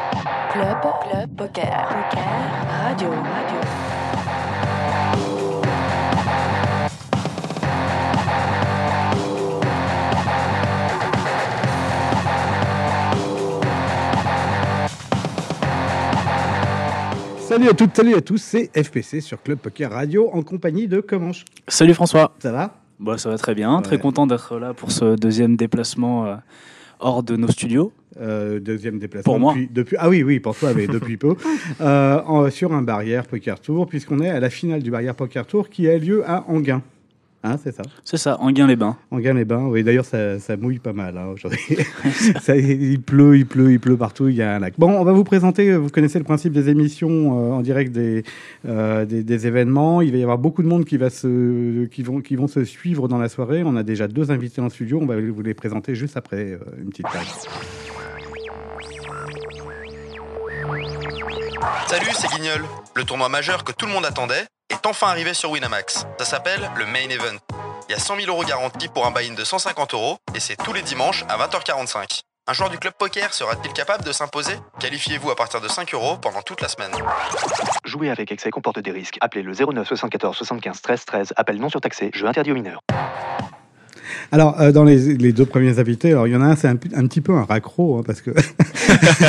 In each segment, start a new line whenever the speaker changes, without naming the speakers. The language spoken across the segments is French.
Club, club, poker, poker, radio, radio.
Salut à toutes, salut à tous, c'est FPC sur Club Poker Radio en compagnie de Comanche.
Salut François.
Ça va
Bah, ça va très bien. Très
Ouais.
content d'être là pour ce deuxième déplacement euh, hors de nos studios.
Euh, Deuxième déplacement.
Pour moi.
Depuis, depuis- ah oui, oui, pour toi, mais depuis peu. Euh, en- sur un barrière Poker Tour, puisqu'on est à la finale du barrière Poker Tour qui a lieu à Anguin. Hein, c'est ça
C'est ça, Enghien-les-Bains.
Anguin-les-Bains, oui, d'ailleurs, ça, ça mouille pas mal hein, aujourd'hui. Ça, il pleut, il pleut, il pleut partout, il y a un lac. Bon, on va vous présenter, vous connaissez le principe des émissions euh, en direct des, euh, des, des événements. Il va y avoir beaucoup de monde qui, va se, qui, vont, qui vont se suivre dans la soirée. On a déjà deux invités en studio, on va vous les présenter juste après euh, une petite page.
Salut, c'est Guignol. Le tournoi majeur que tout le monde attendait est enfin arrivé sur Winamax. Ça s'appelle le Main Event. Il y a 100 000 euros garantis pour un buy-in de 150 euros et c'est tous les dimanches à 20h45. Un joueur du club poker sera-t-il capable de s'imposer Qualifiez-vous à partir de 5 euros pendant toute la semaine.
Jouer avec excès comporte des risques. Appelez le 09 74 75 13 13. Appel non surtaxé. Jeu interdit aux mineurs.
Alors, euh, dans les, les deux premiers invités, alors il y en a un, c'est un, p- un petit peu un raccro, hein, parce que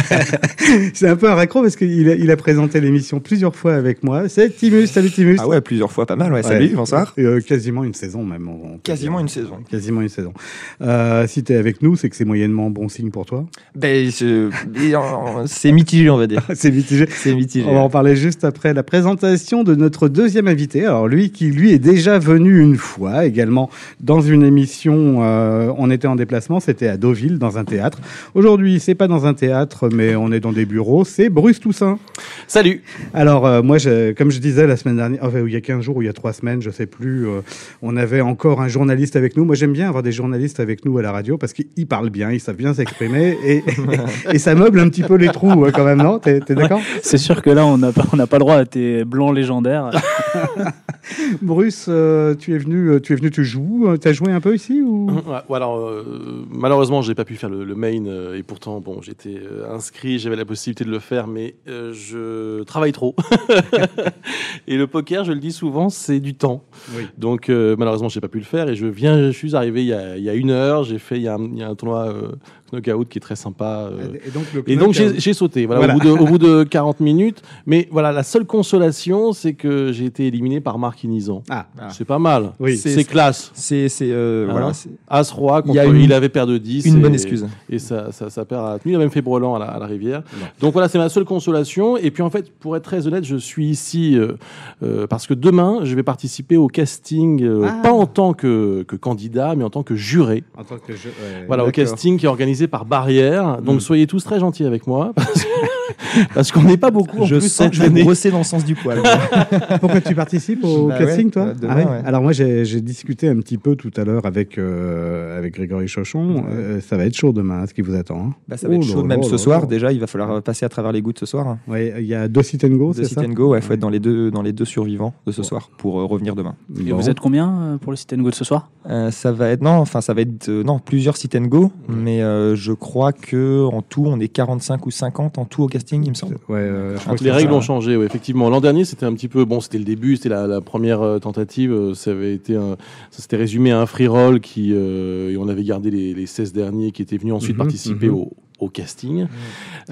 c'est un peu un raccro parce qu'il a, il a présenté l'émission plusieurs fois avec moi. C'est Timus, salut Timus.
Ah ouais, plusieurs fois, pas mal. Ouais,
Ouais.
Salut, bonsoir.
Euh, quasiment une saison même. on- on peut
Quasiment
dire.
une saison.
Quasiment une saison. Euh, si t'es avec nous, c'est que c'est moyennement bon signe pour toi.
Ben, c'est mais, euh, c'est mitigé, on va dire.
c'est mitigé.
C'est mitigé.
On va en parler juste après la présentation de notre deuxième invité. Alors lui qui lui est déjà venu une fois également dans une émission. euh, on était en déplacement, c'était à Deauville dans un théâtre. Aujourd'hui, c'est pas dans un théâtre, mais on est dans des bureaux. C'est Bruce Toussaint.
Salut
Alors euh, moi, je, comme je disais la semaine dernière, enfin, il y a 15 jours ou il y a 3 semaines, je sais plus, euh, on avait encore un journaliste avec nous. Moi, j'aime bien avoir des journalistes avec nous à la radio parce qu'ils parlent bien, ils savent bien s'exprimer et, et, ça meuble un petit peu les trous euh, quand même, non T'es t'es d'accord
C'est sûr que là, on n'a pas, on n'a pas le droit à tes blancs légendaires.
Bruce, euh, tu es venu, euh, tu es venu, tu joues, euh, t'as joué un peu ici ou
Ouais, ouais, alors, euh, malheureusement, j'ai pas pu faire le, le main euh, et pourtant, bon, j'étais euh, inscrit, j'avais la possibilité de le faire, mais euh, je travaille trop. et le poker, je le dis souvent, c'est du temps.
Oui.
Donc, euh, malheureusement, j'ai pas pu le faire et je viens, je suis arrivé il y a, il y a une heure, j'ai fait, il y, a un- il y a un tournoi euh, knockout qui est très sympa. euh,
Ah,
Et donc, le
Et
knock,
donc
euh,
j'ai j'ai sauté, voilà,
Voilà.
Au, bout de, au bout de 40 minutes. Mais voilà, la seule consolation, c'est que j'ai été éliminé par Marc Inizan.
ah,
C'est pas mal,
Oui.
c'est
C'est-
classe.
C'est c'est, euh,
Ah.
voilà, c'est
As-Roi,
Il y a une-
il avait perdu 10.
une
et-
bonne excuse.
Et ça, ça, ça perd à la tenue. Il a même fait Brelan à la, à la rivière. Donc voilà, c'est ma seule consolation. Et puis en fait, pour être très honnête, je suis ici euh, euh, parce que demain, je vais participer au casting, euh,
Ah.
pas en tant que, que candidat, mais en tant que juré.
en tant que je- ouais,
Voilà, au
d'accord.
casting qui est organisé par Barrière. Donc
Mm.
soyez tous très gentils avec moi. parce que- Parce qu'on n'est pas beaucoup en
Je
plus hein,
sens que
cette
je vais
année.
brosser dans le sens du poil.
Pourquoi tu participes au
Bah
casting,
ouais,
toi
euh, demain,
Ah ouais
ouais.
Alors moi, j'ai j'ai discuté un petit peu tout à l'heure avec euh, avec Grégory Chauchon. Euh, ça va être chaud demain, hein, ce qui vous attend. hein.
Bah, ça va être
Oh là
chaud,
là
même
là
ce
là
soir.
là.
Déjà, il va falloir passer à travers les gouttes ce soir.
Ouais, il y a deux sit and go,
de
c'est
sit
ça
and go, il faut être dans les deux, dans les deux survivants de ce soir pour euh, revenir demain.
Et
Bon.
vous êtes combien euh, pour le Sit and Go de ce soir
Euh, ça va être non, enfin ça va être euh, non plusieurs sit and go, mais euh, je crois que en tout on est 45 ou 50 en tout au casting, il me semble.
Ouais, euh, je crois que
Ah, Les
c'est
règles
ça.
ont changé, ouais, effectivement. L'an dernier, c'était un petit peu, bon, c'était le début, c'était la, la première euh, tentative. euh, Ça avait été, un- ça s'était résumé à un free roll qui, euh, et on avait gardé les, les 16 derniers qui étaient venus ensuite
Mhm,
participer
mhm.
au, au casting.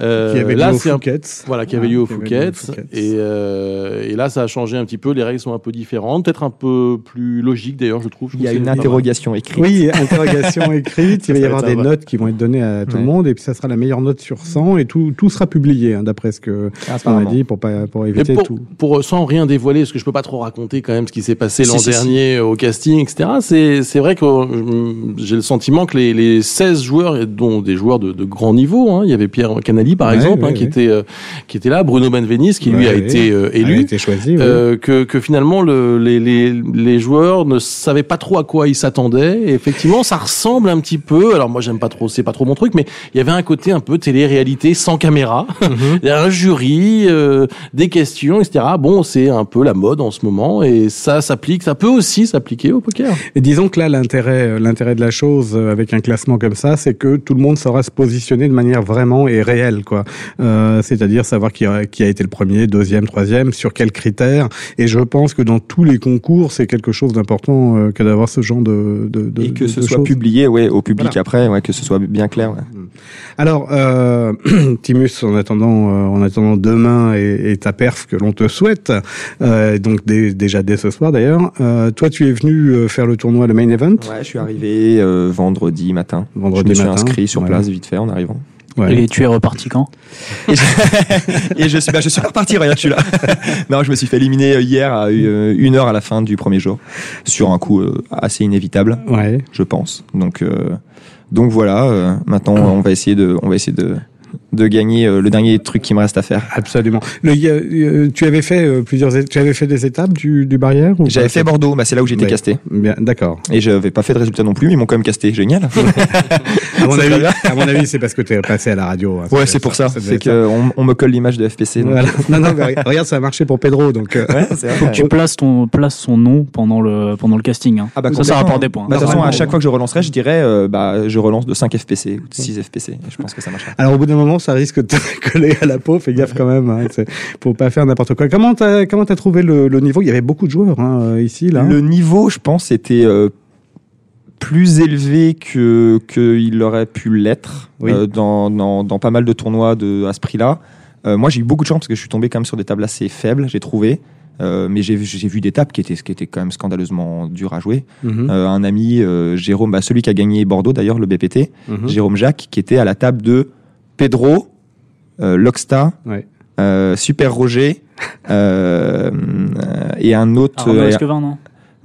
Euh,
Qui avait
là,
lieu au
c'est un,
Fouquet's.
voilà, qui avait
Ouais,
lieu au
qui avait lieu au
Fouquet's.
Fouquet's.
Et, euh, et là, ça a changé un petit peu. Les règles sont un peu différentes, peut-être un peu plus logiques d'ailleurs, je trouve. Je
Il y a
trouve que
une
c'est-
interrogation écrite.
Oui, interrogation écrite. Il va y
Ça
avoir
va être
des
sympa.
notes qui vont être données à tout le
Ouais.
monde et puis ça sera la meilleure note sur 100 et tout, tout sera publié hein, d'après ce que on a
Ah, apparemment.
dit pour pas pour
Mais
éviter
pour,
tout.
pour, euh, sans rien dévoiler, parce que je peux pas trop raconter quand même ce qui s'est passé
Si,
l'an
si, si.
dernier euh, au casting, etc. C'est c'est vrai que euh, j'ai le sentiment que les, les 16 joueurs, et dont des joueurs de, de grand niveau, hein, il y avait Pierre Canali par
Ouais,
exemple,
ouais,
hein, qui
ouais.
était euh, qui était là, Bruno Benvenis qui
Ouais,
lui a
ouais.
été euh, élu.
Elle a été choisi. oui.
Euh, que, que finalement le, les, les, les joueurs ne savaient pas trop à quoi ils s'attendaient. Et effectivement, ça ressemble un petit peu. Alors moi, j'aime pas trop, c'est pas trop mon truc, mais il y avait un côté un peu télé-réalité sans caméra,
Mhm.
Il y a un jury, euh, des questions, etc. Bon, c'est un peu la mode en ce moment, et ça s'applique. Ça peut aussi s'appliquer au poker.
euh, Et disons que là, l'intérêt, l'intérêt de la chose euh, avec un classement comme ça, c'est que tout le monde saura se positionner de manière vraiment et réelle, quoi. Euh, C'est-à-dire savoir qui a, qui a été le premier, deuxième, troisième, sur quels critères. Et je pense que dans tous les concours, c'est quelque chose d'important euh, que d'avoir ce genre de, de, de
et que
de-
ce
de
soit
choses.
publié ouais, au public
Voilà.
après, ouais, que ce soit bien clair. ouais.
Alors, euh, Timus, en attendant, euh, en attendant demain et, et ta perf que l'on te souhaite, euh, donc dès- déjà dès ce soir d'ailleurs, euh, toi tu es venu euh, faire le tournoi, le main event,
je suis arrivé euh, vendredi matin.
vendredi
je me
matin.
suis inscrit sur
Voilà.
place vite fait en arrivant.
Ouais.
Et tu es reparti quand
Et je, et je suis, bah, je suis pas reparti, regarde, je suis là. non, je me suis fait éliminer euh, hier à euh, une heure à la fin du premier jour, sur un coup euh, assez inévitable,
Ouais.
je pense. Donc, euh, donc voilà. euh, maintenant, on va essayer de, on va essayer de, de gagner euh, le dernier truc qui me reste à faire.
Absolument. Le, y a- euh, tu avais fait euh, plusieurs, é- tu avais fait des étapes du, du barrière ou
J'avais
pas
fait Bordeaux, bah, c'est là où j'étais
Ouais.
casté,
Bien, d'accord.
et j'avais pas fait de résultat non plus, mais ils m'ont quand même casté. Génial.
À mon
Ça
avis,
va bien
à mon avis, c'est parce que tu es passé à la radio. hein.
Ouais, c'est pour ça.
devait
C'est
être ça.
qu'on on me colle l'image de FPC. donc-
Voilà. Non, non, mais re- regarde, ça a marché pour Pedro, donc. euh,
Ouais, c'est vrai.
Tu places, ton, places son nom pendant le, pendant le casting. hein.
Ah bah,
ça, ça
complètement.
rapporte des points.
Bah, de toute façon,
Normalement,
à chaque fois que je relancerai, je dirais euh, bah, je relance de 5 FPC ou de 6 FPC. Je pense que ça marchera.
Alors au bout d'un moment, ça risque de te coller à la peau. Fais gaffe quand même, hein, c'est- pour pas faire n'importe quoi. Comment t'as comment t'as trouvé le, le niveau Il y avait beaucoup de joueurs hein, ici là.
Le niveau, je pense, était euh, plus élevé que qu'il aurait pu l'être
Oui.
euh, dans, dans, dans pas mal de tournois de, à ce prix-là. Euh, moi, j'ai eu beaucoup de chance parce que je suis tombé quand même sur des tables assez faibles, j'ai trouvé. Euh, mais j'ai j'ai vu des tables qui étaient, qui étaient quand même scandaleusement dures à jouer.
Mhm,
Euh, un ami, euh, Jérôme, bah, celui qui a gagné Bordeaux d'ailleurs, le BPT,
mhm.
Jérôme Jacques, qui était à la table de Pedro, euh, Loxta,
Ouais.
euh, Super Roger, euh, euh, et un autre.
Arnaud
euh,
Esquevin, non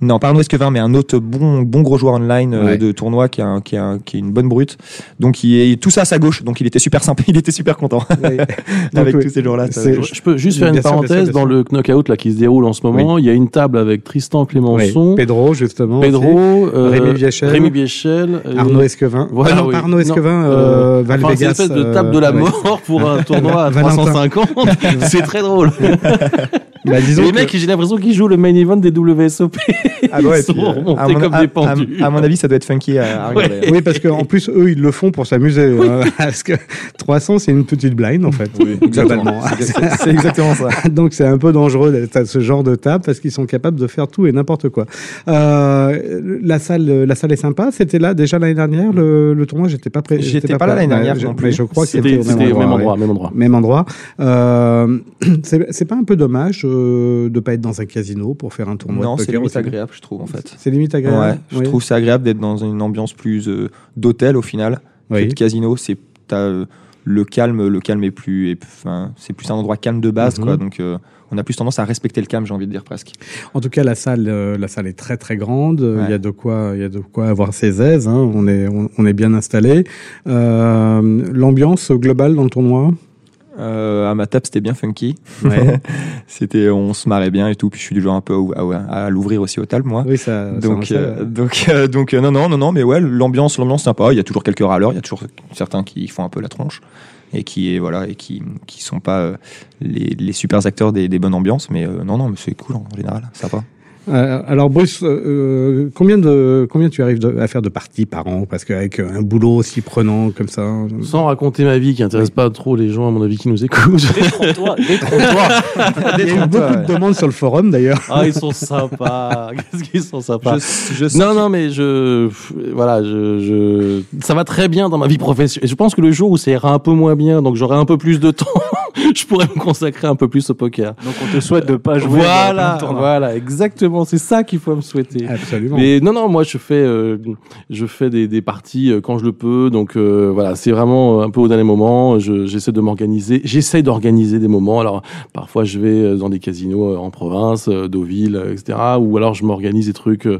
non, pas Arnaud Esquevin, mais un autre bon, bon gros joueur online euh,
Ouais.
de tournoi qui a, un- qui, a, un- qui est une bonne brute. Donc, il est tout ça à sa gauche. Donc, il était super sympa, il était super content
Ouais.
avec
oui.
tous ces joueurs-là. ça-
C'est-
Je je peux juste faire
Bien
une
sûr, bien sûr,
parenthèse
bien
dans
sûr.
le knockout là qui se déroule en ce moment. Il y a une table avec Tristan
Ouais.
Clémenceau,
Pedro justement. aussi.
Pedro, euh,
Rémi Biéchel.
Rémi Biéchel, euh,
Arnaud Esquevin.
Voilà,
Ah non,
oui.
pas Arnaud
Non,
Esquevin.
euh,
euh,
enfin,
Val
c'est une
Vegas,
espèce de
euh,
table de la
ouais.
mort pour un tournoi à
Valentin.
350. C'est très drôle.
Bah, disons
les
que- bah
mecs, j'ai l'impression qu'ils jouent le main event des WSOP.
Ah ouais,
Ils sont
puis, euh,
remontés
à mon-
comme
à-
des pendus.
à- à mon avis, ça doit être funky à, à regarder.
Oui, parce qu'en plus, eux, ils le font pour s'amuser. euh, parce que 300, c'est une petite blind, en fait. globalement.
C'est c'est exactement ça.
Donc c'est un peu dangereux d'être à ce genre de table parce qu'ils sont capables de faire tout et n'importe quoi. Euh, la salle, la salle est sympa. C'était là déjà l'année dernière le, le tournoi. J'étais pas prêt.
J'étais pas là l'année
prêt.
dernière
Ouais, je-
non
mais
plus.
je crois que
C'était
c'était au même
c'était au
endroit.
même
ouais.
endroit,
Même
même endroit.
endroit. Euh, c'est c'est pas un peu dommage euh, de pas être dans un casino pour faire un tournoi
Non,
de
c'est
poker
limite
aussi
agréable, je trouve, en fait.
C'est limite
Ouais,
agréable.
je
oui.
trouve c'est agréable d'être dans une ambiance plus euh, d'hôtel au final que
Oui.
de casino. C'est t'as, euh, le calme, le calme est plus, est- enfin, c'est plus un endroit calme de base,
Mhm.
quoi. Donc euh, on a plus tendance à respecter le calme, j'ai envie de dire presque.
En tout cas, la salle, euh, la salle est très très grande. Euh, Il y
Ouais.
a de quoi, il y a de quoi avoir ses aises. hein. On est, on, on est bien installé. Euh, L'ambiance globale dans le tournoi.
Euh, à ma table, c'était bien funky.
Ouais.
C'était, on se marrait bien et tout. Puis je suis du genre un peu à, à- à l'ouvrir aussi au table, moi.
oui, ça. ça en
Donc,
fait,
euh, donc, euh, donc, euh, non, non, non, non, mais ouais, l'ambiance, l'ambiance sympa. Il y a toujours quelques râleurs, il y a toujours certains qui font un peu la tronche et qui, est, voilà, et qui, qui sont pas euh, les, les super acteurs des, des bonnes ambiances, mais euh, non, non, mais c'est cool en général, sympa.
Euh, alors Bruce, euh, combien de combien tu arrives de- à faire de parties par an Parce qu'avec euh, un boulot aussi prenant comme ça. hein.
Sans raconter ma vie qui intéresse pas trop les gens, à mon avis, qui nous écoutent.
Détrompe-toi,
Il y a eu beaucoup de demandes sur le forum d'ailleurs.
Ah, ils sont sympas. Qu'est-ce qu'ils sont sympas.
Je,
Non, non, mais je, voilà, je, je, ça va très bien dans ma vie professionnelle. Je pense que le jour où ça ira un peu moins bien, donc j'aurai un peu plus de temps, je pourrai me consacrer un peu plus au poker.
Donc on te souhaite de pas jouer.
voilà,
dans le tournoi.
voilà, exactement. C'est ça qu'il faut me souhaiter.
Absolument.
Mais non, non, moi je fais, euh, je fais des, des parties euh, quand je le peux. Donc euh, voilà, c'est vraiment euh, un peu au dernier moment. Je- J'essaie de m'organiser. J'essaie d'organiser des moments. Alors parfois je vais euh, dans des casinos euh, en province, euh, Deauville, euh, etc. Ou alors je m'organise des trucs euh,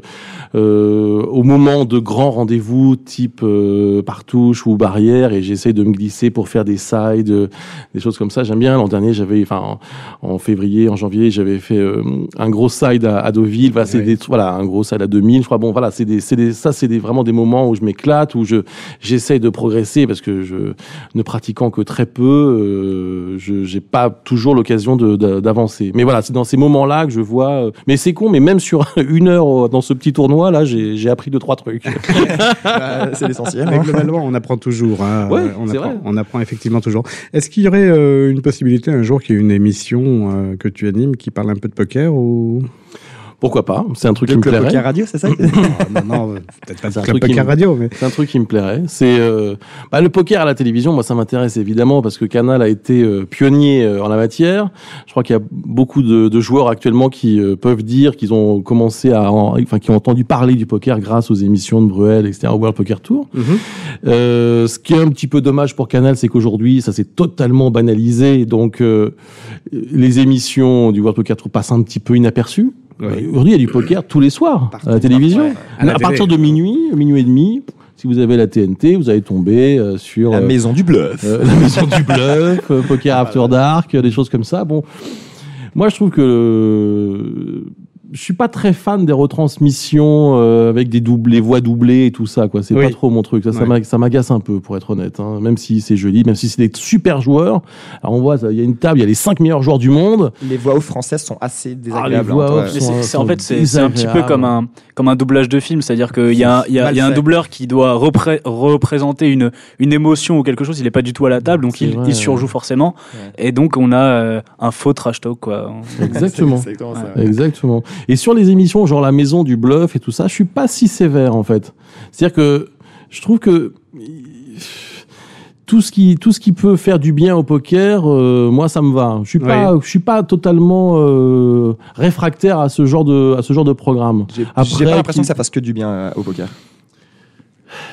euh, au moment de grands rendez-vous type euh, partouche ou barrière et j'essaie de me glisser pour faire des sides, euh, des choses comme ça. j'aime bien. L'an dernier, j'avais, enfin, en, en février, en janvier, j'avais fait euh, un gros side à, à Deauville. Voilà, c'est
Oui.
des, voilà, un gros side à 2000. Je crois, bon, voilà, c'est des, c'est des, ça, c'est des, vraiment des moments où je m'éclate, où je, j'essaye de progresser parce que je, ne pratiquant que très peu, euh, je n'ai pas toujours l'occasion de- de- d'avancer. Mais voilà, c'est dans ces moments-là que je vois. euh, mais c'est con, mais même sur une heure euh, dans ce petit tournoi, là, j'ai j'ai appris deux, trois trucs.
Bah, c'est l'essentiel.
Mais
hein.
globalement, on apprend toujours. hein.
Oh. Ouais,
on,
c'est
apprend,
vrai.
on apprend effectivement toujours. Est-ce qu'il y aurait euh, une possibilité un jour qu'il y ait une émission euh, que tu animes qui parle un peu de poker ou
Pourquoi pas C'est un truc
Le
qui me
club
plairait.
poker radio, c'est ça
Ah, Non, non, peut-être pas
C'est un
de club
truc qui
poker
me-
radio, mais
C'est un truc qui me plairait. C'est euh, bah, le poker à la télévision. Moi, ça m'intéresse évidemment parce que Canal a été euh, pionnier euh, en la matière. Je crois qu'il y a beaucoup de, de joueurs actuellement qui euh, peuvent dire qu'ils ont commencé à, en- enfin, qui ont entendu parler du poker grâce aux émissions de Bruel, etc., au World Poker Tour. Euh, ce qui est un petit peu dommage pour Canal, c'est qu'aujourd'hui, ça s'est totalement banalisé. Donc, euh, les émissions du World Poker Tour passent un petit peu inaperçues.
Oui.
Aujourd'hui, il y a du poker tous les soirs à la télévision.
À la
à
télé.
partir de minuit, euh, minuit et demi, si vous avez la TNT, vous allez tomber euh, sur
La
euh,
maison du bluff. Ah,
euh, la maison du bluff, euh, Poker After Dark, euh, des choses comme ça. Bon, moi je trouve que euh, je suis pas très fan des retransmissions euh, avec des doubles, les voix doublées et tout ça. Quoi, c'est
Oui.
pas trop mon truc. Ça, ça
Ouais.
m'a- ça m'agace un peu, pour être honnête. hein. Même si c'est joli, même si c'est des super joueurs. Alors on voit, ça, il y a une table, il y a les cinq meilleurs joueurs du monde.
Les voix off françaises sont assez
Ah, les
désagréables.
voix
hein, toi.
off
Mais
sont-
c'est- c'est-
sont
en fait, c'est c'est un petit peu
désagréables.
comme un, comme un doublage de film, c'est-à-dire qu'il y a, un- il y a- il y a un
Mal fait.
doubleur qui doit repré- représenter une, une émotion ou quelque chose, il n'est pas du tout à la table, donc
C'est
il,
vrai,
il surjoue
ouais.
forcément, et donc on a euh, un faux trash talk. Quoi.
Exactement.
exactement ça.
Exactement. Et sur les émissions, genre la maison du bluff et tout ça, je suis pas si sévère en fait. C'est-à-dire que je trouve que tout ce qui tout ce qui peut faire du bien au poker, euh, moi ça me va. Je suis pas je suis pas totalement euh, réfractaire à ce genre de à ce genre de programme.
J'ai
Après,
j'ai pas l'impression que
qui-
ça fasse que du bien euh, au poker.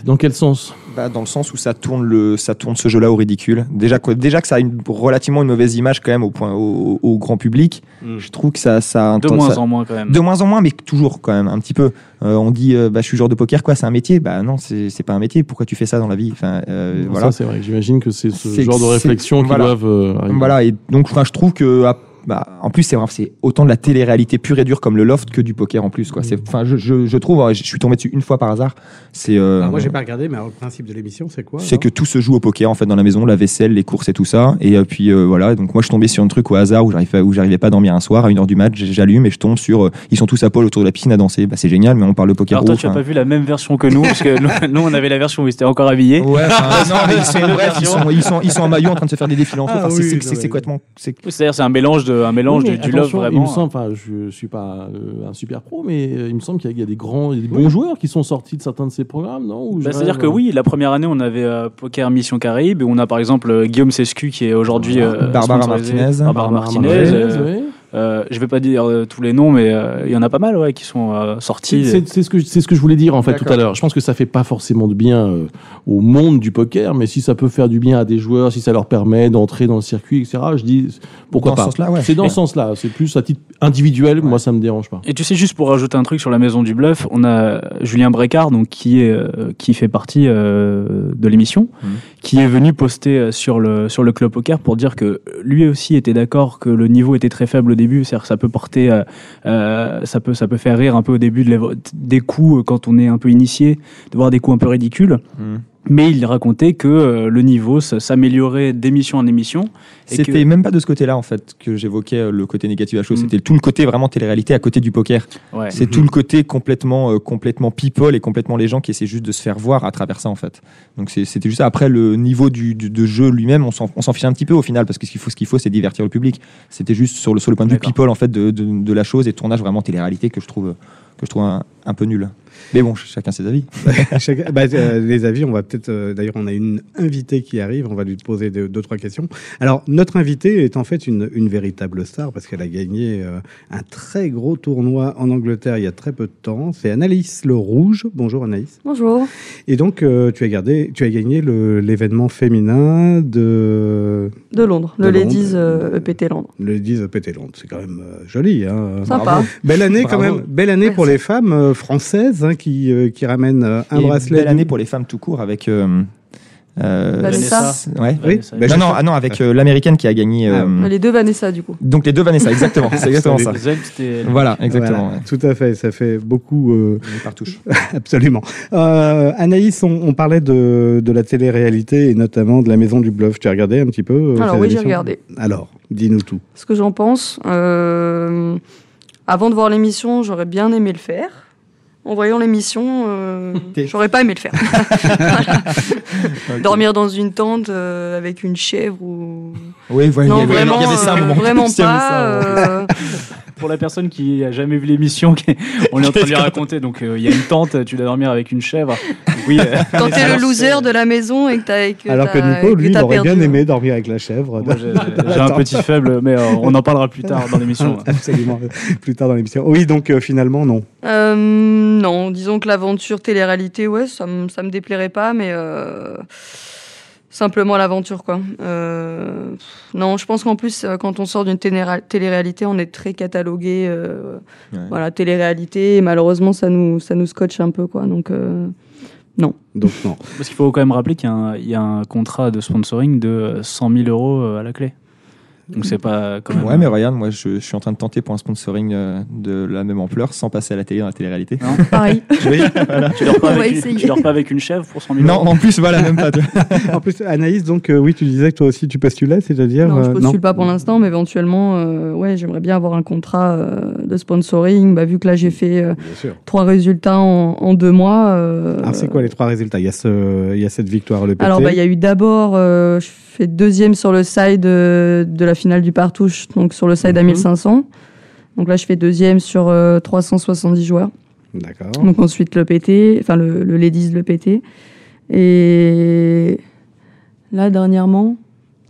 Dans quel sens
Bah, dans le sens où ça tourne le ça tourne ce jeu-là au ridicule. Déjà que déjà que ça a une relativement une mauvaise image quand même au point au, au grand public.
Mm.
Je trouve que ça ça
Hmm. De
ça-
moins en moins quand même.
de moins en moins, mais toujours quand même un petit peu. Euh, on dit euh, bah je suis joueur de poker quoi, c'est un métier. Bah non, c'est c'est pas un métier. Pourquoi tu fais ça dans la vie Enfin euh, voilà.
Ça c'est vrai. que J'imagine que c'est ce
C'est-
genre de
c'est-
réflexion qui
voilà.
doivent euh, arriver.
Voilà, et donc enfin, je trouve que ah, bah, en plus c'est vrai, c'est autant de la télé-réalité pure et dure comme le loft que du poker en plus quoi. C'est enfin je, je, je trouve hein, je suis tombé dessus une fois par hasard. C'est euh,
Ah,
Ah,
moi j'ai pas hein. regardé. Mais le principe de l'émission, c'est quoi
c'est que tout se joue au poker en fait dans la maison, la vaisselle, les courses et tout ça. Et euh, puis euh, voilà, donc moi je tombais sur un truc au hasard où j'arrivais où j'arrivais pas à dormir un soir à une heure du match, j'allume et je tombe sur euh, ils sont tous à poil autour de la piscine à danser. Bah c'est génial, mais on parle de poker.
Alors toi,
ouf,
tu n'as
hein.
pas vu la même version que nous, parce que nous- nous, on avait la version où ils étaient encore habillés.
Ouais, enfin, Ah, non, mais ils sont, bref, ils sont, ils sont, ils sont en maillot en train de se faire des défilés en feu.
Ah
Enfin, c'est-
oui,
c'est-
non,
c'est c'est
mais-
complètement. c'est-
C'est-à-dire, c'est un mélange, de, un mélange
Oui, mais
du, du love
attention, Il me
vraiment. hein.
semble, enfin, je, je suis pas euh, un super pro, mais euh, il me semble qu'il y a- il y a des grands, il y a des bons joueurs qui sont sortis de certains de ces programmes, non Ou je
Bah, C'est-à-dire
rêve,
que
hein.
oui, la première année, on avait euh, Poker Mission Caraïbe, et on a par exemple euh, Guillaume Sescu qui est aujourd'hui. euh,
Barbara
sponsorisé-
Martinez.
Barbara Martinez. euh,
ouais.
Euh, je vais pas dire euh, tous les noms, mais euh, il y en a pas mal ouais, qui sont euh, sortis.
C'est c'est- c'est ce que je- c'est ce que je voulais dire en fait tout
D'accord.
à l'heure. Je pense que ça fait pas forcément de bien euh, au monde du poker, mais si ça peut faire du bien à des joueurs, si ça leur permet d'entrer dans le circuit, etc. Je dis pourquoi
Dans ce
pas.
sens-là, ouais.
C'est dans
Mais-
ce sens-là. C'est plus à titre individuel. Moi, ça me dérange pas.
Et tu sais, juste pour rajouter un truc sur la maison du bluff, on a euh, Julien Brécard, donc, qui, est, euh, qui fait partie euh, de l'émission,
Mmh.
Mhm.
qui est venu poster euh, sur le, sur le club poker pour dire que lui aussi était d'accord que le niveau était très faible au début, c'est-à-dire que ça peut porter, euh, euh, ça, peut, ça peut faire rire un peu au début de l'évo- des coups euh, quand on est un peu initié, de voir des coups un peu ridicules.
Mmh.
Mhm.
Mais il racontait que euh, le niveau s- s'améliorait d'émission en émission. Et
C'était
que-
même pas de ce côté-là en fait que j'évoquais euh, le côté négatif de la chose.
Mm.
C'était tout le côté vraiment télé-réalité à côté du poker.
Ouais.
C'est tout le côté complètement, euh, complètement people et complètement les gens qui essaient juste de se faire voir à travers ça en fait. Donc c'est- c'était juste ça. après le niveau du, du- de jeu lui-même, on s'en on s'en fiche un petit peu au final parce que ce qu'il faut, ce qu'il faut, c'est divertir le public. C'était juste sur le, sur le point de vue
D'accord.
people en fait de, de, de la chose et tournage vraiment télé-réalité que je trouve que je trouve un, un peu nul. Mais bon, ch- chacun ses avis.
Chaque- bah, euh, les avis, on va peut-être. euh, D'ailleurs, on a une invitée qui arrive. On va lui poser deux, deux, trois questions. Alors, notre invitée est en fait une, une véritable star parce qu'elle a gagné euh, un très gros tournoi en Angleterre il y a très peu de temps. C'est Anaïs Le Rouge. Bonjour Anaïs.
Bonjour.
Et donc, euh, tu as gardé, tu as gagné le- l'événement féminin de
De Londres,
De
le
Londres.
Ladies euh, EPT Londres.
le 10 EPT Londres. C'est quand même euh, joli. Hein.
Sympa.
Bravo.
Belle année quand
Bravo.
même. Belle année pour les femmes euh, françaises hein, qui euh, qui ramènent euh, un
Et
bracelet.
Belle année pour les femmes tout court avec. euh, Euh,
Vanessa.
Ouais.
Oui.
ça-
Bah,
non,
je-
non, ah non, avec euh, l'américaine qui a gagné. euh,
Ah,
Les deux Vanessa, du coup.
Donc les deux Vanessa, exactement. C'est exactement ça.
Les ailes, c'était-
Voilà, exactement.
Voilà, Tout à fait, ça fait beaucoup. euh,
Par touche.
Absolument. Euh, Anaïs, on, on parlait de, de la télé-réalité et notamment de la Maison du Bluff. Tu as regardé un petit peu euh,
Alors
ces
oui, j'ai
émissions
regardé.
Alors, dis-nous tout.
Ce que j'en pense, euh, avant de voir l'émission, j'aurais bien aimé le faire. En voyant l'émission, euh,
T'es-
j'aurais pas aimé le faire. Dormir dans une tente euh, avec une chèvre ou...
Oui, voilà, il y
Non,
avait-
vraiment,
il y avait ça à un
euh,
moment.
vraiment
Il y avait ça à un
pas.
moment.
euh,
Pour la personne qui a jamais vu l'émission, qui- on est en train de lui raconter. Donc, euh, il y a une tente, tu dois dormir avec une chèvre. Oui. euh,
quand t'es le
alors,
loser de la maison et que t'as... et
Alors que
t'as-
Nico,
que
lui, il
t'as
aurait bien
perdu.
aimé dormir avec la chèvre.
Moi, j'ai j'ai un petit faible, mais euh, on en parlera plus tard dans l'émission.
Absolument, plus tard dans l'émission. Oui, donc euh, finalement, non.
Euh, non, disons que l'aventure télé-réalité, ouais, ça me ça me déplairait pas, mais euh, simplement l'aventure, quoi. Euh, non, je pense qu'en plus, euh, quand on sort d'une ténéra- télé-réalité, on est très catalogué, euh,
Ouais.
voilà, télé-réalité, et malheureusement, ça nous, ça nous scotche un peu, quoi. Donc, euh,
Donc, non.
Parce qu'il faut quand même rappeler qu'il y a un- il y, a un contrat de sponsoring de euh, 100 000 euros euh, à la clé. Donc c'est pas quand même.
Ouais, mais regarde, moi je, je suis en train de tenter pour un sponsoring euh, de la même ampleur sans passer à la télé dans la télé-réalité.
pareil.
tu, dors pas
On va
avec une,
essayer.
tu dors pas avec une chèvre pour 100 000
Non,
euros.
en plus, voilà, même pas. de-
En plus, Anaïs, donc, euh, oui, tu disais que toi aussi tu postulais, c'est-à-dire.
non, je
euh,
postule pas pour l'instant, mais éventuellement, euh, ouais, j'aimerais bien avoir un contrat euh, de sponsoring. Bah, vu que là, j'ai fait euh,
Bien sûr.
trois résultats en, en deux mois. euh,
Alors, Ah, c'est quoi les trois résultats il y, a ce- il y a cette victoire, le PT.
Alors, bah, il y a eu d'abord, euh, je fais deuxième sur le side euh, de la finale du Partouche, donc sur le side à
Mhm.
1500. Donc là, je fais deuxième sur euh, 370 joueurs.
D'accord.
Donc ensuite, le PT, enfin le, le Ladies, le PT. Et là, dernièrement,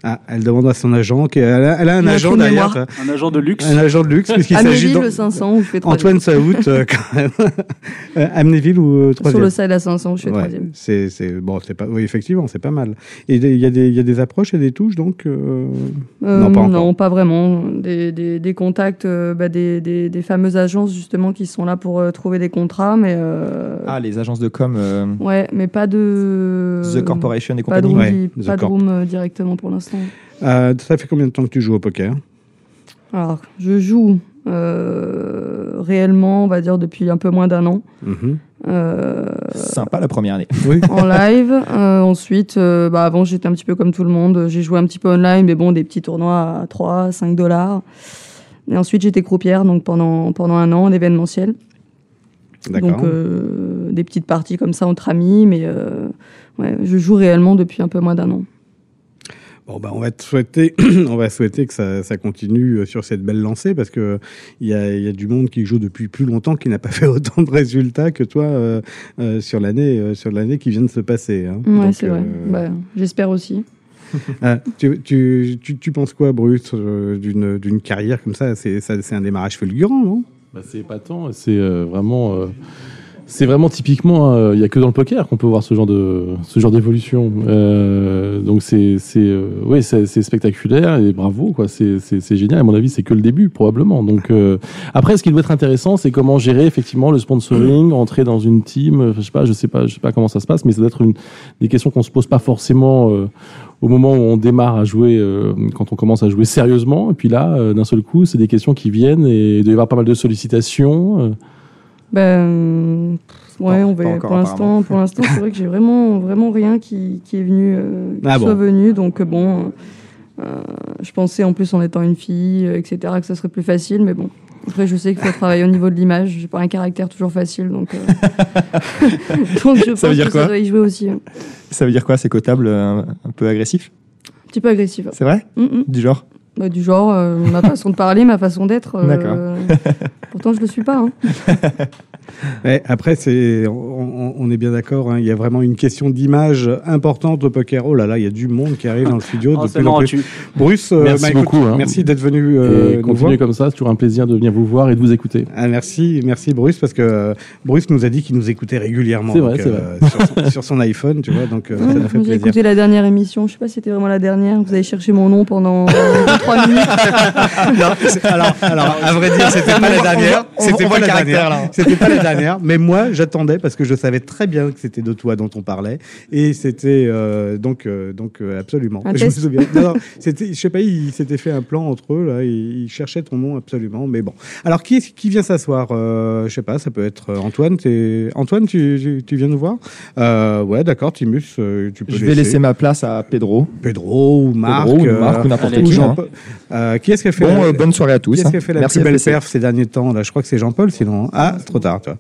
Ah, elle demande à son agent. qui- Elle a, elle a un
Il a
agent euh,
trou de
d'ailleurs.
mémoire.
ça.
Un agent de luxe.
Un agent de luxe, puisqu'il s'agit
Amélie, le
d'An-
500, où je fais troisième.
Antoine Saout, euh, quand même. Euh, Amnéville ou euh,
Sur
troisième
le side à 500, où je fais
Ouais,
troisième.
c'est, c'est, bon, c'est pas, oui, effectivement, c'est pas mal. Et des- il y, a des- il y a des approches et des touches, donc. euh,
Euh,
Non,
non,
pas
pas
encore.
vraiment. Des, des- des contacts, euh, bah, des, des- des fameuses agences justement qui sont là pour euh, trouver des contrats, mais euh,
Ah, les agences de com, euh,
Mm.
ouais, mais pas de
The Corporation et
Pas de
compagnie.
room,
Ouais,
di-
The
pas de
Corp.
room, euh, directement pour l'instant.
euh, ça fait combien de temps que tu joues au poker
Alors, je joue euh, réellement, on va dire, depuis un peu moins d'un an.
Mhm.
euh,
Sympa la première année.
Oui.
en live. Euh, ensuite, euh, bah, avant, j'étais un petit peu comme tout le monde. J'ai joué un petit peu online, mais bon, des petits tournois à 3, 5 dollars. Et ensuite, j'étais croupière, donc pendant, pendant un an, en événementiel.
D'accord.
Donc, euh, des petites parties comme ça entre amis, mais euh, ouais, je joue réellement depuis un peu moins d'un an.
Bon, bah, on va te souhaiter, on va souhaiter que ça, ça continue euh, sur cette belle lancée parce que il y a, il y a du monde qui joue depuis plus longtemps qui n'a pas fait autant de résultats que toi euh, euh, sur l'année, euh, sur l'année qui vient de se passer. hein.
Ouais,
Donc,
c'est vrai.
euh,
Bah, J'espère aussi.
Ah, tu, tu, tu, tu penses quoi, Bruce, euh, d'une d'une carrière comme ça C'est ça- c'est un démarrage fulgurant, non
Bah, c'est épatant, et c'est euh, vraiment. euh, c'est vraiment typiquement, euh, il n'y a que dans le poker qu'on peut voir ce genre de ce genre d'évolution. Euh, donc c'est c'est euh, oui, c'est c'est spectaculaire et bravo quoi, c'est c'est c'est génial. À mon avis, c'est que le début probablement. Donc euh, après, ce qui doit être intéressant, c'est comment gérer effectivement le sponsoring, entrer dans une team. Enfin, je sais pas, je sais pas, je sais pas comment ça se passe, mais ça doit être une des questions qu'on se pose pas forcément euh, au moment où on démarre à jouer, euh, quand on commence à jouer sérieusement. Et puis là, euh, d'un seul coup, c'est des questions qui viennent et il doit y avoir pas mal de sollicitations. euh.
Ben, pff, ouais,
Pas-
on
pas
verra.
encore,
Pour l'instant,
apparemment.
pour l'instant, c'est vrai que j'ai vraiment, vraiment rien qui, qui est venu, euh, qui
Ah
soit
bon.
venu. Donc euh, bon, euh, euh, je pensais en plus en étant une fille, euh, etc., que ça serait plus facile, mais bon. Après, je sais qu'il faut travailler au niveau de l'image. J'ai pas un caractère toujours facile, donc. euh, donc je pense
Ça veut dire
que
quoi
ça doit y jouer aussi. hein.
Ça veut dire quoi C'est cotable, euh, un peu agressif
Un petit peu agressif.
C'est vrai
Mm, mm.
Du genre
Bah, du genre, euh, ma façon de parler, ma façon d'être. euh,
D'accord.
pourtant, je le suis pas. hein.
Ouais, Après, c'est, on, on- on est bien d'accord, hein, il y a vraiment une question d'image importante au poker. Oh là là, il y a du monde qui arrive dans le studio
Oh,
de
c'est
plus en
marrant,
plus.
tu-
Bruce, euh,
Merci
bah, écoute,
beaucoup, hein.
merci d'être venu
et
euh, nous voir.
continuez comme ça, c'est toujours un plaisir de venir vous voir et de vous écouter.
Ah, merci, merci Bruce, parce que euh, Bruce nous a dit qu'il nous écoutait régulièrement
C'est vrai,
donc, euh, sur, son, sur son iPhone, tu
Mmh,
vois, donc euh, ça nous fait
J'ai
plaisir.
écouté la dernière émission, je sais pas si c'était vraiment la dernière, vous avez cherché mon nom pendant 2-3 trois minutes.
alors, alors, à vrai dire, c'était pas la dernière.
on voit-
C'était pas
on voit
la
le caractère,
dernière. C'était pas la dernière. Mais moi, j'attendais parce que je savais très bien que c'était de toi dont on parlait. Et c'était euh, donc, euh, donc euh, absolument.
Un
je
test.
me souviens. Non, non, c'était, je sais pas, ils s'étaient fait un plan entre eux là. Ils, ils cherchaient ton nom absolument. Mais bon. Alors, qui est- qui vient s'asseoir Euh, Je sais pas. Ça peut être euh, Antoine. T'es... Antoine, tu, tu, tu viens nous voir Euh, Ouais, d'accord. Timus, euh, tu peux.
Je vais laisser ma place à Pedro.
Pedro ou Marc.
Pedro ou
euh,
Marc ou n'importe
ou
qui. hein.
Jean-Paul. Euh, qui est-ce qui a fait
Bon,
la-
euh, bonne soirée à tous.
qui
hein.
est-ce qui a fait la
Merci
plus
à
belle
tous.
perf ces derniers temps là Je crois que c'est Jean-Paul, sinon. hein. Ah, trop tard, toi.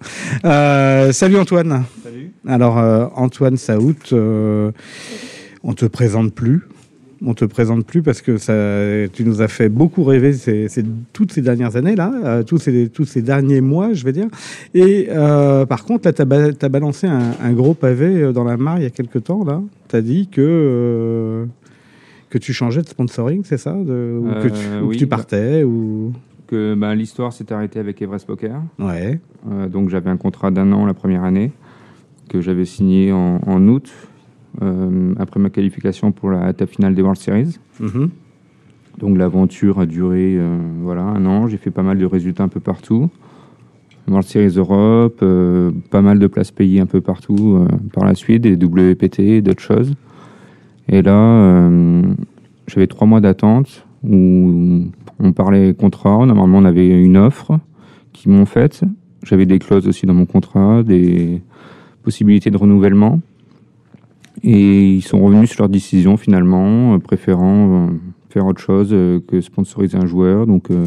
Euh, salut Antoine. Salut. Alors euh, Antoine Saout, euh, on te présente plus. On te présente plus parce que ça, tu nous as fait beaucoup rêver ces, ces- toutes ces dernières années là, euh, tous ces tous ces derniers mois, je vais dire. Et euh, par contre, là, t'as ba- t'as balancé un, un gros pavé euh, dans la mare il y a quelque temps là. T'as dit que euh, que tu changeais de sponsoring, c'est ça, de- ou que tu,
Euh,
ou que
oui,
tu
bah-
partais ou
que ben, l'histoire s'est arrêtée avec Everest Poker.
Ouais.
Euh, donc j'avais un contrat d'un an la première année que j'avais signé en, en août euh, après ma qualification pour la étape finale des World Series.
Mhm.
Donc l'aventure a duré euh, voilà, un an. J'ai fait pas mal de résultats un peu partout. World Series Europe, euh, pas mal de places payées un peu partout euh, par la suite, des WPT, et d'autres choses. Et là, euh, j'avais trois mois d'attente où on parlait contrat. Normalement, on avait une offre qui m'ont faite. J'avais des clauses aussi dans mon contrat, des possibilités de renouvellement. Et ils sont revenus sur leur décision finalement, euh, préférant euh, faire autre chose euh, que sponsoriser un joueur. Donc euh,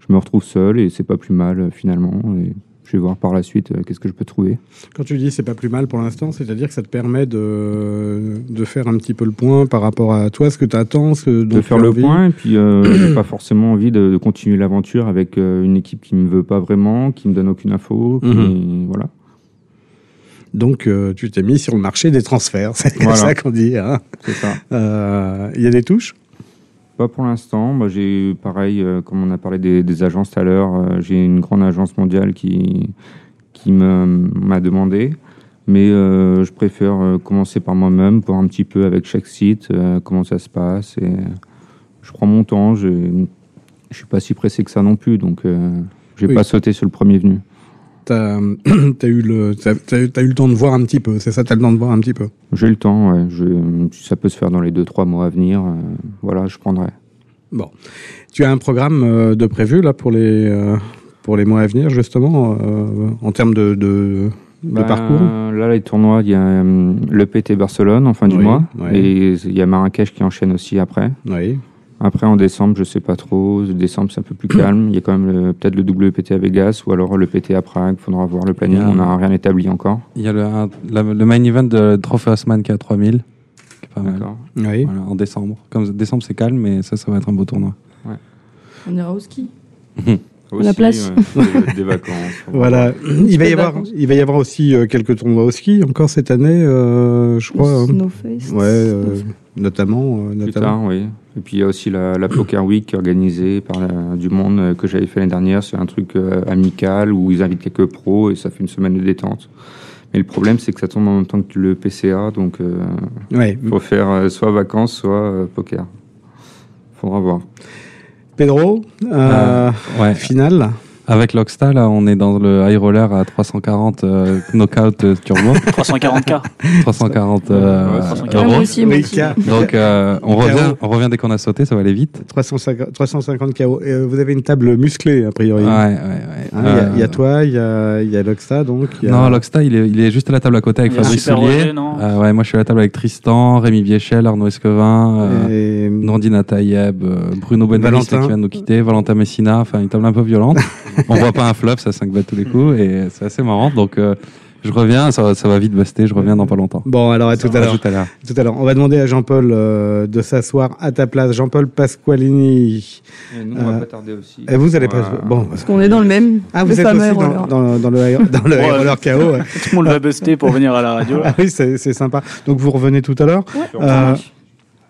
je me retrouve seul et c'est pas plus mal euh, finalement. Et je vais voir par la suite euh, qu'est-ce que je peux trouver.
Quand tu dis c'est pas plus mal pour l'instant, c'est-à-dire que ça te permet de, de faire un petit peu le point par rapport à toi, ce que tu attends, ce dont
de faire
tu as
le
envie.
point et puis euh, j'ai pas forcément envie de, de continuer l'aventure avec euh, une équipe qui me veut pas vraiment, qui me donne aucune info. qui- Voilà.
Mhm. Donc euh, tu t'es mis sur le marché des transferts, c'est comme
Voilà.
ça qu'on dit. hein.
C'est ça.
Euh, Il y a des touches
Pas pour l'instant. Bah, j'ai pareil, euh, comme on a parlé des, des agences tout à l'heure, euh, j'ai une grande agence mondiale qui, qui me- m'a demandé. Mais euh, je préfère euh, commencer par moi-même, voir un petit peu avec chaque site, euh, comment ça se passe. Et, euh, je prends mon temps, je ne suis pas si pressé que ça non plus, donc euh, je vais
Oui.
pas sauter sur le premier venu.
T'as as eu, le- t'as- t'as eu t'as eu le temps de voir un petit peu, c'est ça, t'as le temps de voir un petit peu.
J'ai le temps, ouais, je- ça peut se faire dans les 2-3 mois à venir. euh, voilà, je prendrai.
Tu as un programme euh, de prévu là pour les, euh, pour les mois à venir, justement, euh, en termes de, de, de
Ben,
parcours
Là, les tournois, il y a euh, le PT Barcelone en fin du
Oui,
mois.
ouais.
Et il y a Marrakech qui enchaîne aussi après.
Oui.
Après, en décembre, je sais pas trop. Décembre, c'est un peu plus calme. Il y a quand même le- peut-être le WPT à Vegas ou alors le PT à Prague. Faudra voir le planning.
Bien.
On n'a rien établi encore.
Il y a le, un- la- le main event de Trophy Osman qui est à 3000, qui est pas mal.
D'accord.
oui.
Voilà, en décembre. Comme décembre, c'est calme, mais ça, ça va être un beau tournoi.
On ira au ski.
À
la place.
des vacances.
Voilà, il va y
des
avoir,
vacances.
il va y avoir aussi euh, quelques tournois au ski encore cette année, euh, je crois. hein.
Snowfest.
Ouais, euh,
Snowfest.
notamment, euh,
Plus
notamment.
tard, oui. Et puis il y a aussi la, la Poker Week organisée par euh, du monde euh, que j'avais fait l'année dernière. C'est un truc euh, amical où ils invitent quelques pros et ça fait une semaine de détente. Mais le problème, c'est que ça tombe en même temps que le PCA, donc il
Ouais.
faut faire euh, soit vacances, soit euh, poker. Faudra voir.
Pedro, euh,
Ouais.
finale.
Avec l'Oxta, là, on est dans le high roller à 340 euh, knockout euh, turbo,
340K.
340 euh,
Ouais,
Ah,
euros.
moi aussi, moi
Oui,
aussi.
K-
Donc, euh, on, revient, on revient dès qu'on a sauté, ça va aller vite.
350, 350 KO. Et, euh, vous avez une table musclée a priori.
Ouais, ouais, ouais.
Hein, Il y a- il y,
Euh,
a toi, il y a, il y a Loxta, donc. il y a-
Non, Loxta, il est, il est juste à la table à côté avec
Il y a
Fabrice
Super
Soulier.
Roger, non
Euh, ouais, moi, je suis à la table avec Tristan, Rémi Viechel, Arnaud Escovin, euh,
Et-
Nandina Tayeb, euh, Bruno Benvenis
Valentin.
qui vient de nous quitter, Valentin Messina, enfin une table un peu violente. On voit pas un flop, ça 5 bêtes tous les coups et c'est assez marrant. Donc euh, je reviens, ça, va- ça va vite buster, je reviens dans pas longtemps.
Bon, alors à tout à l'heure.
tout à l'heure.
Tout à l'heure. On va demander à Jean-Paul euh, de s'asseoir à ta place. Jean-Paul Pasqualini.
Et nous,
on va Euh, pas
tarder aussi.
Et vous allez pas. Bon.
Parce qu'on est dans le même.
Ah,
le
vous êtes
fameux
aussi dans,
roller.
dans, dans le high- dans le high
Ouais.
roller KO. ouais.
Tout le monde va buster pour venir à la radio.
Ah oui, c'est c'est sympa. Donc vous revenez tout à l'heure.
Ouais.
Euh,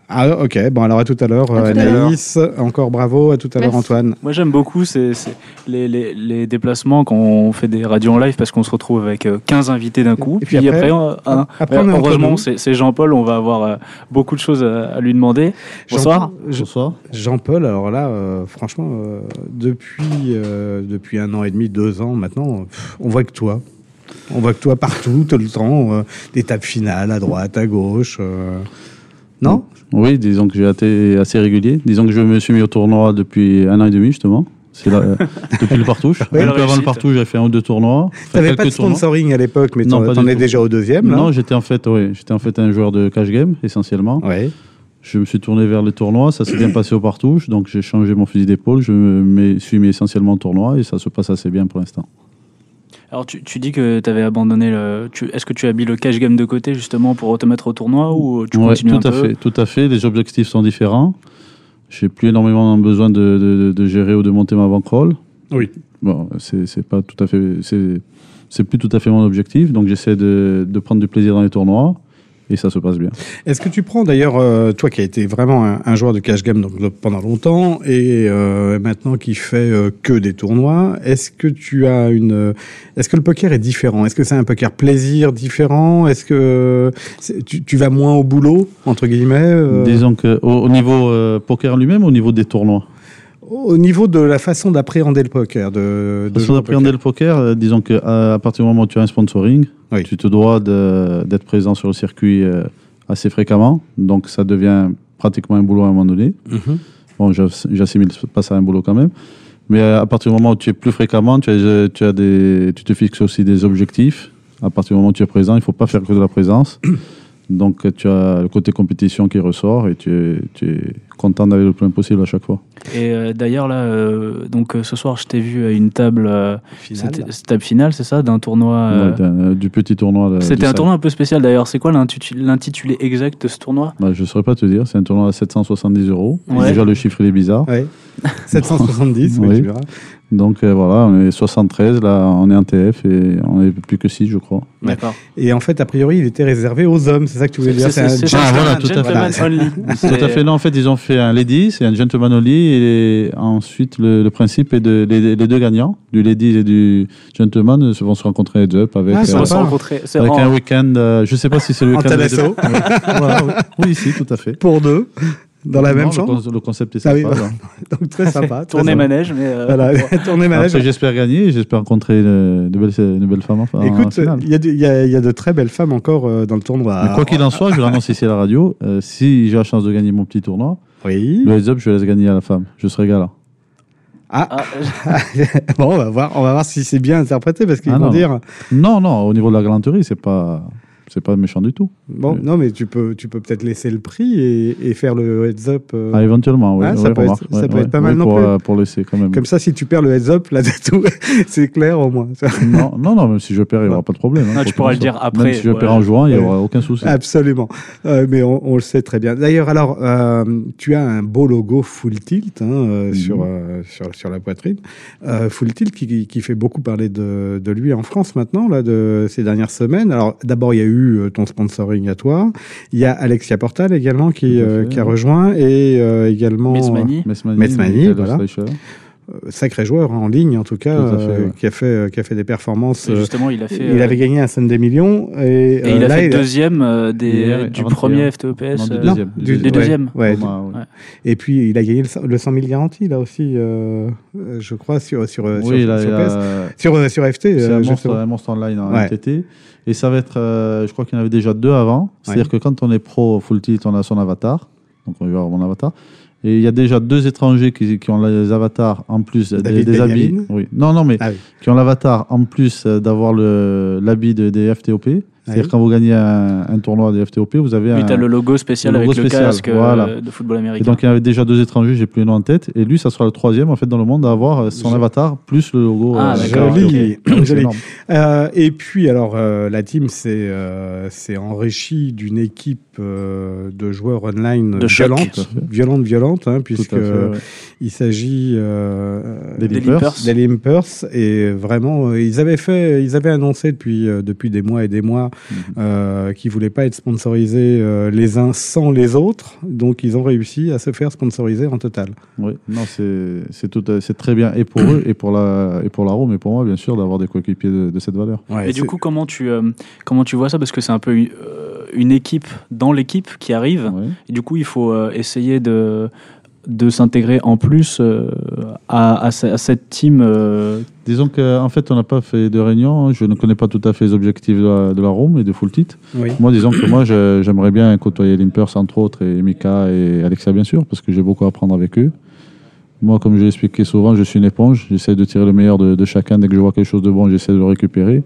Ah, ok, bon, alors à tout à l'heure, euh,
À tout à
Anaïs. Encore bravo, à tout à l'heure,
Merci.
Antoine.
Moi j'aime beaucoup ces- ces- les, les- les déplacements quand on fait des radios en live parce qu'on se retrouve avec euh, 15 invités d'un coup.
Et puis après,
euh, un-
après,
euh,
on est entre nous.
heureusement c'est c'est Jean-Paul, on va avoir euh, beaucoup de choses à, à lui demander. Bonsoir.
Jean-
Bonsoir.
Jean-Paul, alors là, euh, franchement, euh, depuis, euh, depuis un an et demi, deux ans maintenant, pff, on voit que toi. On voit que toi partout, tout le temps, euh, des tables finales à droite, à gauche. euh. Non
Oui, disons que j'ai été assez régulier. Disons que je me suis mis au tournoi depuis un an et demi, justement. C'est là, euh, depuis le partouche.
Oui.
Un peu avant
Réussite.
le partouche, j'ai fait un ou deux tournois.
Tu
Enfin,
n'avais pas de
quelques tournois.
sponsoring à l'époque, mais
Non,
t'en
pas du
t'en es
tout.
déjà au deuxième. Là.
Non, j'étais en, fait, oui, j'étais en fait un joueur de cash game, essentiellement.
Ouais.
Je me suis tourné vers les tournois, ça s'est bien passé au partouche, donc j'ai changé mon fusil d'épaule, je me suis mis essentiellement au tournoi et ça se passe assez bien pour l'instant.
Alors tu, tu dis que tu avais abandonné le... tu- Est-ce que tu as mis le cash game de côté justement pour te mettre au tournoi ou euh, tu
Ouais,
continues
tout
un
à
peu
fait, tout à fait. Les objectifs sont différents. J'ai plus énormément besoin de, de- de gérer ou de monter ma bankroll.
Oui.
Bon, c'est c'est pas tout à fait, c'est c'est plus tout à fait mon objectif. Donc j'essaie de, de prendre du plaisir dans les tournois et ça se passe bien.
Est-ce que tu prends d'ailleurs, euh, toi qui as été vraiment un, un joueur de cash game donc, le- pendant longtemps et euh, maintenant qui fait euh, que des tournois, est-ce que tu as une, euh, est-ce que le poker est différent Est-ce que c'est un poker plaisir différent Est-ce que c'est- tu, tu vas moins au boulot entre guillemets euh,
Disons que au, au niveau euh, poker lui-même, au niveau des tournois.
au niveau de la façon d'appréhender le poker de, de
Façon
jouer au
d'appréhender le
poker
poker, euh, disons que euh, à partir du moment où tu as un sponsoring,
Oui.
tu te dois de- d'être présent sur le circuit euh, assez fréquemment. Donc ça devient pratiquement un boulot à un moment donné.
Mhm.
Bon, j'ass- j'assimile pas ça à un boulot quand même. Mais euh, à partir du moment où tu es plus fréquemment, tu, as, euh, tu as des, tu te fixes aussi des objectifs. À partir du moment où tu es présent, il ne faut pas faire que de la présence. Donc euh, tu as le côté compétition qui ressort et tu es, tu es content d'aller le plus loin possible à chaque fois.
Et euh, d'ailleurs là, euh, donc euh, ce soir je t'ai vu à une table, euh,
Finale.
c'était- cette table finale, c'est ça, d'un tournoi. euh,
Ouais, d'un- euh, du petit tournoi. là, du
C'était un
sac.
tournoi un peu spécial d'ailleurs. C'est quoi l'intitu- l'intitulé exact de ce tournoi
Bah, je ne saurais pas te dire, c'est un tournoi à 770 euros.
Ouais.
Déjà le chiffre il est bizarre.
Ouais. 770, oui,
Oui.
tu verras.
Donc euh, voilà, on est 73, là on est en TF et on est plus que 6 je crois.
D'accord.
Et en fait, a priori, il était réservé aux hommes. C'est ça que tu voulais dire
C'est- c'est- c'est
Ah, voilà,
gentleman-
tout à fait.
gentleman only.
Tout à
C'est-
fait. Non, en fait, ils ont fait un ladies et un gentleman only. Et ensuite, le, le principe est de les, les deux gagnants, du ladies et du gentleman, euh, se vont se rencontrer heads up avec,
Ah,
euh,
Ils vont se
Sympa.
rencontrer. C'est
avec
en-
un week-end. euh, je sais pas si c'est le
En
week-end. des deux.
Talasso.
Voilà, oui. oui, si, tout à fait.
pour deux dans la
Non,
même
le
chambre.
con- Le concept est sympa.
Ah oui,
voilà.
Donc très sympa. très
tournée
sympa.
manège, mais euh,
Voilà, tournée manège.
Après, j'espère gagner. et J'espère rencontrer euh, de belles, de belles femmes. Enfin, en
Écoute,
finale.
il y, a de- il y a- il y a de très belles femmes encore euh, dans le tournoi.
Mais quoi qu'il en soit, je l'annonce ici à la radio. euh, si j'ai la chance de gagner mon petit tournoi,
Oui.
le heads up, je laisse gagner à la femme. Je serai gars là.
Ah,
ah,
bon, on va voir, on va voir si c'est bien interprété parce qu'ils
Ah
vont
non.
dire.
Non, non, au niveau de la galanterie, c'est pas, c'est pas méchant du tout.
Bon,
Oui.
non, mais tu peux, tu peux peut-être laisser le prix et, et faire le heads up. euh,
Ah, éventuellement, oui.
Ah, ça
oui,
peut
remarque,
être-
ouais,
ça peut être
ouais,
pas mal
oui,
non
pour,
plus.
euh, pour laisser quand même.
Comme ça, si tu perds le heads up, là, t'as tout- c'est clair au moins.
Non, non, non, même si je perds, il n'y aura pas de problème. hein,
Non, Ah, tu
quoi
pourras
qu'il
le
en
dire
soit.
après,
Même si je
voilà.
perds en jouant, il n'y
Ouais.
aura aucun souci.
Absolument. Euh, mais on, on le sait très bien. D'ailleurs, alors, euh, tu as un beau logo Full Tilt hein, euh,
Mhm.
sur, euh, sur, sur la poitrine. Euh, full Tilt qui, qui fait beaucoup parler de, de lui en France maintenant, là, de ces dernières semaines. Alors, d'abord, il y a eu euh, ton sponsoring à toi. Il y a Alexia Portal également qui,
Tout à
euh,
fait,
qui a
oui.
rejoint et euh, également
Metzmani.
Messmani,
Messmani,
Michael
voilà.
Schleicher.
euh, sacré joueur en ligne en tout cas,
Tout à fait,
euh,
ouais.
qui, a fait, euh, qui a fait des performances.
Et
euh,
justement, il a fait.
il
euh,
avait gagné un Sunday Million et,
et il
euh,
a
là,
fait
il a-
deuxième euh, des,
Hier,
du
avant-hier.
premier FTEPS.
Non, du
euh,
Non,
Deuxième,
du-
des deuxièmes.
Ouais, ouais,
Thomas, oui.
Et puis il a gagné le, cent- le 100 000 garanties là aussi, euh, euh, je crois, sur, sur, euh,
Oui,
sur,
là,
sur
il a-
PS. Sur, euh, sur FT.
c'est
euh,
un
je sais
monstre,
pas.
un monstre online hein, en
Ouais.
MTT. Et ça va être, euh, je crois qu'il y en avait déjà deux avant. C'est-à-dire que quand on est pro full tilt, on a son avatar. Donc on va avoir mon avatar. Et il y a déjà deux étrangers qui, qui ont les avatars en plus des-
David
des, habits.
Benyamin.
Oui. Non, non, mais
Ah oui.
qui ont l'avatar en plus euh, d'avoir le- l'habit de- des FTOP. C'est-à-dire
Ah Oui.
quand vous gagnez un, un tournoi des FTOP, vous avez
Oui,
un.
t'as le logo spécial
le logo
avec le
spécial,
casque euh,
voilà.
de football
Et
américain.
donc il y avait déjà deux étrangers, j'ai plus le nom en tête. Et lui, ça sera le troisième en fait dans le monde à avoir euh, son
Je-
avatar plus le logo.
Ah,
euh,
d'accord.
FTOP.
Joli.
C'est
Joli.
énorme.
Euh, et puis alors euh, la team s'est euh, s'est enrichie d'une équipe euh, de joueurs online
De choc.
violente,
Tout à fait.
violente, violente, hein,
Tout à
puisque
fait, ouais.
il s'agit euh,
Des
Des
Leapers.
Leapers.
des Limpers et vraiment euh, ils avaient fait ils avaient annoncé depuis euh, depuis des mois et des mois
Mhm.
euh, qui voulaient pas être sponsorisés euh, les uns sans les autres. Donc, ils ont réussi à se faire sponsoriser en total.
Oui, non, c'est c'est tout, à- c'est très bien et pour eux et pour la et pour la Rome et pour moi bien sûr d'avoir des coéquipiers de, de cette valeur.
et du coup, comment tu, euh, comment tu vois ça Parce que c'est un peu euh, une équipe dans l'équipe qui arrive. Et du coup, il faut euh, essayer de, de s'intégrer en plus euh, à, à ce- à cette team. euh,
Disons qu'en fait, on n'a pas fait de réunion. hein. Je ne connais pas tout à fait les objectifs de la, de la Rome et de Full Tit.
Oui.
Moi, disons que moi, je- j'aimerais bien côtoyer Limpers, entre autres, et Mika et Alexia, bien sûr, parce que j'ai beaucoup à apprendre avec eux. Moi, comme je l'ai expliqué souvent, je suis une éponge. J'essaie de tirer le meilleur de, de chacun. Dès que je vois quelque chose de bon, j'essaie de le récupérer.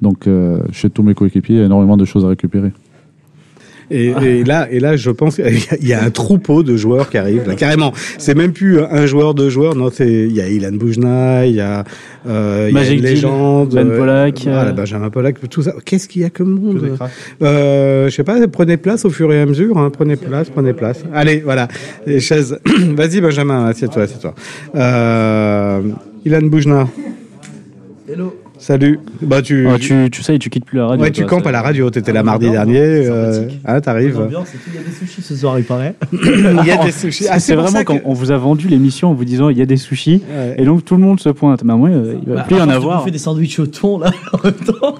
Donc, euh, chez tous mes coéquipiers, il y a énormément de choses à récupérer.
Et,
Ah.
et là, et là, je pense qu'il y a- il y a un troupeau de joueurs qui arrivent. Là, carrément, c'est même plus euh, un joueur, deux joueurs. Non, c'est il y a Ilan Boujna, il y a euh, il y a
Magic
une
Deal,
légende,
Ben
euh,
Pollack,
voilà,
euh,
Benjamin Pollack, tout ça. Qu'est-ce qu'il y a comme monde euh, Je sais pas. Prenez place au fur et à mesure. hein, prenez place, prenez place. Allez, voilà. Les chaises. Vas-y, Benjamin, assieds-toi, assieds-toi. Euh, Ilan Boujna.
Hello.
Salut. Bah tu.
Ah, tu, tu sais, tu quittes plus la radio.
Ouais, tu
toi,
campes
c'est-
à la radio, t'étais là mardi dernier, euh, hein, t'arrives.
Il y a des sushis ce soir, il paraît.
Il y a des sushis. Ah,
C'est- c'est
pour
vraiment
ça que-
quand on vous a vendu l'émission en vous disant il y a des sushis
Ouais.
et donc tout le monde se pointe. Bah moi, euh, il va
Bah,
plus
à
y en
force de
avoir.
bouffer des sandwichs au thon, là, en même temps.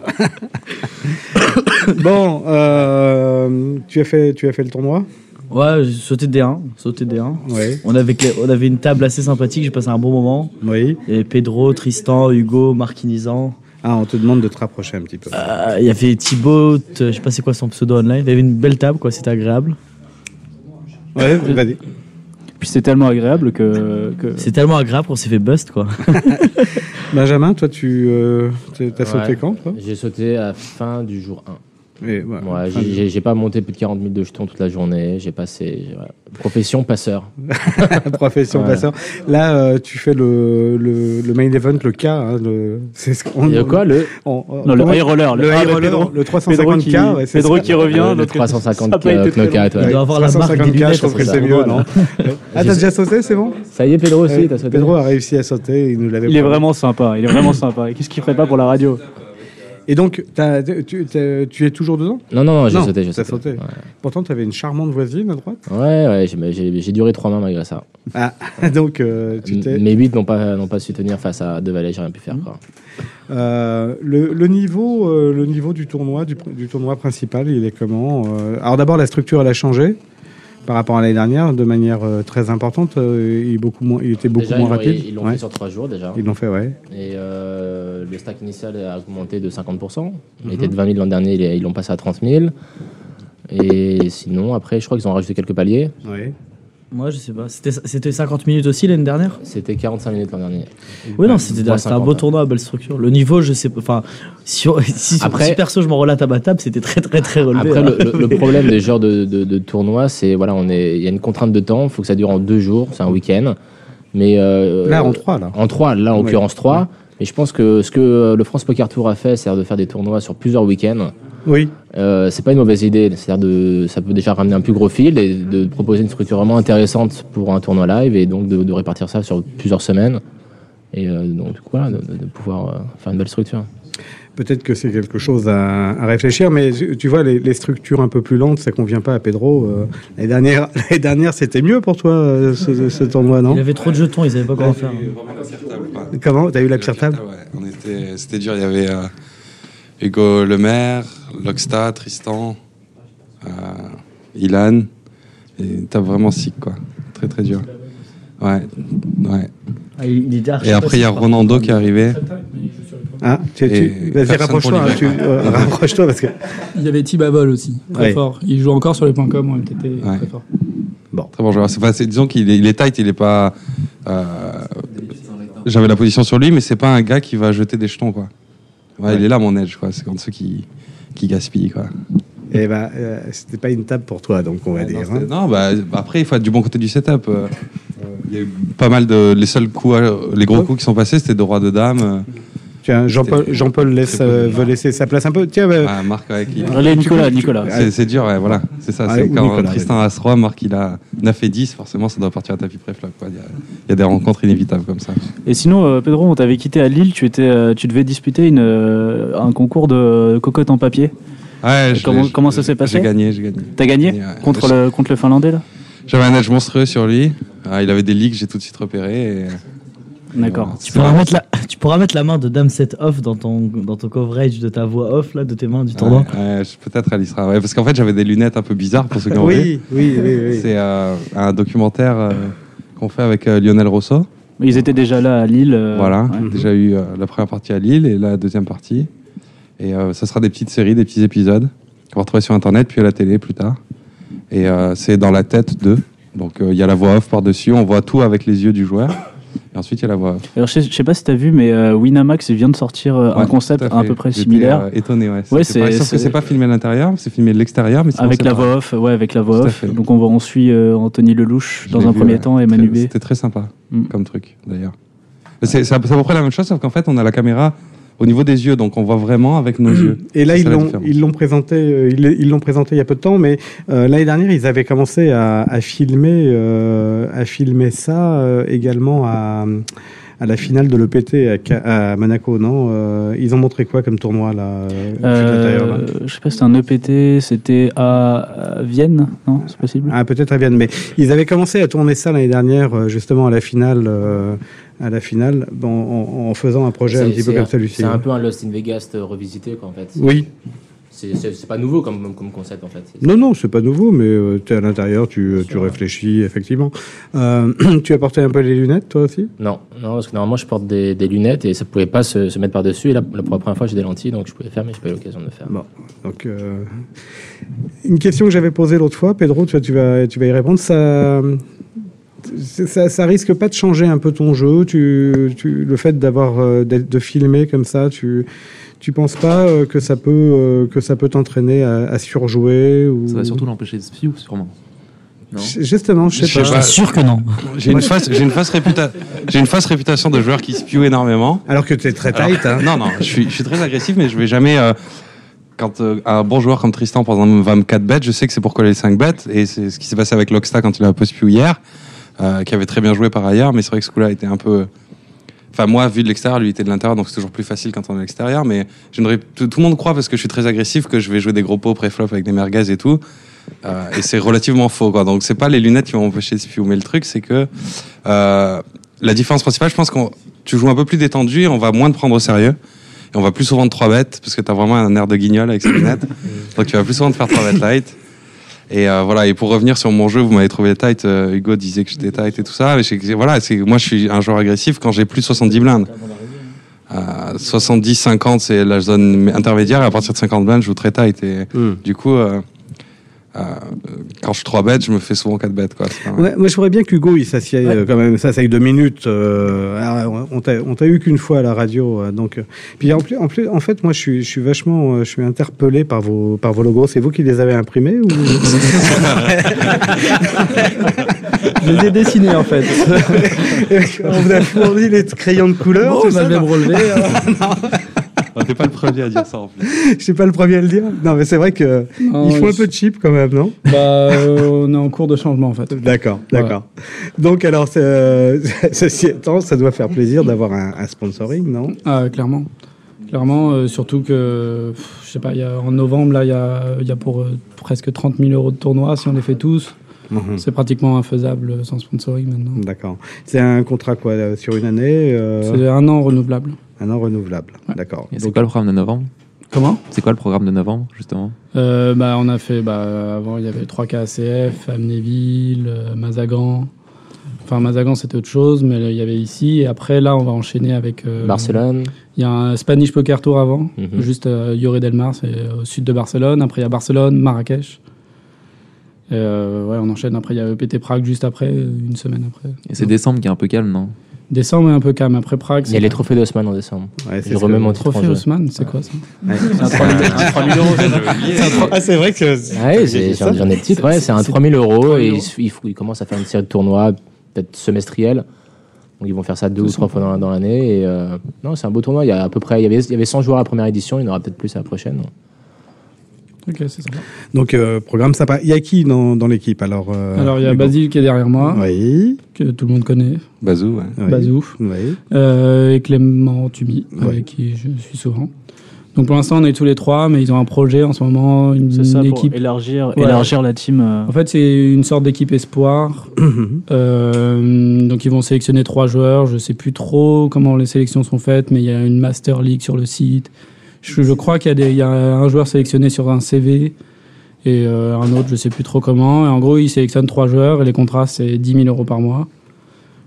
Bon, euh, tu as fait, tu as fait le tournoi.
Ouais, j'ai sauté de D1. Sauté de D1.
Ouais.
On, avait, on avait une table assez sympathique, j'ai passé un bon moment.
Oui.
Il y avait Pedro, Tristan, Hugo, Marquinizan.
Ah, on te demande de te rapprocher un petit peu.
Euh, Il y avait Thibaut, euh, je sais pas c'est quoi son pseudo online. Il y avait une belle table, quoi, c'était agréable.
Ouais,
Puis c'est tellement agréable que. que...
C'est tellement agréable qu'on s'est fait bust, quoi.
Benjamin, toi, tu euh, t'es- t'as
Ouais.
sauté quand toi
J'ai sauté à la fin du jour
1. Ouais,
Ouais,
fin
j'ai-
du-
j'ai j'ai pas monté plus de 40 000 de jetons toute la journée. J'ai passé. j'ai- voilà. Profession passeur.
Profession
Ouais.
passeur. Là, euh, tu fais le, le, le main event, le K. hein, le, c'est ce qu'on.
Le quoi, le-
on- on-
Non, le
comment-
high roller, le-
Le
ah,
high
le
roller,
Pedro-
le
Pedro
350
qui-
K. ouais, c'est
Pedro
ça.
qui revient, Le- le donc- 350 ça a pas été très knockout, long. ouais.
Il doit avoir la marque
des
350 K,
lunettes,
je trouve que
ça,
c'est
ça
mieux,
doit,
non
là.
Ouais. Ah, t'as déjà sauté, c'est bon
Ça y est, Pedro aussi,
Ouais,
t'as sauté.
Pedro a réussi à sauter, il nous l'avait
Il est
promis.
vraiment sympa, il est vraiment sympa. Et Qu'est-ce qu'il ferait pas pour la radio
Et donc, t'as- tu, t'as- tu es toujours dedans
Non, non, non, j'ai sauté, j'ai
t'as
sauté.
Pourtant, tu avais une charmante voisine à droite.
Ouais, ouais, j'ai- mais j'ai j'ai duré trois mains malgré ça.
Ah, donc euh, tu t'es. Mhm.
Mes 8 n'ont pas, n'ont pas su tenir face à deux valets, j'ai rien pu faire. Quoi.
Euh, le, le niveau, euh, le niveau du tournoi, du, pr- du tournoi principal, il est comment euh, Alors d'abord, la structure, elle a changé par rapport à l'année dernière, de manière euh, très importante. Euh, il, est beaucoup moins, il était beaucoup
Déjà, ils
moins
l'ont-
rapide.
Ils l'ont
Ouais.
fait sur trois jours déjà.
Ils l'ont fait, ouais.
Et euh, le stack initial a augmenté de 50%. Il
Mhm.
était de 20 000 l'an dernier, il est- ils l'ont passé à 30 000. Et sinon, après, je crois qu'ils ont rajouté quelques paliers.
Moi, je sais pas. C'était- C'était 50 minutes aussi l'année dernière
C'était 45 minutes l'an dernier.
Oui, non, c'était c'était un beau
50,
tournoi, belle structure. Le niveau, je sais pas. Enfin, si, on- si, si-
Après-
si perso, je m'en relate à ma table, c'était très, très, très relevé.
Après,
hein.
le, le- le problème des genres de, de, de tournois, c'est voilà, on est, il y a une contrainte de temps. Il faut que ça dure en deux jours, c'est un week-end. Mais euh,
Mm. Là, en trois, là.
En trois, là, en
Ouais.
l'occurrence trois. Mais je pense que ce que euh, le France Poker Tour a fait, c'est-à-dire de faire des tournois sur plusieurs week-ends.
Oui.
Euh, c'est pas une mauvaise idée. C'est-à-dire de, ça peut déjà ramener un plus gros fil et de proposer une structure vraiment intéressante pour un tournoi live et donc de, de répartir ça sur plusieurs semaines. Et euh, donc, du coup, voilà, de, de- de pouvoir euh, faire une belle structure.
Peut-être que c'est quelque chose à, à réfléchir, mais tu tu vois, les, les structures un peu plus lentes, ça convient pas à Pedro. euh. l'année dernière, l'année dernière c'était mieux pour toi, euh, ce, ce tournoi, non
Il avait trop de jetons, ils savaient pas comment faire.
Comment T'as eu la pire table
On était, c'était dur. Il y avait euh, Hugo Lemaire, Loxta, Tristan, euh, Ilan. Et t'as vraiment sick quoi. Très très dur. Ouais, ouais.
Ah, il- il était archi
Et après il y a
passif, par
Ronando
contre.
qui est arrivé.
Ah, tu- tu-
Et
Vas-y,
personne pour
rapproche-toi,
lui
hein, tu-
répondre.
euh, rapproche-toi parce que.
Il y avait Tibavol aussi, très
Ouais.
fort. Il joue encore sur les points com, ouais, qui était très fort.
Bon.
Très bon joueur. C'est- enfin, c'est- disons qu'il est, il est tight, il est pas. euh, J'avais la position sur lui, mais c'est pas un gars qui va jeter des jetons, quoi. Ouais, Il est là, mon edge, quoi. C'est comme ceux qui, qui gaspillent, quoi.
Eh ben, euh, c'était pas une table pour toi, donc on va dire. hein.
Non, bah, après, il faut être du bon côté du setup. euh, Il y a eu pas mal de. Les seuls coups, à- les gros coups qui sont passés, c'était de roi de dame. euh,
Tiens, Jean-Paul Jean laisse, euh, veut laisser sa place un peu. Tiens, bah,
Ah, Marc avec il-
Allez, Nicolas,
tu-
Nicolas.
C'est, c'est dur, ouais, voilà. C'est ça.
Ah,
c'est
ou
quand
Nicolas,
Tristan a As-Roi, Marc il a 9 et 10, forcément ça doit partir à tapis préflop. quoi. Il y, a- il y a des rencontres inévitables comme ça.
Et sinon, euh, Pedro, on t'avait quitté à Lille, tu, étais, euh, tu devais disputer une, euh, un concours de cocotte en papier.
Ouais, je
comment,
l'ai- je-
comment ça s'est passé
J'ai gagné, j'ai gagné.
T'as gagné contre,
Je-
le, contre le Finlandais là
J'avais un edge monstrueux sur lui. Ah, il avait des leaks, j'ai tout de suite repéré. et- euh,
D'accord.
Tu pourras, mettre la, tu pourras mettre la main de Dame 7 off dans ton, dans ton coverage de ta voix off, là, de tes mains hein, du tournoi.
Ouais, ouais, je- peut-être elle y sera. Ouais, parce qu'en fait, j'avais des lunettes un peu bizarres pour ceux qui ont
Oui,
vu.
oui, oui, oui.
C'est euh, un documentaire euh, qu'on fait avec euh, Lionel Rosso.
Ils étaient déjà là à Lille. euh,
voilà,
ouais.
déjà eu euh, la première partie à Lille et la deuxième partie. Et euh, ça sera des petites séries, des petits épisodes qu'on va retrouver sur Internet, puis à la télé plus tard. Et euh, c'est dans la tête d'eux. Donc euh, il y a la voix off par-dessus, on voit tout avec les yeux du joueur. Et ensuite, il y a la voix off.
Alors, je sais, je sais pas si t'as vu, mais euh, Winamax vient de sortir euh, un
Ouais,
concept
tout
à,
à fait.
peu près
J'étais,
similaire.
euh, étonné, ouais.
Ouais,
C'était pareil, sauf que c'est pas filmé à l'intérieur, c'est filmé de l'extérieur, mais sinon,
avec
c'est
la
pareil.
voix off, ouais, avec la voix
Tout à
off.
fait.
Donc on, va- on suit euh, Anthony Lelouch
Je
dans
l'ai
un
vu,
premier
ouais.
temps et
Très-
Manu B. Mm.
C'était très sympa comme truc d'ailleurs. C'est c'est à c'est à peu près la même chose, sauf qu'en fait, on a la caméra au niveau des yeux, donc on voit vraiment avec nos yeux.
Mmh. Et là,
C'est
ils
ça la
l'ont,
différence.
ils l'ont présenté, euh, ils l'ont- ils l'ont présenté il y a peu de temps, mais euh, l'année dernière, ils avaient commencé à, à filmer, euh, à filmer ça euh, également à, à la finale de l'EPT à, Ca- à Monaco, non Euh, Ils ont montré quoi comme tournoi là euh, au jeu de l'intérieur, là
Euh, je sais pas si c'était un EPT, c'était à à Vienne, non C'est possible
Ah, peut-être à Vienne, mais ils avaient commencé à tourner ça l'année dernière, euh, justement à la finale, euh, à la finale, bon, en, en faisant un projet un
C'est-
petit peu
c'est-
comme celui-ci. hein.
C'est un peu un Lost in Vegas euh, revisité, quoi, en fait.
Oui.
C'est- C'est c'est pas nouveau comme, comme concept, en fait. C'est-
Non, non, c'est pas nouveau, mais tu es à l'intérieur, tu, euh, tu réfléchis, effectivement. Euh, tu as porté un peu les lunettes, toi aussi
Non, non, parce que normalement je porte des, des lunettes et ça pouvait pas se, se mettre par-dessus. Et là, là, pour la première fois, j'ai des lentilles, donc je pouvais faire, mais j'ai pas eu l'occasion de le faire.
Donc, euh, une question que j'avais posée l'autre fois, Pedro, tu, vas- tu vas, tu vas y répondre. Ça, ça, ça risque pas de changer un peu ton jeu tu, tu- Le fait d'avoir euh, d'être- de filmer comme ça, tu, tu penses pas euh, que ça peut euh, que ça peut t'entraîner à, à surjouer ou...
Ça va surtout l'empêcher de se fiou, sûrement. Non
J- Justement, je sais pas.
J'ai une, fausse- j'ai une fausse réputa- j'ai une fausse réputation de joueur qui spew énormément.
Alors que tu es très tight. hein.
Non, non, je suis, je suis très agressif, mais je vais jamais. euh, quand euh, un bon joueur comme Tristan, par exemple, va me 4 bêtes, je sais que c'est pour coller 5 bêtes. Et c'est ce qui s'est passé avec Loxta quand il a un peu spew hier, euh, qui avait très bien joué par ailleurs, mais c'est vrai que ce coup-là était un peu. Enfin, moi, vu de l'extérieur, lui il était de l'intérieur, donc c'est toujours plus facile quand on est à l'extérieur. Mais je ne ré- tout, tout le monde croit, parce que je suis très agressif, que je vais jouer des gros pots pré-flop avec des merguez et tout. Euh, et c'est relativement faux, quoi. Donc, c'est pas les lunettes qui vont empêcher de spew. Mais le truc, c'est que euh, la différence principale, je pense qu'on tu joues un peu plus détendu et on va moins te prendre au sérieux. Et on va plus souvent te 3 bêtes, parce que t'as vraiment un air de guignol avec ces lunettes. Donc, tu vas plus souvent te faire 3 bêtes light. Et euh, voilà, et pour revenir sur mon jeu, vous m'avez trouvé tight. euh, Hugo disait que j'étais tight et tout ça. Mais c'est- voilà, c'est- moi, je suis un joueur agressif quand j'ai plus de 70 blindes. Euh, 70, 50, c'est la zone intermédiaire. Et à partir de 50 blindes, je joue très tight. Et du coup, euh, euh, quand je 3 bêtes, je me fais souvent 4 bêtes. Quoi. C'est pas mal.
Ouais, moi, je voudrais bien qu'Hugo, il s'assied euh, quand même, ça, c'est deux minutes. euh, alors, on t'a- on t'a eu qu'une fois à la radio, euh, donc. euh, Puis en plus, en plus, en fait, moi, je suis, je suis vachement, euh, je suis interpellé par vos, par vos logos. C'est vous qui les avez imprimés ou
Je les ai dessinés, en fait.
On vous a fourni les crayons de couleur.
Bon,
tout
on a
ça,
bien
non
relevé,
Ah, T'es pas le premier à dire ça en plus.
Je suis pas le premier à le dire. Non, mais c'est vrai que
Non,
il faut un
je-
peu de chip quand même, non
Bah, euh, on est en cours de changement en fait.
D'accord, d'accord. Donc alors, c'est, euh, ceci étant, ça doit faire plaisir d'avoir un, un sponsoring, non
Ah, clairement. Clairement, euh, surtout que, pff, je sais pas, il y a- en novembre, là, il y a, il y a pour euh, presque 30 000 euros de tournoi si on les fait tous.
Mhm.
C'est pratiquement infaisable euh, sans sponsoring maintenant.
D'accord. C'est un contrat quoi euh, sur une année euh,
C'est un an renouvelable.
Un an renouvelable, d'accord.
Et C'est quoi le programme de novembre
Comment
C'est quoi le programme de novembre, justement
Euh, bah, on a fait, bah, avant, il y avait 3KACF, Amnéville, euh, Mazagan. Enfin, Mazagan, c'était autre chose, mais là, il y avait ici. Et après, là, on va enchaîner avec. euh,
Barcelone.
Il y a un Spanish Poker Tour avant,
Mhm.
juste à Lloret del Mar, c'est au sud de Barcelone. Après, il y a Barcelone, Marrakech. Et, euh, ouais, on enchaîne. Après, il y a EPT Prague juste après, euh, une semaine après.
Et
Mmh.
c'est décembre qui est un peu calme, non
Décembre est un peu calme. Après Prague,
Il y a les trophées
d'Haussmann en décembre.
Ouais, c'est
Je
ce que-
remets mon
Trophée
trophée Haussmann, c'est quoi ça
C'est un 3000 un 3000 euros.
Ah, c'est vrai que.
Ouais, c'est- j'en j'en ai le titre, ouais, c'est un 3000 euros et ils, ils, font- ils commencent à faire une série de tournois, peut-être semestriels. Donc ils vont faire ça deux ou trois fois dans, dans l'année. et, euh, non, c'est un beau tournoi. Il y a à peu près, il y avait, il y avait 100 joueurs à la première édition, il y en aura peut-être plus à la prochaine.
Ok, c'est sympa.
Donc euh, programme sympa. Il y a qui dans, dans l'équipe alors euh,
Alors, il y a
Hugo
Basile qui est derrière moi,
Oui.
que tout le monde connaît.
Bazou, ouais.
Oui.
Bazou.
Oui.
Euh, et Clément Tumi,
Ouais.
avec qui je suis souvent. Donc pour l'instant, on est tous les trois, mais ils ont un projet en ce moment, une,
C'est ça,
une
pour
équipe.
élargir-
Ouais.
élargir la team, euh.
En fait, c'est une sorte d'équipe espoir. Euh, donc ils vont sélectionner trois joueurs. Je sais plus trop comment les sélections sont faites, mais il y a une Master League sur le site. Je, je crois qu'il y, a des- il y a un joueur sélectionné sur un CV et euh, un autre, je sais plus trop comment. Et en gros, ils sélectionnent trois joueurs et les contrats, c'est 10 000 euros par mois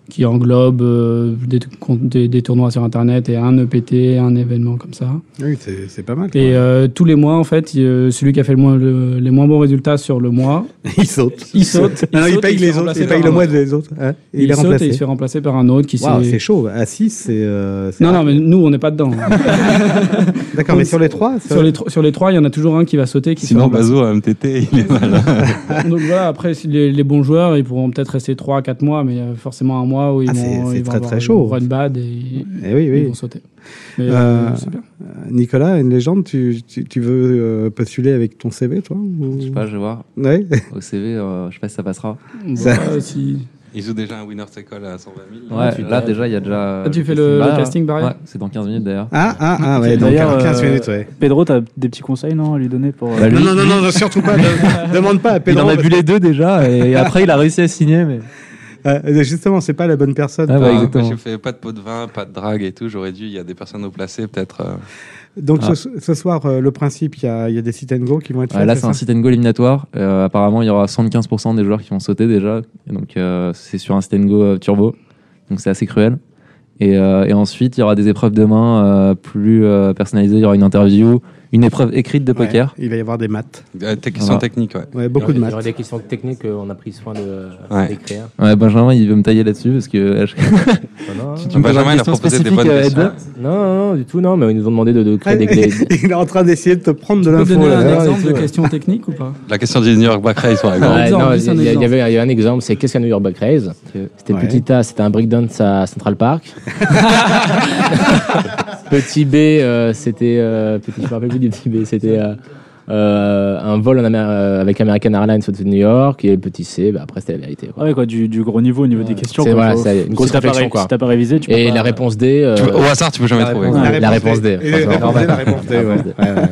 qui englobe euh, des, des- des tournois sur Internet et un EPT, un événement comme ça.
Oui, c'est c'est pas mal. quoi.
Et euh, tous les mois, en fait, il- euh, celui qui a fait le moins, le- les moins bons résultats sur le mois,
il saute.
Il saute.
Non, non, il
saute,
paye
se fait
les autres.
remplacer
Il paye
par
le
un
mois
autre.
des autres. hein, et il, est
saute et
remplacé.
il se fait remplacer par un autre qui
Waouh,
s'est-
c'est chaud. À 6, c'est. euh, c'est
Non, non,
rare.
mais nous, on n'est pas dedans. hein.
D'accord, mais sur les trois, ça-
sur les, tro- sur les trois, il y en a toujours un qui va sauter. Qui se
Sinon,
bah,
fait remplacer.
Bazo à MTT, il est malade.
Donc voilà, après, si les, les bons joueurs, ils pourront peut-être rester 3 4 mois, mais il y a forcément un mois où ils
Ah, c'est-
vont,
c'est
ils vont
très,
avoir
très
une
chaud.
run bad et, ils-
Eh oui, oui.
ils vont sauter. Mais,
Euh,
euh, c'est bien.
Nicolas, une légende, tu, tu- tu veux euh, postuler avec ton CV, toi ou-
Je sais pas, je vais voir.
Ouais.
Au CV, euh, je sais pas si ça passera.
Ça-
Ouais, si.
Il joue déjà un winner take all à 120 000.
Ouais, là déjà, il y a déjà.
Ah, tu fais le-
Bah,
le
là.
casting, Barry
Ouais, c'est dans 15 minutes d'ailleurs.
Ah, ah, ah, ouais,
Et
donc
d'ailleurs,
euh, 15
euh,
minutes, ouais.
Pedro, t'as des petits conseils non, à lui donner pour. euh,
Bah, lui-
non, non, non, non, surtout pas. de- demande pas à Pedro.
il en a
parce
bu
que-
les deux déjà, et après, il a réussi à signer, mais.
Euh, justement, c'est pas la bonne personne. hein.
Ah, bah,
pour-
exactement.
Moi, j'ai fait pas de pot de vin, pas de drague et tout. J'aurais dû, il y a des personnes au placé, peut-être. euh.
Donc
Ah.
ce, ce soir, euh, le principe, il y a, il y a des sit and go qui vont être
Ouais,
faits,
là,
c'est
c'est un
ça
sit and go éliminatoire. Euh, apparemment, il y aura 75% des joueurs qui vont sauter déjà. Et donc, euh, c'est sur un sit and go euh, turbo. Donc, c'est assez cruel. Et, euh, et ensuite, il y aura des épreuves demain euh, plus euh, personnalisées. Il y aura une interview, une épreuve écrite de
Ouais,
poker.
il va y avoir des maths.
Euh, des questions techniques, ouais.
Ouais, beaucoup
Il y
de
aura- Il y aura
maths.
des questions techniques euh, on a pris soin de-
Ouais.
d'écrire.
Ouais, Benjamin, il veut me tailler là-dessus parce que. euh, je-
non.
Tu- tu
Benjamin,
me poses une
il a
question
proposé des
spécifique,
bonnes
euh,
questions.
Edna
Non, non, non, du tout, non, mais ils nous ont demandé de, de créer des, des-
il est en train d'essayer de te prendre de
Tu peux
l'info.
donner
là.
un
ouais,
exemple
ouais,
de
ouais.
question technique ou pas
La question du New York Back Race,
Ah,
par
Ah,
exemple.
Ouais,
exemple,
non,
juste
Il
un
y, a- il y
exemple.
avait il y avait un exemple, c'est qu'est-ce qu'un New York Back Race C'était
Ouais.
petit A, c'était un breakdance à Central Park. petit B, euh, c'était. euh, petit- je me rappelle plus du petit B, c'était. euh, euh, un vol en Amer- euh, avec American Airlines au de New York et petit C, bah, après c'était la vérité. quoi.
Ah ouais, quoi, du, du gros niveau au niveau des questions.
C'est-
quoi,
voilà,
faut-
c'est une grosse
si t'as pas
réflexion,
ré-
quoi.
Si t'as pas révisé, tu peux
Et
pas-
la réponse D. euh,
Tu peux- au hasard, tu peux jamais
la
trouver.
réponse-
La
La
réponse
réponse
D.
D.
Et la
forcément.
réponse D, la réponse D, ouais. Ouais, ouais, ouais.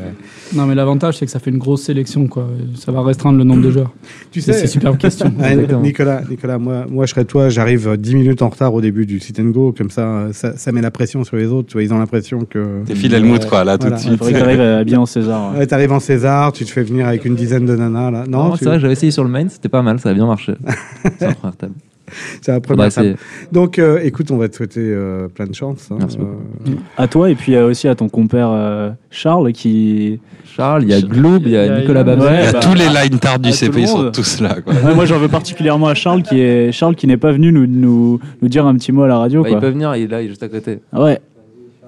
Non, mais l'avantage, c'est que ça fait une grosse sélection, quoi. Ça va restreindre le nombre de joueurs.
Tu
Ça,
sais- Ah,
C'est superbe question.
Ouais, Nicolas, Nicolas, moi, moi je serais toi, j'arrive euh, 10 minutes en retard au début du sit and go, comme ça, euh, ça, ça met la pression sur les autres, tu vois, ils ont l'impression que...
T'es Phil Helmut, quoi, là, tout
Voilà.
de
Il
suite.
faudrait que t'arrives à- bien en César. ouais.
Ouais, T'arrives en César, tu te fais venir avec une dizaine de nanas, là. Non,
Non,
Oh, tu-
c'est vrai, j'avais essayé sur le main, c'était pas mal, ça a bien marché. c'est un première table.
c'est la
Faudrait
première
essayer.
table. Donc, euh, écoute, on va te souhaiter euh, plein de chance. hein.
Merci
Euh,
À toi et puis euh, aussi à ton compère euh, Charles qui.
Charles, il y a Globe,
Il
il y
y
a
a-
Nicolas Babin.
Ouais,
Il y a
bah,
tous les line tards
à
du
tout
CP,
le
ils sont
monde.
tous là, quoi.
Ouais, moi j'en veux particulièrement à Charles qui est Charles qui n'est pas venu nous, nous, nous dire un petit mot à la radio
Bah, il
quoi. Ah
peut venir, il est là, il est juste à côté.
Ouais.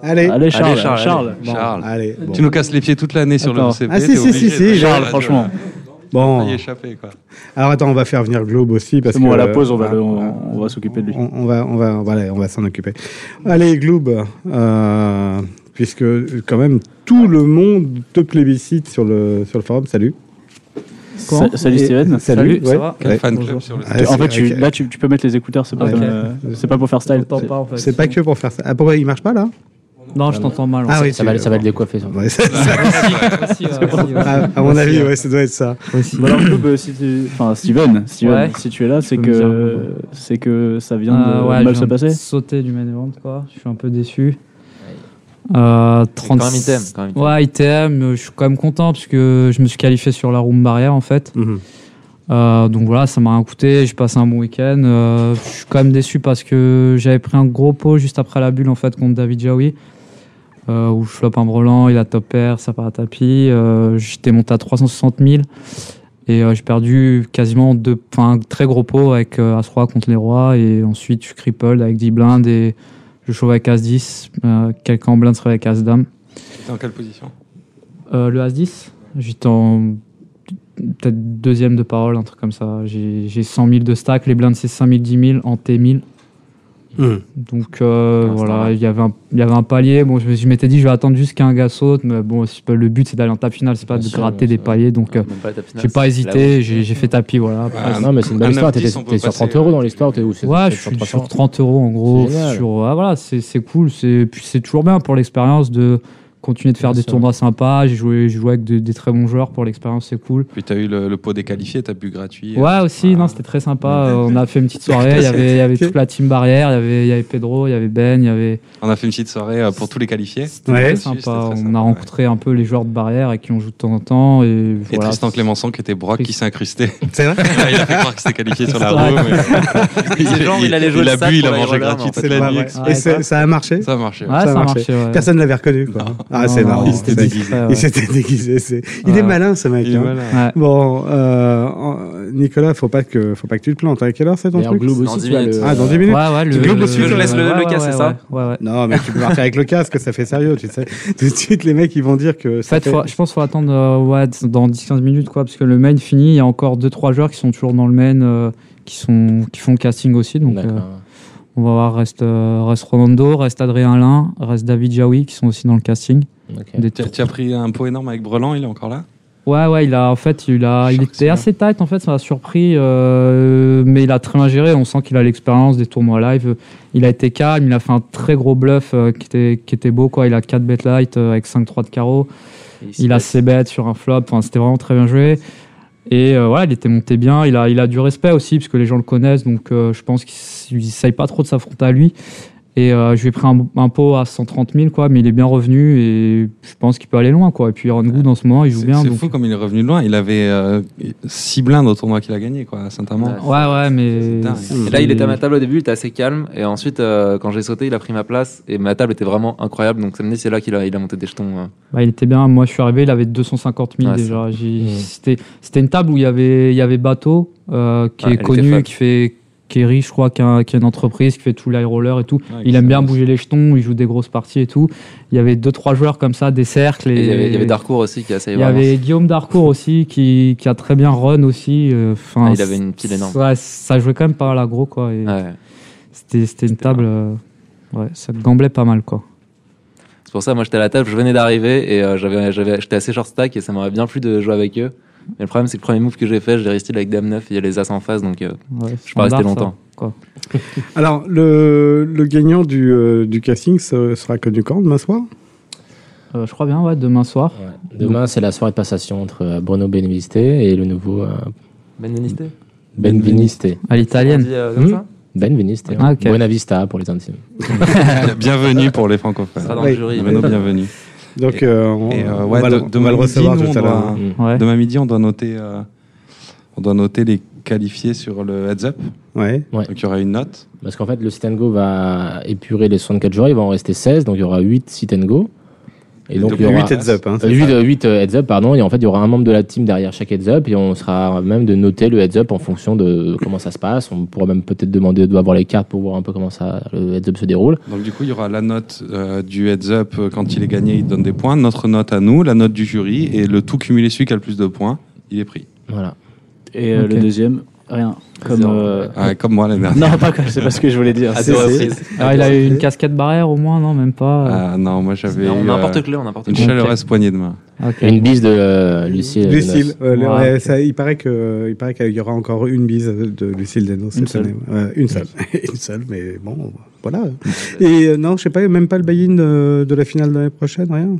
Allez,
Allez Charles,
Allez, Charles,
Charles.
allez.
Bon.
Charles,
allez. bon.
tu nous casses les pieds toute l'année sur
Attends.
le CP.
Ah, si,
t'es
si,
obligé
si, si,
de-
Charles,
franchement.
T'as y
Bon,
échappé, quoi.
alors attends, on va faire venir Globe aussi, parce
C'est bon
que...
à la pause on va
euh,
le- on, on va s'occuper de lui.
On, on va, on va, voilà, on va s'en occuper. Allez, Globe, euh, puisque quand même tout le monde te plébiscite sur le sur le forum. Salut.
Sa- salut
Et-
Steven.
Salut.
ça
ouais.
va
Quel
Ouais.
fan club sur le
Ah,
Tu- en fait,
c'est-
tu,
ok.
là, tu, tu peux mettre les écouteurs, c'est pas,
Ok.
comme, euh, c'est pas pour faire style.
t'entends pas en fait.
C'est pas que pour faire ça. Ah, pourquoi il marche pas là
Non, je t'entends mal. en
Ah
fait.
oui,
ça, va,
c'est-
ça va le décoiffer. ça.
Ouais, c'est- ça-
Aussi, euh, aussi, euh,
à, à mon
aussi,
avis,
euh,
ouais, ça doit être ça.
aussi.
Bon, alors, Club, euh, si tu- Enfin, Steven, Steven
Ouais.
si tu es là, c'est
peux me dire un
que,
mot.
c'est que ça vient de
Euh, ouais, je
mal
viens
se
de
passer.
Sauter du main event, quoi. Je suis un peu déçu. Euh, 30...
quand même item, quand même item.
Ouais, item. euh, Je suis quand même content parce que je me suis qualifié sur la room barrière en fait.
Mhm.
Euh, donc voilà, ça m'a rien coûté. J'ai passé un bon week-end. Euh, je suis quand même déçu parce que j'avais pris un gros pot juste après la bulle en fait contre David Jaoui. euh, où je floppe un brelan, il a top pair, ça part à tapis. Euh, J'étais monté à 360 000 et euh, j'ai perdu quasiment deux, enfin, un très gros pot avec euh, As-Roi contre les Rois et ensuite je suis crippled avec 10 blindes et je chauffe avec As-10. euh, Quelqu'un en blinde serait avec As-Dame.
T'es en quelle position
Euh, le As-10, j'étais en peut-être deuxième de parole, un truc comme ça. J'ai j'ai 100 000 de stack, les blindes c'est 5 000, 10 000, en T1000.
Mmh.
Hmm.
Donc euh,
Ah, c'est
voilà,
normal.
il y avait un- il y avait un palier. Bon, je, me- je m'étais dit, je vais attendre juste qu'un gars saute, mais bon, c'est pas- le but c'est d'aller en tape finale, c'est pas
Bien
de
sûr,
gratter
bien
des
sûr. Ah,
paliers. Donc euh,
Même pas la table finale,
j'ai pas
c'est là
hésité, j'ai j'ai fait tapis, voilà. Après,
Ah,
non, mais c'est une belle
un
histoire.
neuf,
T'étais
dix, on peut
t'étais sur
passer,
30 euros dans l'histoire. t'es où C'est-
Ouais,
c'est
je
sur
suis
300.
sur 30 euros en gros.
C'est génial.
Sur, ah, voilà, c'est c'est cool. C'est puis c'est toujours bien pour l'expérience de continuer de faire
Bien
des
sûr.
tournois sympas. J'ai joué, j'ai joué avec des- des très bons joueurs pour l'expérience, c'est cool.
Puis t'as eu le, le pot des qualifiés, t'as bu gratuit.
Ouais, aussi, non, c'était très sympa. Euh, on a fait une petite soirée. Il y avait, il y avait toute la team barrière. Il y avait, il y avait Pedro, il y avait Ben, il y avait.
On a fait une petite soirée euh, pour tous les qualifiés.
C'était très sympa. On a rencontré un peu les joueurs de barrière avec qui on joue de temps en temps. Et,
Et
voilà.
Tristan Clémençon qui était Brock qui s'est incrusté. C'est
vrai
Il a fait croire que c'était qualifié sur la
C'est vrai.
roue. mais-
Il disait genre, il allait jouer
il
le
a
sac
bu, il
pour
a
la
mangé
Roland,
gratuit.
en fait.
C'est la
Ouais,
nuit.
ouais.
exprès.
Et ça ça a marché
Ça a marché.
Ça a marché. Personne ne l'avait reconnu. Quoi. Ah, c'est
Non,
marrant.
non, il s'était
C'est-
déguisé, ouais.
Il s'était déguisé. c'est- Il
Ouais.
est malin, ce mec.
Il est
hein.
malin.
Ouais.
Bon, euh, en- Nicolas, faut pas que, faut pas que tu te plantes. À quelle heure c'est ton
Et en
truc
Globe aussi, Dans tu 10 as minutes. le-
Ah, dans 10 minutes.
Ouais, ouais,
Tu
le-
globes
le-
aussi,
je
toi
laisse le- le Ouais, casque, ouais, c'est ça ouais, ouais, ouais.
Non, mais tu peux partir avec le casque, ça fait sérieux, tu sais. Tout de suite, les mecs, ils vont dire que.
En fait, faut- je pense qu'il faut attendre euh, ouais, dans 10-15 minutes, quoi, parce que le main finit. Il y a encore 2-3 joueurs qui sont toujours dans le main, euh, qui, sont, qui font le casting aussi. Donc, euh, on va voir, reste, euh, reste Rolando, reste Adrien Alain, reste David Jaoui, qui sont aussi dans le casting. Des
Tu as- Tu as pris un pot énorme avec Brelan, il est encore là
Ouais, ouais, il a en fait, il a, il était assez tight en fait, ça m'a surpris, euh, mais il a très bien géré. On sent qu'il a l'expérience des tournois live. Il a été calme, il a fait un très gros bluff euh, qui était, qui était beau quoi. Il a 4 bet light euh, avec 5-3 de carreau. Il a ses bêtes sur un flop. Enfin, c'était vraiment très bien joué. Et euh, voilà, il était monté bien. Il a, il a du respect aussi parce que les gens le connaissent, donc euh, je pense qu'il n'essaye pas trop de s'affronter à lui. Et euh, je lui ai pris un, un pot à 130 000 quoi, mais il est bien revenu et je pense qu'il peut aller loin quoi. Et puis Aaron Good en ce moment, il joue
C'est-
bien.
C'est
donc-
fou comme il est revenu de loin. Il avait 6 blindes au tournoi qu'il a gagné, quoi, à Saint-Amand.
Ouais, ouais, mais.
dingue.
Et là, il était à ma table au début, il était assez calme. Et ensuite, euh, quand j'ai sauté, il a pris ma place. Et ma table était vraiment incroyable. Donc, samedi, c'est là qu'il a, il a monté des jetons. euh.
Bah, il était bien. Moi, je suis arrivé, il avait 250 000
Ouais,
déjà. J'ai- C'était c'était une table où il y avait, il y avait Bateau, euh, qui
Ouais, elle
est
était
connu,
fat.
qui fait qui est riche, je crois, qui a, qui a une entreprise, qui fait tout l'air roller et tout.
Ouais,
il aime bien bouger les jetons, il joue des grosses parties et tout. Il y avait deux trois joueurs comme ça, des cercles.
Et
Et
il y avait, il y avait Darkour aussi qui a essayé
Il y
vraiment.
avait Guillaume Darcourt aussi qui, qui a très bien run aussi. euh, 'fin,
Ah, il avait une pile énorme.
ouais, ça jouait quand même pas mal à gros quoi. et C'était c'était une table, euh, ouais, ça gamblait pas mal quoi.
C'est pour ça, moi, j'étais à la table, je venais d'arriver. Et euh, j'avais, j'avais, j'étais assez short stack. Et ça m'aurait bien plu de jouer avec eux. Mais le problème, c'est que le premier move que j'ai fait, j'ai resté avec Dame 9. Et il y a les As en face. Donc, euh, je suis pas
standard, ça,
resté longtemps.
quoi.
Alors, le, le gagnant du, euh, du casting se- sera connu quand demain soir
Euh, je crois bien, ouais, demain soir.
Demain, c'est la soirée de passation entre euh, Bruno Benveniste et le nouveau euh,
Benveniste
Benveniste.
À l'italienne.
On dit, euh, comme ça Benveniste.
Ah, ok.
Buena Vista pour les intimes.
bienvenue pour les francophones.
Ça sera dans le Oui. jury.
Bruno, bienvenue.
Donc,
Et-
euh, on-
et, euh,
on
ouais,
va
de-
le- on va le
midi,
recevoir
nous,
tout à
on
l'heure.
doit- Demain midi, on doit noter, euh, on doit noter les qualifiés sur le heads up.
Ouais.
Donc il y aura une note.
Parce qu'en fait, le sit and go va épurer les 64 joueurs, il va en rester 16, donc il y aura 8 sit and go. Et donc,
Donc,
il y aura Euh,
huit heads up, hein, c'est
8,
ça.
heads up, pardon. Et en fait, il y aura un membre de la team derrière chaque heads up et on sera à même de noter le heads up en fonction de comment ça se passe. On pourra même peut-être demander de voir les cartes pour voir un peu comment ça, le heads up se déroule.
Donc du coup, il y aura la note euh, du heads up euh, quand il est gagné, il donne des points. Notre note à nous, la note du jury et le tout cumulé celui qui a le plus de points, il est pris.
Voilà.
Et euh,
Ok.
le deuxième, rien. Comme,
Zéro.
euh,
Ah, comme moi, la dernière.
Non, pas comme, c'est pas ce que je voulais dire.
À deux
C'est-
reprises.
c'est-
Ah, il a eu une casquette barrière au moins, non, même pas.
Ah non, moi j'avais
On
eu,
n'importe
euh,
que là, on n'importe
une
que.
chaleureuse poignée de main.
Une bise de euh, Lucille.
Lucille,
Denos.
euh, le- ouais, ça- il paraît que, euh, il paraît qu'il y aura encore une bise de Lucille Denos cette
seule.
année. Ouais, une seule, une seule, mais bon, voilà. Et euh, non, je sais pas, même pas le buy-in euh, de la finale de l'année prochaine, rien.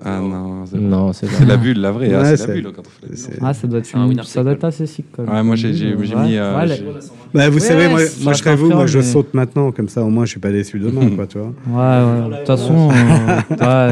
Ah non, c'est
Non, c'est
c'est la bulle, la vraie. hein,
Ouais,
c'est la
c'est-
bulle quand on fait la bulle.
Ah, ça doit être,
un
une-
winner
ça doit être assez sick quand même.
Ouais, moi, j'ai- j'ai- j'ai mis, euh, j'ai-
Bah, vous
Ouais,
savez,
ouais,
moi,
ça
moi, je
serait
serais vous, moi, je
mais-
saute maintenant, comme ça, au moins, je suis pas déçu demain, quoi, tu vois.
Ouais, ouais. De toute façon, euh, ouais,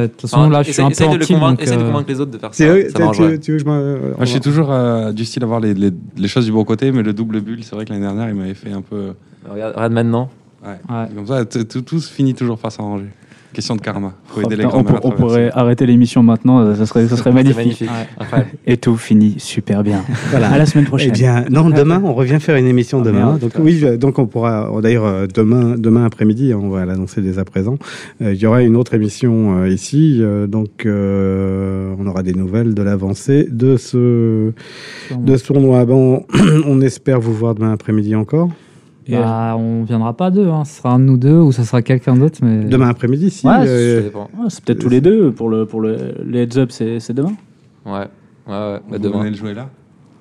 de toute façon,
Enfin,
là, je suis
essaye-
un peu
essaye
en
de le
team,
convaincre-
donc,
essaye de
euh,
convaincre les autres de faire
Tu
ça.
veux-
ça m'arrange, ouais.
tu- tu veux que je m'en-
Moi, je suis toujours euh, du style à voir les, les- les choses du bon côté, mais le double bulle, c'est vrai que l'année dernière, il m'avait fait un peu.
Euh, Regarde, maintenant.
Ouais. Comme ça, t- tout, tout se finit toujours par s'arranger. Question de karma. Faut
Oh,
aider les
putain, on,
grands-mères à
pour- on
traverser.
pourrait arrêter l'émission maintenant, euh, ça serait, ça serait
C'est
magnifique.
magnifique.
Ouais.
Et tout finit super bien.
Voilà.
À la semaine prochaine.
Eh bien, non, demain, on revient faire une émission demain.
merde,
donc, oui, euh, donc on pourra, oh, d'ailleurs, euh, demain, demain après-midi, hein, on va l'annoncer dès à présent. euh, Il y aura une autre émission euh, ici. euh, donc, euh, on aura des nouvelles de l'avancée de ce, de ce tournoi. Bon, on espère vous voir demain après-midi encore.
bah, on viendra pas à deux, hein. ce sera un de nous deux ou ça sera quelqu'un d'autre. Mais...
Demain après-midi, si.
Ouais,
euh,
Ouais, c'est peut-être tous les deux. Pour le, pour le, le heads up, c'est c'est demain.
Ouais, ouais, ouais. Bah,
Vous
demain.
venez le jouer là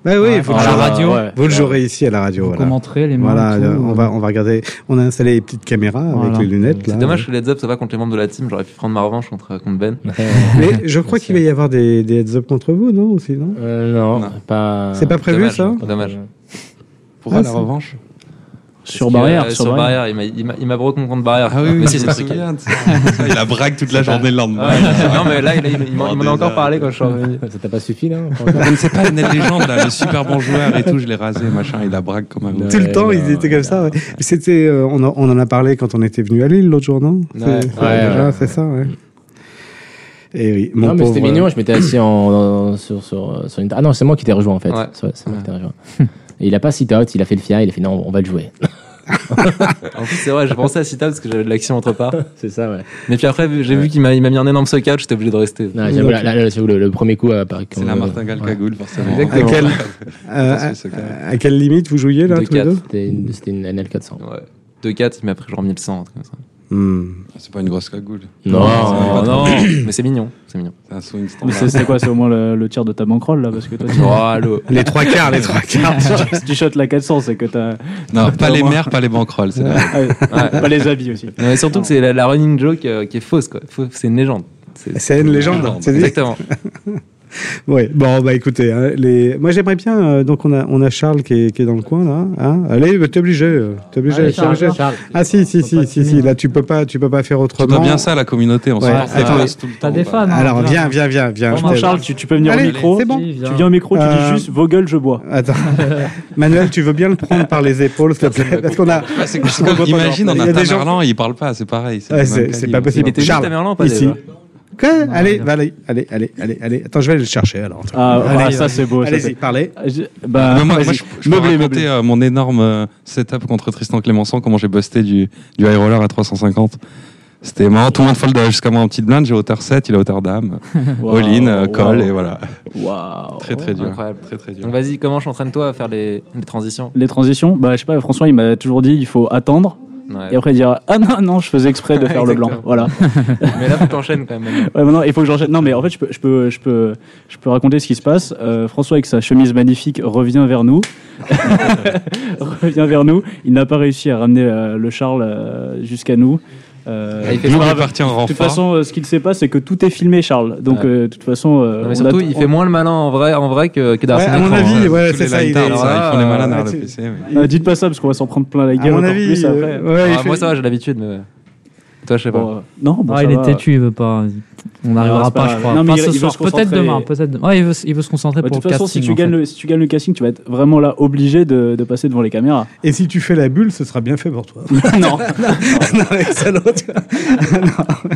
Ouais, oui,
Ouais,
faut
à
le
la
jouer.
radio. Ouais.
Vous le jouerez ici à la radio.
Vous
voilà.
commenterez les mains
Voilà,
et tout,
euh, on va, on va regarder. On a installé les petites caméras Ah, avec
Voilà.
les lunettes.
C'est
là.
dommage que Let's Up soit pas contre les membres de la team. J'aurais pu prendre ma revanche contre, contre Ben.
Mais je crois qu'il va y avoir des, des heads-up contre vous, non aussi, non
Euh, non,
pas- euh,
C'est pas prévu,
Dommage, hein.
ça
Dommage.
Pourquoi Ah, la c'est- revanche
Parce que, euh, sur barrière, il m'a- il m'a- il m'a broqué contre barrière.
Ah oui,
Mais
oui,
si,
je
c'est
me
truqué.
souviens de ça. Il a braque toute la
C'est
journée
pas-
le lendemain.
Ouais, c'est ça. non, mais là, il, il- il m'en il m'en a encore parlé quand je suis revenu.
Ça t'a pas suffi là
ne sait pas une légende, là, le super bon joueur et tout, je l'ai rasé, machin, il a braque comme un gros.
Tout le temps, ils étaient comme ça. ouais. C'était, euh, on, en- on en a parlé quand on était venu à Lille l'autre jour, non C'est-
Ouais.
c'est-
Ouais,
déjà,
ouais.
c'est ça, ouais. Et Eh oui, mon
Non, mais c'était
pauvre-
mignon, je m'étais assis en, en- sur, sur, sur une. Ah non, c'est moi qui t'ai rejoint en fait.
Ouais.
C'est c'est moi qui t'ai rejoint. Et il a pas sit out, il a fait le fier, il a fait non, on va le jouer.
En plus, c'est vrai, je pensais à Cita parce que j'avais de l'action entre parts.
c'est ça, ouais.
Mais puis après, vu- j'ai vu qu'il m'a il m'a mis un énorme suck out, j'étais obligé de rester.
Non, Ah, j'avoue, là- là- là, j'avoue, le, le premier coup, euh, à Paris.
C'est la martingale cagoule, forcément.
À, quelle- euh, à- à quelle limite vous jouiez là, tous les deux
C'était une, c'était une NL 400.
Ouais. 2-4, il m'a pris genre 1100, un truc comme ça.
Hmm.
C'est pas une grosse cagoule.
Non,
c'est pas
non.
trop. mais c'est mignon, c'est mignon.
C'est un swing
Mais c'est c'est quoi C'est au moins le, le tiers de ta bankroll là parce que toi, tu-
Oh, allô. Les trois quarts, les trois quarts.
Si tu- si tu shots la 400, c'est que t'as.
Non,
t'as
pas
au
les
moins-
mères, pas les bankrolls. c'est vrai.
Ah oui. Pas les avis aussi.
Non, mais surtout que c'est la, la running joke euh, qui est fausse, quoi. Faux- C'est une légende.
C'est une légende, c'est dit.
Exactement.
Ouais, bon, bah écoutez, hein, les... moi j'aimerais bien. euh, donc on a, on a Charles qui est, qui est dans le coin là. hein. Allez, bah, t'es obligé, euh, t'es obligé,
Allez,
t'es
Charles,
obligé.
Charles.
Ah si, si, si, si, si, là tu peux pas, tu peux pas faire
Tu
autrement.
dois bien ça à la communauté, on
Ouais,
se force
attends,
tout le temps. bah.
des fans, hein,
Alors
déjà.
viens, viens, viens, viens.
Vraiment,
je t'aide.
Charles, tu- tu peux venir au
Allez,
micro.
C'est bon.
Vas-y, viens.
Tu viens au micro, tu
Euh,
dis juste vos gueules, je bois.
Attends. Manuel, tu veux bien le prendre par les épaules, s'il te plaît Parce qu'on a.
Ouais, c'est- c'est comme- imagine, on
Il y
a
a des gens-
Tamerlan, il parle pas, c'est pareil.
Ouais,
le
c'est
même
c'est
calibre.
pas possible.
était
Charles,
juste Tamerlan, pas
ici.
déjà
Quoi allez, bah, allez, allez, allez, allez, allez. Attends, je vais aller le chercher alors.
Ah, ah, ça,
euh,
c'est beau, ça,
Allez-y,
c'est-
parlez.
Bah,
Mais moi, moi,
vas-y.
je, je peux
Meublé,
raconter,
meublé.
euh, mon énorme euh, setup contre Tristan Clémenceau, comment j'ai busté du, du high roller à 350. C'était marrant, tout le monde fold euh, jusqu'à moi en petite blinde, j'ai hauteur 7, il a hauteur dame,
Wow,
all-in, euh,
wow.
call, et voilà.
Waouh.
Très, très dur.
Incroyable.
Très, très dur.
Donc vas-y, comment j'entraîne-toi à faire les, les transitions
Les transitions, bah, je sais pas, François, il m'a toujours dit il faut attendre.
Ouais.
Et après dire ah non non je faisais exprès de faire le blanc
Exactement.
voilà
Mais là, faut que t'enchaînes quand même. maintenant.
Ouais, maintenant, il faut que j'enchaîne. Non, mais en fait, je peux, je peux, je peux, je peux raconter ce qui se passe. Euh, François, avec sa chemise magnifique, revient vers nous. revient vers nous. Il n'a pas réussi à ramener euh, le Charles euh, jusqu'à nous. Euh,
Ah, il fait
je me
genre, il est
rappelle-
parti en
De toute
renfort.
façon, euh, ce qu'il sait pas, c'est que tout est filmé, Charles. Donc,
Ouais.
euh, de toute façon, euh,
Non, mais
on
surtout,
a-
il
on-
fait moins le malin en vrai, en vrai que, que
Ouais,
Darcy. euh,
à mon avis, ouais, c'est ça. il est- Ah,
ils font les malins derrière
ouais,
le
tu-
PC, mais-
Euh, dites pas ça parce qu'on va s'en prendre plein la gueule.
mon
encore
avis,
plus après.
euh, ouais, il
Ah,
fait-
Moi, ça va, j'ai l'habitude, mais. Toi, je sais
Bon,
pas.
euh, non, bon,
Ah,
ça
il
va.
est têtu, il veut pas. On
Non,
n'arrivera
c'est
pas, je
pas
crois.
grave. Non, mais
Pas
il-
ce
il veut
soir,
se
peut-être
concentrer.
demain. Peut demain. Ouais, il, veut, il veut se concentrer
Bah, de
pour
toute
le
façon, si
casting.
tu,
en
gagnes
fait.
le, si tu gagnes le casting, tu vas être vraiment là obligé de, de passer devant les caméras.
Et si tu fais la bulle, ce sera bien fait pour toi.
non.
non, excellent. tu vois. Non.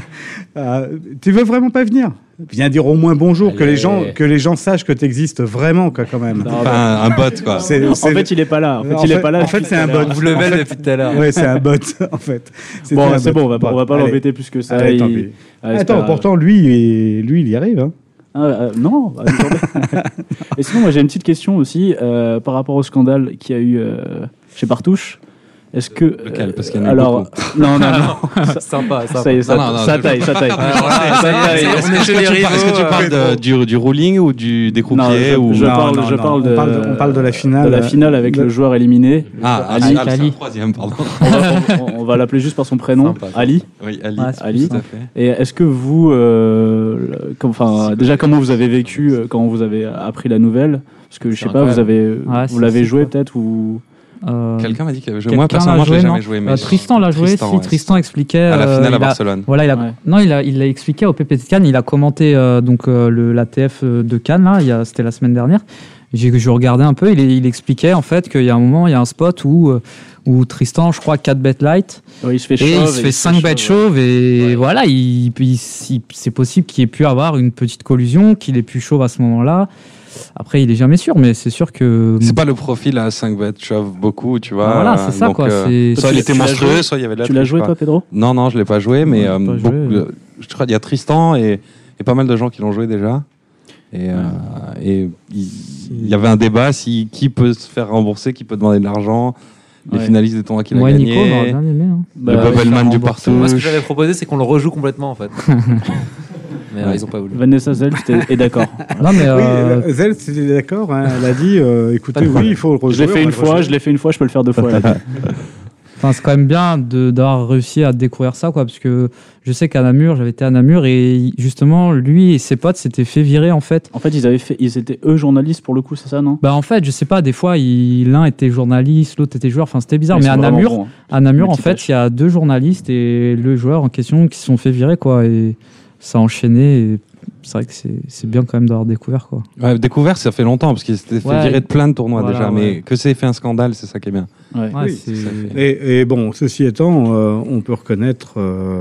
Euh, tu veux vraiment pas venir Viens dire au moins bonjour, que les gens que les gens sachent que tu existes vraiment, quoi, quand même.
Non,
Enfin, un, un bot, quoi.
C'est-
En
c'est-
fait, il est pas là. En fait,
En
il est
fait-
pas là.
en fait, c'est un bot.
Vous le levez depuis tout à l'heure.
Ouais, c'est un bot, en fait. C'était
Bon,
un
c'est
bot.
bon, on va pas- on va pas
allez.
l'embêter plus que ça,
Allez,
il-
tant pis.
Allez, c'est pas
Attends,
grave.
pourtant, lui, il- lui, il y arrive. hein.
Ah, euh, non. bah, attendez. Et sinon, moi, j'ai une petite question aussi euh, par rapport au scandale qu'il y a eu euh, chez Partouche. Est-ce que euh,
Lequel Parce qu'il y en a eu
alors
beaucoup.
non non non
Sympa, sympa.
ça y est ça,
Non, non, non,
ça
je- Ah,
taille ça taille
Ah,
Alors là,
ça taille
Est-ce que tu parles- est-ce que tu parles de- du, du ruling ou du, des
Eh, non,
croupiers
je,
ou...
je
Non,
parle
non,
je
non,
parle
on parle de- on parle de la finale. euh,
de la finale avec
De-
le joueur éliminé
Ah, Ali, Ali, c'est le troisième, pardon.
on va, on- on va l'appeler juste par son prénom
Sympa, ça.
Ali
Oui, Ali.
Ouais, Ali.
Tout à fait.
Et est-ce que vous, euh, le- comme- enfin, déjà comment vous avez vécu euh, quand vous avez appris la nouvelle Parce que je sais pas, vous avez,
Ouais,
vous
c'est-
l'avez
c'est
joué peut-être ou
Euh,
Quelqu'un m'a dit qu'il avait joué.
Quelqu'un
Moi,
l'a
personnellement, je l'ai
joué,
jamais
non
joué. mais
Euh,
je-
Tristan l'a joué, si.
ouais.
Tristan expliquait.
À la
euh,
finale à
il a-
Barcelone.
Voilà, il a, non, il a, il l'a expliqué au PPTCAN. Il a commenté euh, donc euh, le, la TF de Cannes là. il y a- C'était la semaine dernière. J'ai, je regardais un peu. Il, il expliquait en fait qu'il y a un moment, il y a un spot où euh, où Tristan, je crois, 4 bet light.
Ouais, il se fait
et
chauve
il se fait 5
chauve,
bêtes chauves et voilà, il, il- il- c'est possible qu'il ait pu avoir une petite collusion, qu'il ait pu chauve à ce moment-là. Après, il est jamais sûr, mais c'est sûr que
C'est pas le profil à 5 bet shove beaucoup, tu vois.
Ah, voilà, c'est
euh,
ça,
donc,
quoi,
euh,
c'est-
Soit
Tu
il
l'as-
était
tu l'as
monstrueux,
joué
soit il y avait de la
Tu l'as
triche,
joué
quoi.
toi, Pedro
Non, non, je l'ai pas joué, mais euh,
pas joué,
beaucoup- euh, je crois qu'il y a Tristan et, et pas mal de gens qui l'ont joué déjà. Et, euh, et il il y avait un débat si qui peut se faire rembourser, qui peut demander de l'argent, les
Ouais.
finalistes des tournois qu'il a
moi et Nico, on aurait
gagnés,
bien aimé. hein.
le
Bah,
Bubbleman du partout.
Moi, ce que j'avais proposé, c'est qu'on le rejoue complètement en fait. Mais euh,
Ouais.
ils ont pas voulu.
Vanessa Zelft est- est d'accord.
Non,
euh,
euh,
mais. Oui, euh, Zelt, c'était d'accord. hein, Elle a dit euh, écoutez, oui, il faut le
Je l'ai
rejouer. on
fait
va
une
le
fois,
rejouer.
je l'ai fait une fois, je peux le faire deux fois. là.
Enfin, c'est quand même bien de- d'avoir réussi à découvrir ça, quoi, parce que je sais qu'à Namur, j'avais été à Namur et il- justement, lui et ses potes s'étaient fait virer en fait.
En fait, ils avaient fait, ils étaient eux journalistes pour le coup, c'est ça, non
Bah en fait, je sais pas, des fois, il- l'un était journaliste, l'autre était joueur, enfin c'était bizarre,
Ils
mais
sont
à
vraiment
Namur,
bons, hein.
à Namur en
Multitâche.
fait, il y a deux journalistes et le joueur en question qui se sont fait virer, quoi, et ça a enchaîné, et c'est vrai que c'est c'est bien quand même d'avoir découvert, quoi.
Ouais, découvert, ça fait longtemps, parce qu'il s'était fait
Ouais.
virer de plein de tournois
Voilà,
déjà,
ouais.
mais que c'est fait un scandale, c'est ça qui est bien.
Oui. et, et bon, ceci étant, euh, on peut reconnaître,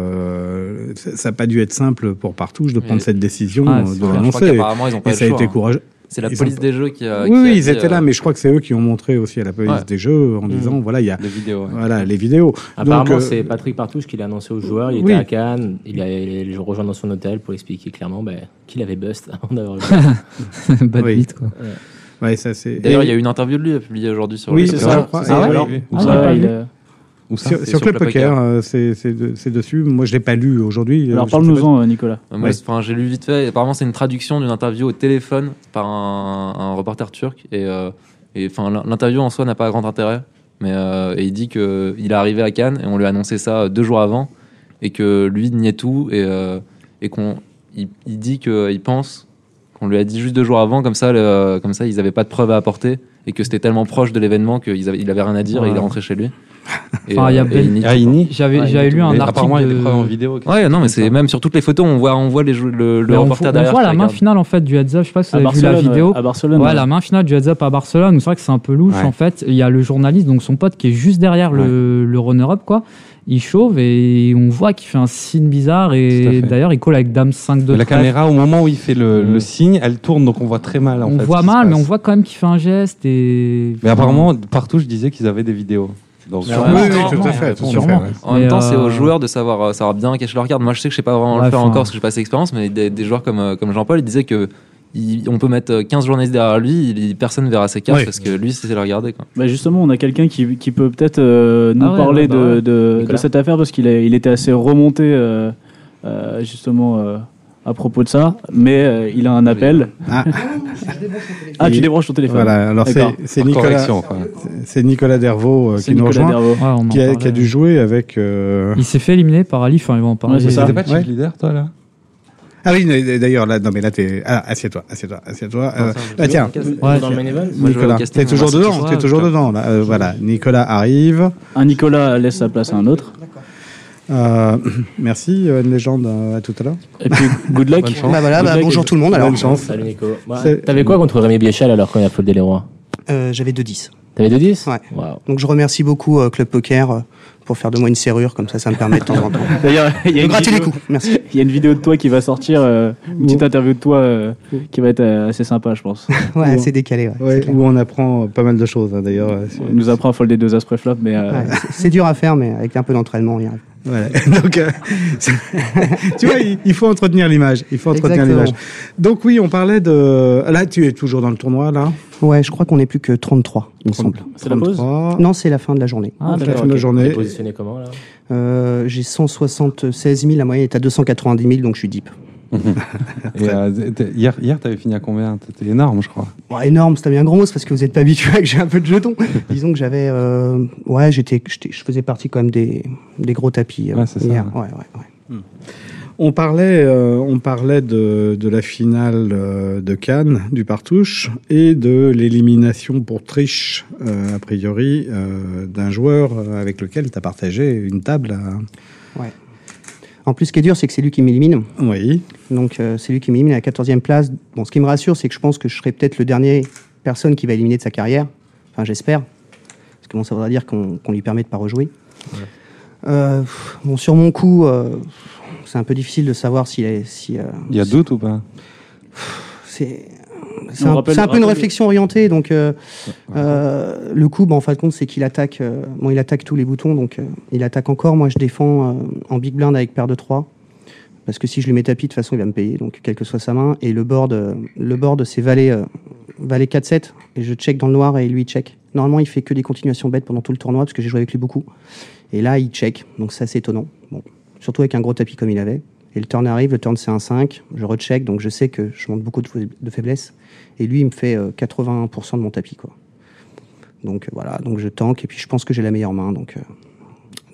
euh, ça n'a pas dû être simple pour Partouche de prendre
Mais-
cette décision,
Ah,
euh,
c'est
de
vrai, je crois
l'annoncer.
qu'apparemment, ils ont pas
Et
eu
ça
le
a été
choix, hein.
courageux.
C'est la
Ils
police
ont-
des jeux qui a-
Oui,
qui a
oui,
dit,
ils étaient
euh,
là, mais je crois que c'est eux qui ont montré aussi à la police
Ouais.
des jeux en
Mhm.
Mm.
disant voilà, il y a.
Les vidéos.
Voilà, les vidéos.
Apparemment,
Donc, euh,
c'est Patrick Partouche qui l'a annoncé aux joueurs. Il
oui.
était à Cannes, il a il a rejoint dans son hôtel pour expliquer clairement ben, qu'il avait bust avant d'avoir joué.
Bad
Oui.
beat, quoi.
Ouais, ça, c'est-
D'ailleurs,
et-
il y a eu une interview de lui euh, publiée aujourd'hui sur
Oui,
le-
c'est
sur-
ça.
c'est ça,
Ah ouais
alors
Oui,
Ou
oui.
ça,
Ah,
il
il
a- Ou ça,
Sur,
c'est
sur Club
Club
Poker, euh, c'est- c'est de- c'est dessus. Moi, je l'ai pas lu aujourd'hui.
Alors,
Je
parle-nous-en,
sais pas-
euh, Nicolas.
Euh, moi, c'est- enfin, j'ai lu vite fait. et Apparemment, c'est une traduction d'une interview au téléphone par un, un reporter turc. Et, euh, et, enfin, l'in- l'interview en soi n'a pas grand intérêt. Mais euh, et il dit que il est arrivé à Cannes et on lui a annoncé ça euh, deux jours avant et que lui niait tout et, euh, et qu'on il, il dit que euh, il pense qu'on lui a dit juste deux jours avant comme ça le- euh, comme ça ils n'avaient pas de preuves à apporter et que c'était tellement proche de l'événement qu'il avait, il avait rien à dire et il est
Ouais.
rentré chez lui.
Enfin, il y a
euh,
Bel-
nie tout,
Ah, il
quoi.
nie J'avais- Ouais, il j'avais nie lu tout. un Et article apparemment, il y a des de- preuves en vidéo, quelque
Mm. Ouais, non, mais c'est même sur toutes les photos, on voit, on voit les, jou- le, le
Mais on
reporter
voit- on,
derrière.
voit
qui
la main
regarde.
finale en fait du heads up. Je sais pas si
À
vous avez vu la
Barcelone,
vidéo.
ouais, à Barcelone,
Ouais,
ouais.
la main finale du heads up à Barcelone. où C'est vrai que c'est un peu louche
Ouais.
en fait. Il y a le journaliste, donc son pote, qui est juste derrière le, le runner-up quoi. Il chauffe et on voit qu'il fait un signe bizarre
Tout à fait.
et d'ailleurs il colle avec dame 5 2
la caméra, au moment où il fait le, le signe, elle tourne, donc on voit très mal. En
on
fait,
voit
ce qui se
mal, mais
passe.
on voit quand même qu'il fait un geste et.
Mais apparemment, partout, je disais qu'ils avaient des vidéos. Donc,
Mais en même temps- En même
euh,
temps, c'est aux joueurs de savoir, euh, savoir bien cacher leur carte. Moi, je sais que je sais pas vraiment
Ouais,
le faire
enfin.
encore parce que j'ai pas assez d'expérience, mais des, des joueurs comme, euh, comme Jean-Paul, ils disaient que il- on peut mettre euh, 15 journalistes derrière lui, il- personne verra ses cartes
Ouais.
parce que lui, c'est le regarder. Quoi.
Bah justement, on a quelqu'un qui, qui peut peut-être euh, nous
Ah ouais,
parler
ouais, bah
de,
ouais.
de- de
Nicolas.
cette affaire parce qu'il a- il était assez remonté euh, euh, justement euh, à propos de ça, mais euh, il a un appel.
Ah,
Ah, tu
Et-
débranches ton téléphone.
Voilà, alors c'est
D'accord.
c'est Nicolas, c'est- c'est Nicolas Dervaux euh,
C'est
qui nous
Nicolas
rejoint,
Dervaux. Ouais, on en
qui, a, qui a
parlait.
dû jouer avec. euh,
Il s'est fait éliminer par Ali. Enfin, ils vont en parler.
Ouais, c'est ça.
T'es pas
Ouais.
chief leader, toi, là
Ah oui, mais d'ailleurs, là, non, mais là, t'es. Ah, assieds-toi, assieds-toi, assieds-toi. Euh,
Ah, ça, je
bah,
joue
tiens,
au casting.
ouais,
Dans le main event Moi, je joue au
Nicolas,
casting,
t'es
on
toujours
voit si tu
dedans,
vois,
t'es toujours
je-
dedans, là. euh, voilà, Nicolas arrive.
Un Nicolas laisse sa place à un autre.
Euh, merci, euh, une légende, euh, à tout à l'heure.
Et puis, good luck.
Bah voilà, bah, bonjour tout le monde, alors.
Bonne chance.
Salut,
Nico.
Bah,
T'avais quoi contre Rémi Biéchal alors quand il a foldé les rois
Euh, J'avais 2-10.
T'avais 2-10
Ouais. Donc je remercie beaucoup euh, Club Poker euh, pour faire de moi une serrure, comme ça, ça me permet de temps en temps.
D'ailleurs, il y a
De
une
gratter
vidéo-
les coups, merci.
Il y a une vidéo de toi qui va sortir, euh, une petite interview de toi euh, qui va être euh, assez sympa, je pense.
Ouais,
c'est décalé. Ouais,
Ouais, où on apprend euh, pas mal de choses, hein, d'ailleurs. euh, sur-
On nous apprend à folder deux as préflop, mais euh,
Ouais, c'est- c'est dur à faire, mais avec un peu d'entraînement, on y arrive.
Voilà. Donc, euh, c'est- tu vois, il il faut entretenir l'image. Il faut entretenir
Exactement.
l'image. Donc oui, on parlait de. Là, tu es toujours dans le tournoi, là.
Ouais, je crois qu'on n'est plus que 33, il me semble.
C'est la pause
33. Non, c'est la fin de la journée.
Ah, C'est la d'accord, fin de la ok. journée.
T'es positionné comment là
Euh, J'ai 176 000, la moyenne est à 290 000, donc je suis deep.
Et, euh, t'es- hier, hier t'avais fini à combien T'étais énorme, je crois.
Bon, énorme, c'est bien un gros mot, c'est parce que vous n'êtes pas habitué que j'ai un peu de jetons. Disons que j'avais, euh, ouais, j'étais, j'étais- je faisais partie quand même des, des gros tapis euh,
Ouais, c'est ça,
hier.
ouais.
Ouais, ouais, ouais.
On parlait, euh, on parlait de, de la finale euh, de Cannes, du partouche, et de l'élimination pour triche, euh, a priori, euh, d'un joueur euh, avec lequel tu as partagé une table. à-
Ouais. En plus, ce qui est dur, c'est que c'est lui qui m'élimine.
Oui.
Donc, euh, c'est lui qui m'élimine à la 14e place. Bon, ce qui me rassure, c'est que je pense que je serai peut-être le dernier personne qui va éliminer de sa carrière. Enfin, j'espère. Parce que bon, ça voudra dire qu'on qu'on lui permet de pas rejouer. Euh, pff, bon, sur mon coup, euh, c'est un peu difficile de savoir s'il est. Si, euh,
Il y a doute ou pas
c'est c'est
On
un,
rappelle-
c'est un peu une
rappelle-
réflexion orientée. Donc, euh, euh, le coup, bah, en fin de compte, c'est qu'il attaque. euh, bon, il attaque tous les boutons, donc euh, il attaque encore. Moi, je défends euh, en big blind avec paire de 3 parce que si je lui mets tapis, de toute façon, il va me payer. Donc, quelle que soit sa main, et le board, euh, le board, c'est valet, euh, valet 4-7, et je check dans le noir et lui il check. Normalement, il fait que des continuations bêtes pendant tout le tournoi parce que j'ai joué avec lui beaucoup. Et là, il check, donc c'est assez étonnant. Bon, surtout avec un gros tapis comme il avait. Et le turn arrive, le turn c'est un 5, je recheck, donc je sais que je monte beaucoup de, faib- de faiblesse. Et lui, il me fait euh, 80% de mon tapis, quoi. Donc euh, voilà, donc je tank, et puis je pense que j'ai la meilleure main, donc, euh,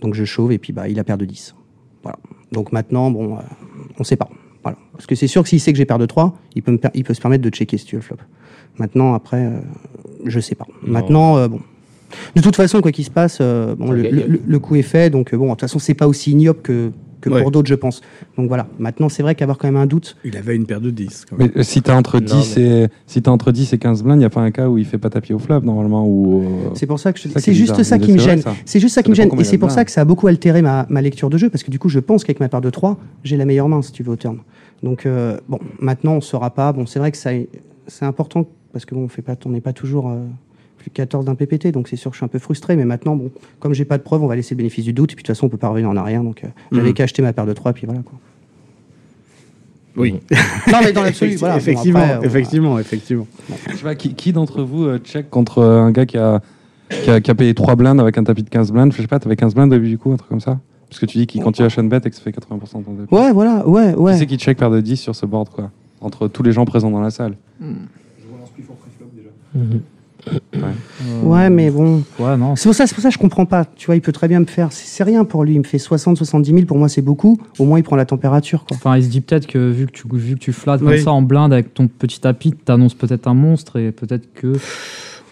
donc je chauffe, et puis bah, il a paire de 10. Voilà. Donc maintenant, bon, euh, on sait pas. Voilà. Parce que c'est sûr que s'il sait que j'ai paire de 3, il peut, me per- il peut se permettre de checker si tu veux le flop. Maintenant, après, euh, je sais pas.
Non.
Maintenant, euh, bon. De toute façon, quoi qu'il se passe, euh, bon, le, le- le coup est fait. Donc, euh, bon, de toute façon, c'est pas aussi ignoble que, que
Ouais.
pour d'autres, je pense. Donc voilà. Maintenant, c'est vrai qu'avoir quand même un doute.
Il avait une paire de 10. Quand
Mais euh, si t'as entre 10 et si t'as entre 10 et 15 blindes, il y a pas un cas où il fait pas tapis au flop normalement ou euh,
C'est pour ça que je te dis-
qui
c'est
est
juste
bizarre.
ça
Mais
qui me
c'est vrai
gêne.
que ça-
C'est juste ça qui
ça
me gêne.
dépend
Et
combien
c'est
de
pour
blindes.
ça que ça a beaucoup altéré ma, ma lecture de jeu, parce que du coup, je pense qu'avec ma paire de 3, j'ai la meilleure main, si tu veux, au turn. Donc, euh, bon, maintenant, on ne saura pas. Bon, c'est vrai que ça est- c'est important, parce que bon, on fait pas- on n'est pas toujours euh, plus 14 d'un PPT, donc c'est sûr que je suis un peu frustré. Mais maintenant, bon, comme j'ai pas de preuve, on va laisser le bénéfice du doute. Et puis, de toute façon, on peut pas revenir en arrière. Donc, euh, j'avais
Mhm.
qu'à acheter ma paire de 3, puis voilà, quoi.
Oui.
Non, mais dans l'absolu, voilà. Bon,
Effectivement,
après, on-
effectivement, effectivement.
Je sais pas, qui, qui d'entre vous euh, check contre euh, un gars qui a, qui, a, qui a payé 3 blindes avec un tapis de 15 blindes Je sais pas, t'avais 15 blindes au début du coup, un truc comme ça Parce que tu dis qu'il quand tu achètes une bête et que ça fait 80% de ton tapis.
Ouais, voilà, ouais, ouais.
Qui c'est qui check par de 10 sur ce board quoi Entre tous les gens présents dans la salle.
Ouais, mais bon.
Mmh. Ouais, non.
C'est pour ça, c'est pour ça que je comprends pas. Tu vois, il peut très bien me faire. C'est c'est rien pour lui. Il me fait 60, 70 000. Pour moi, c'est beaucoup. Au moins, il prend la température, quoi.
Enfin, il se dit peut-être que vu que tu, vu que tu flattes
Oui.
comme ça en blinde avec ton petit tapis, t'annonces peut-être un monstre et peut-être que.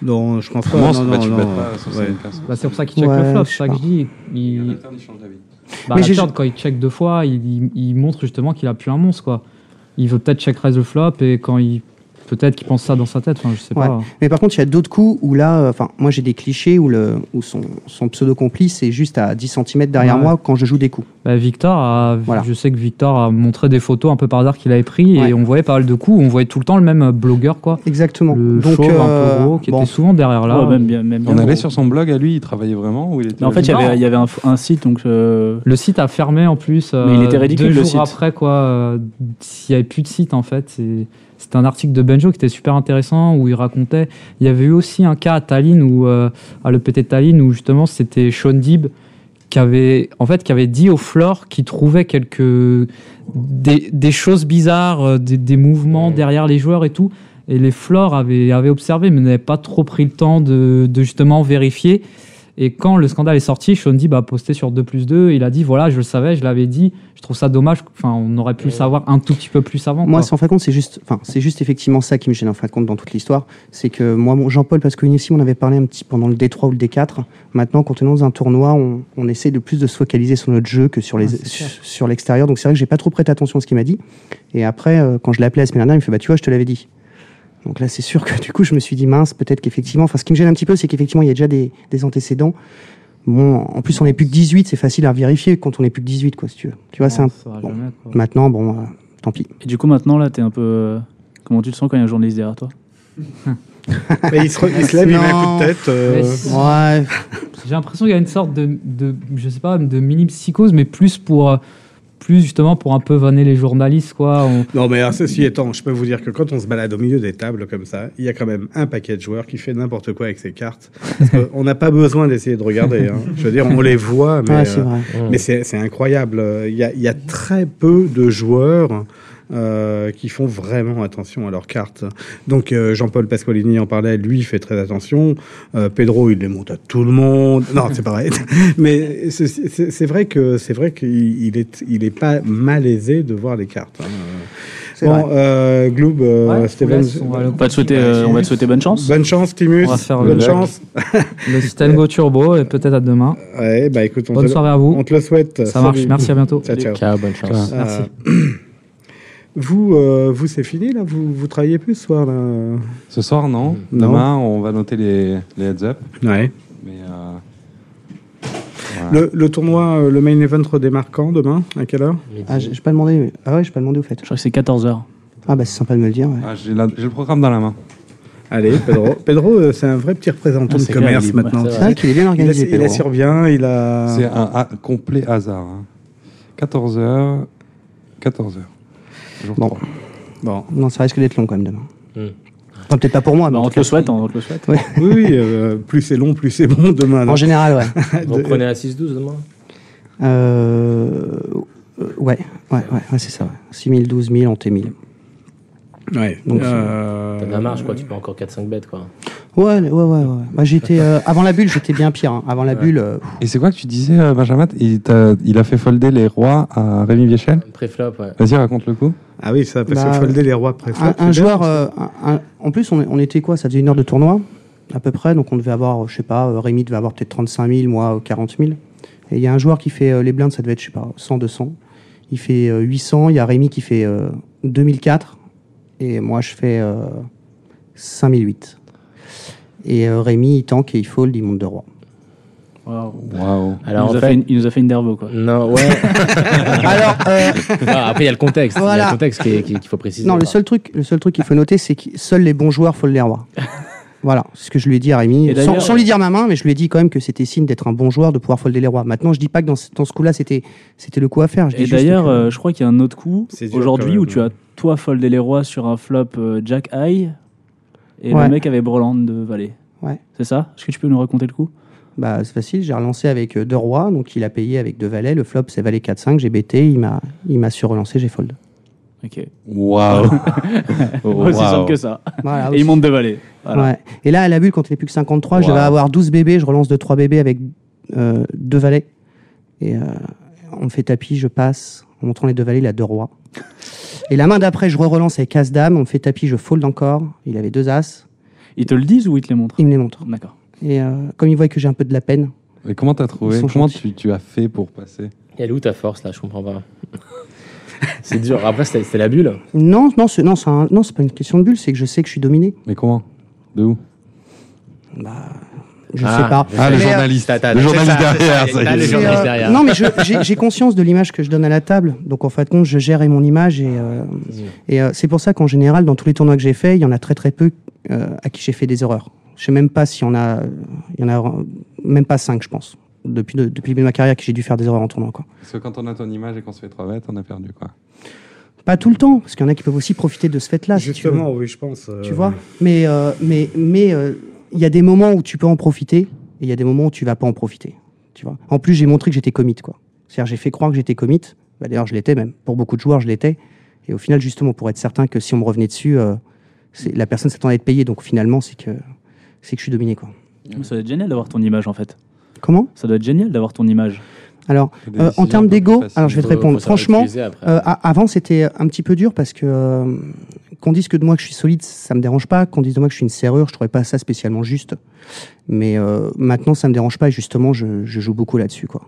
Non, je pense
Un
pas.
monstre,
non,
bah,
non,
tu
non,
bêtes
non,
pas sur
ouais.
scène, perso. Bah, c'est pour ça qu'il check le flop, c'est ça que je dis. Il...
Mais
Bah, la
j'ai-
turn, quand il check deux fois, il, il- il montre justement qu'il a plus un monstre, quoi. Il veut peut-être check raise le flop et quand il. Peut-être qu'il pense ça dans sa tête, enfin, je sais
Ouais.
pas.
Mais par contre, il y a d'autres coups où là, euh, enfin, moi j'ai des clichés où, le, où son, son pseudo-complice est juste à 10 cm derrière
Ouais.
moi quand je joue des coups.
Bah, Victor, a, je sais que Victor a montré des photos un peu par hasard qu'il avait pris et on voyait pas mal de coups. On voyait tout le temps le même euh, blogueur, quoi.
Exactement.
Le
Donc,
chauve un
euh,
peu gros qui
bon.
était souvent derrière là.
Ouais, même bien- même
On allait sur son blog à lui, il travaillait vraiment ou il était
Mais en fait, il y avait- il y avait
un, site donc. euh,
Le site a fermé en plus.
Mais il était
euh,
ridicule,
Deux
le
jours
site.
après, quoi, euh, il n'y avait plus de site en fait. C'est- C'était un article de Benjo qui était super intéressant où il racontait. Il y avait eu aussi un cas à Tallinn où euh, à l'EPT de Tallinn où justement c'était Sean Dib qui avait en fait qui avait dit au Flore qu'il trouvait quelques des, des choses bizarres, euh, des, des mouvements derrière les joueurs et tout. Et les Flore avaient, avaient observé mais n'avaient pas trop pris le temps de, de justement vérifier. Et quand le scandale est sorti, Sean Dib a posté sur 2 plus 2. Il a dit voilà, je le savais, je l'avais dit. Je trouve ça dommage. Enfin, on aurait pu le savoir un tout petit peu plus avant.
Moi,
quoi.
c'est en fin de compte, c'est juste, enfin, c'est juste effectivement ça qui me gêne en fin de compte dans toute l'histoire. C'est que moi, mon- Jean-Paul, parce que ici, on avait parlé un petit pendant le D3 ou le D4. Maintenant, quand on est dans un tournoi, on, on essaie de plus de se focaliser sur notre jeu que sur les, sur, sur l'extérieur. Donc, c'est vrai que j'ai pas trop prêté attention à ce qu'il m'a dit. Et après, euh, quand je l'ai appelé la semaine dernière, il me fait, bah, tu vois, je te l'avais dit. Donc là, c'est sûr que du coup, je me suis dit, mince, peut-être qu'effectivement, enfin, ce qui me gêne un petit peu, c'est qu'effectivement, il y a déjà des, des antécédents. Bon, en plus, on n'est plus que 18, c'est facile à vérifier quand on n'est plus que 18, quoi, si tu veux. Tu vois, c'est un.
ça va
bon,
jamais,
maintenant, bon, euh, tant pis.
Et du coup, maintenant, là, t'es un peu. euh, Comment tu te sens quand il y a un journaliste derrière toi
Mais il se, re- il se lève, il met un coup de tête. euh,
Mais si- J'ai l'impression qu'il y a une sorte de, de- je sais pas, de mini psychose, mais plus pour, euh, plus justement pour un peu vanner les journalistes, quoi. On-
Non, mais alors, ceci étant, je peux vous dire que quand on se balade au milieu des tables comme ça, il y a quand même un paquet de joueurs qui fait n'importe quoi avec ses cartes. Parce que on n'a pas besoin d'essayer de regarder. hein. Je veux dire, on les voit, mais,
Ouais, c'est
euh,
vrai.
mais c'est c'est incroyable. Euh, Il y a, il y a très peu de joueurs. euh, qui font vraiment attention à leurs cartes. Donc euh, Jean-Paul Pasqualini en parlait, lui il fait très attention. Euh, Pedro il les monte à tout le monde. Non c'est pareil. Mais c'est- c'est c'est vrai que c'est vrai qu'il il est il est pas malaisé de voir les cartes. hein.
C'est
Bon,
vrai.
euh, Gloob, euh,
Ouais, je
Steven,
vous laisse, on va le- On va te souhaiter, euh, on va te souhaiter bonne chance.
Bonne chance, Timus.
On va faire
bonne
le-
chance.
Le Stango Turbo et peut-être à demain.
Ouais, bah écoute, on
Bonne
te le-
soirée à vous.
On te le souhaite.
Ça
Salut.
marche, merci, à bientôt.
Ciao, ciao.
Ciao, bonne chance.
Euh,
Merci.
vous, euh, vous c'est fini là. Vous, vous travaillez plus ce soir là.
Ce soir, non.
Non.
Demain, on va noter les, les heads-up.
Ouais.
Mais. euh, voilà.
Le, le tournoi, euh, le main event redémarre quand demain À quelle heure
Ah, j'ai j'ai pas demandé. mais- Ah ouais, j'ai pas demandé au fait. Je
crois que c'est 14h.
Ah bah c'est sympa de me le dire. ouais.
Ah, J'ai la- j'ai le programme dans la main.
Allez, Pedro. Pedro, euh, c'est un vrai petit
Ah,
représentant de
c'est clair,
commerce
il est-
maintenant.
c'est vrai. C'est vrai qu'il est bien
Il a-
organisé,
Il,
Pedro.
assure bien. Il a.
C'est un, ha- complet hasard.
hein.
14h. 14h. Jour
Bon.
3.
Bon. Bah,
Non, ça risque d'être long quand même demain.
Hmm.
Enfin, peut-être pas pour moi. Mais
on te le souhaite, on te le souhaite.
Ouais.
Oui, oui, euh, plus c'est long, plus c'est bon demain.
En
non
général, ouais.
Vous prenez la 6-12 demain
Euh, Euh, ouais, ouais, ouais, ouais, c'est ça. ouais. 6 000, 12 000, on t 1000.
Ouais. euh,
Donc,
T'as de la marge, quoi. Tu peux encore 4-5 bêtes, quoi.
Ouais, ouais, ouais. ouais. Bah, j'étais, euh, avant la bulle, j'étais bien pire. hein. Avant la bulle. euh,
Et c'est quoi que tu disais, euh, Benjamin il, t'a- il a fait folder les rois à Rémi Viechel
Préflop, ouais.
Vas-y, raconte le coup.
Ah oui, ça, parce
Bah,
que folder les rois préfèrent.
un, un joueur, euh, un- un- en plus, on, on était quoi Ça faisait une heure de tournoi, à peu près. Donc, on devait avoir, je sais pas, euh, Rémi devait avoir peut-être 35 000, moi, euh, 40 000. Et il y a un joueur qui fait euh, les blindes, ça devait être, je sais pas, 100, 200. Il fait euh, 800. Il y a Rémi qui fait euh, 2004. Et moi, je fais euh, 5008. Et euh, Rémi, il tank et il fold, il monte de roi.
Waouh.
Alors,
il, nous
en
a fait
fait-
une, il nous a fait une dervo, quoi.
Non, ouais.
Alors,
euh,
Ah, après, il y a le contexte. Il y a
Voilà.
le contexte qui est- qui- qu'il faut préciser.
Non, le seul truc, le seul truc qu'il faut noter, c'est que seuls les bons joueurs foldent les rois. Voilà, c'est ce que je lui ai dit à Rémi.
Et
Sans,
d'ailleurs-
euh,
sans lui dire ma main, mais je lui ai dit quand même que c'était signe d'être un bon joueur de pouvoir folder les rois. Maintenant, je dis pas que dans ce, dans ce coup-là, c'était, c'était le coup à faire. Je dis
Et
juste
d'ailleurs,
que-
euh, je crois qu'il y a un autre coup
dur quand
aujourd'hui
même,
où tu as toi foldé les rois sur un flop euh, Jack High et
Ouais.
le mec avait Broland de Valet.
Ouais.
C'est ça Est-ce que tu peux nous raconter le coup
Bah, c'est facile, j'ai relancé avec euh, deux rois, donc il a payé avec deux valets. Le flop, c'est valet 4-5, j'ai bêté, il m'a, il m'a surrelancé, j'ai fold.
Ok.
Waouh.
Aussi simple que ça. et il monte de Valet. Voilà.
Ouais. Et là, à la bulle, quand il est plus que 53, je
Wow.
devais avoir 12 bébés. Je relance de 3 bébés avec euh, deux valets. Et euh, on me fait tapis, je passe. En montrant les deux valets, il a deux rois. Et la main d'après, je relance avec as dame. On me fait tapis, je fold encore. Il avait deux as.
Ils te le disent ou ils te les montrent
Ils me les montrent.
D'accord.
Et euh, comme ils voient que j'ai un peu de la peine,
Et comment t'as trouvé
Ils sont
Comment tu, tu as fait pour passer
Elle est où ta force, là Je comprends pas. C'est dur. Après, c'était c'était la bulle.
non, non, c'est, non, c'est un- non, c'est pas une question de bulle, c'est que je sais que je suis dominé.
Mais comment De où
Je
Ah,
sais pas.
ah, le
Mais, euh,
journaliste. Le journaliste derrière. ça y est.
Mais, euh, Non, mais je- j'ai j'ai conscience de l'image que je donne à la table. Donc, en fait, non, je gère mon image. Et, euh, et euh, c'est pour ça qu'en général, dans tous les tournois que j'ai fait, il y en a très très peu euh, à qui j'ai fait des erreurs. Je sais même pas s'il y en a. Il y en a euh, même pas cinq, je pense. Depuis, de- depuis le début de ma carrière, que j'ai dû faire des erreurs en tournoi. Quoi.
Parce que quand on a ton image et qu'on se fait trois bêtes, on a perdu quoi.
Pas tout le temps, parce qu'il y en a qui peuvent aussi profiter de ce fait-là. si tu veux.
Justement, oui, je pense. euh,
Tu vois Mais euh, mais mais euh, il y a des moments où tu peux en profiter et il y a des moments où tu vas pas en profiter. Tu vois. En plus, j'ai montré que j'étais commit quoi. C'est-à-dire j'ai fait croire que j'étais commit. Bah, D'ailleurs, je l'étais même. Pour beaucoup de joueurs, je l'étais. Et au final, justement, pour être certain que si on me revenait dessus, euh, c'est- la personne s'attendait à être payée. Donc finalement, c'est que c'est que je suis dominé quoi.
Ça doit être génial d'avoir ton image, en fait.
Comment
Ça doit être génial d'avoir ton image.
Alors,
Des
euh, en
décisions un
termes
peu plus
d'ego,
faciles.
alors je vais te
Faut-
répondre.
faut savoir
Franchement,
l'utiliser après.
euh, a- avant c'était un petit peu dur parce que euh, qu'on dise que de moi que je suis solide, ça me dérange pas. Qu'on dise de moi que je suis une serrure, je trouvais pas ça spécialement juste. Mais euh, maintenant, ça me dérange pas et justement, je, je joue beaucoup là-dessus, quoi.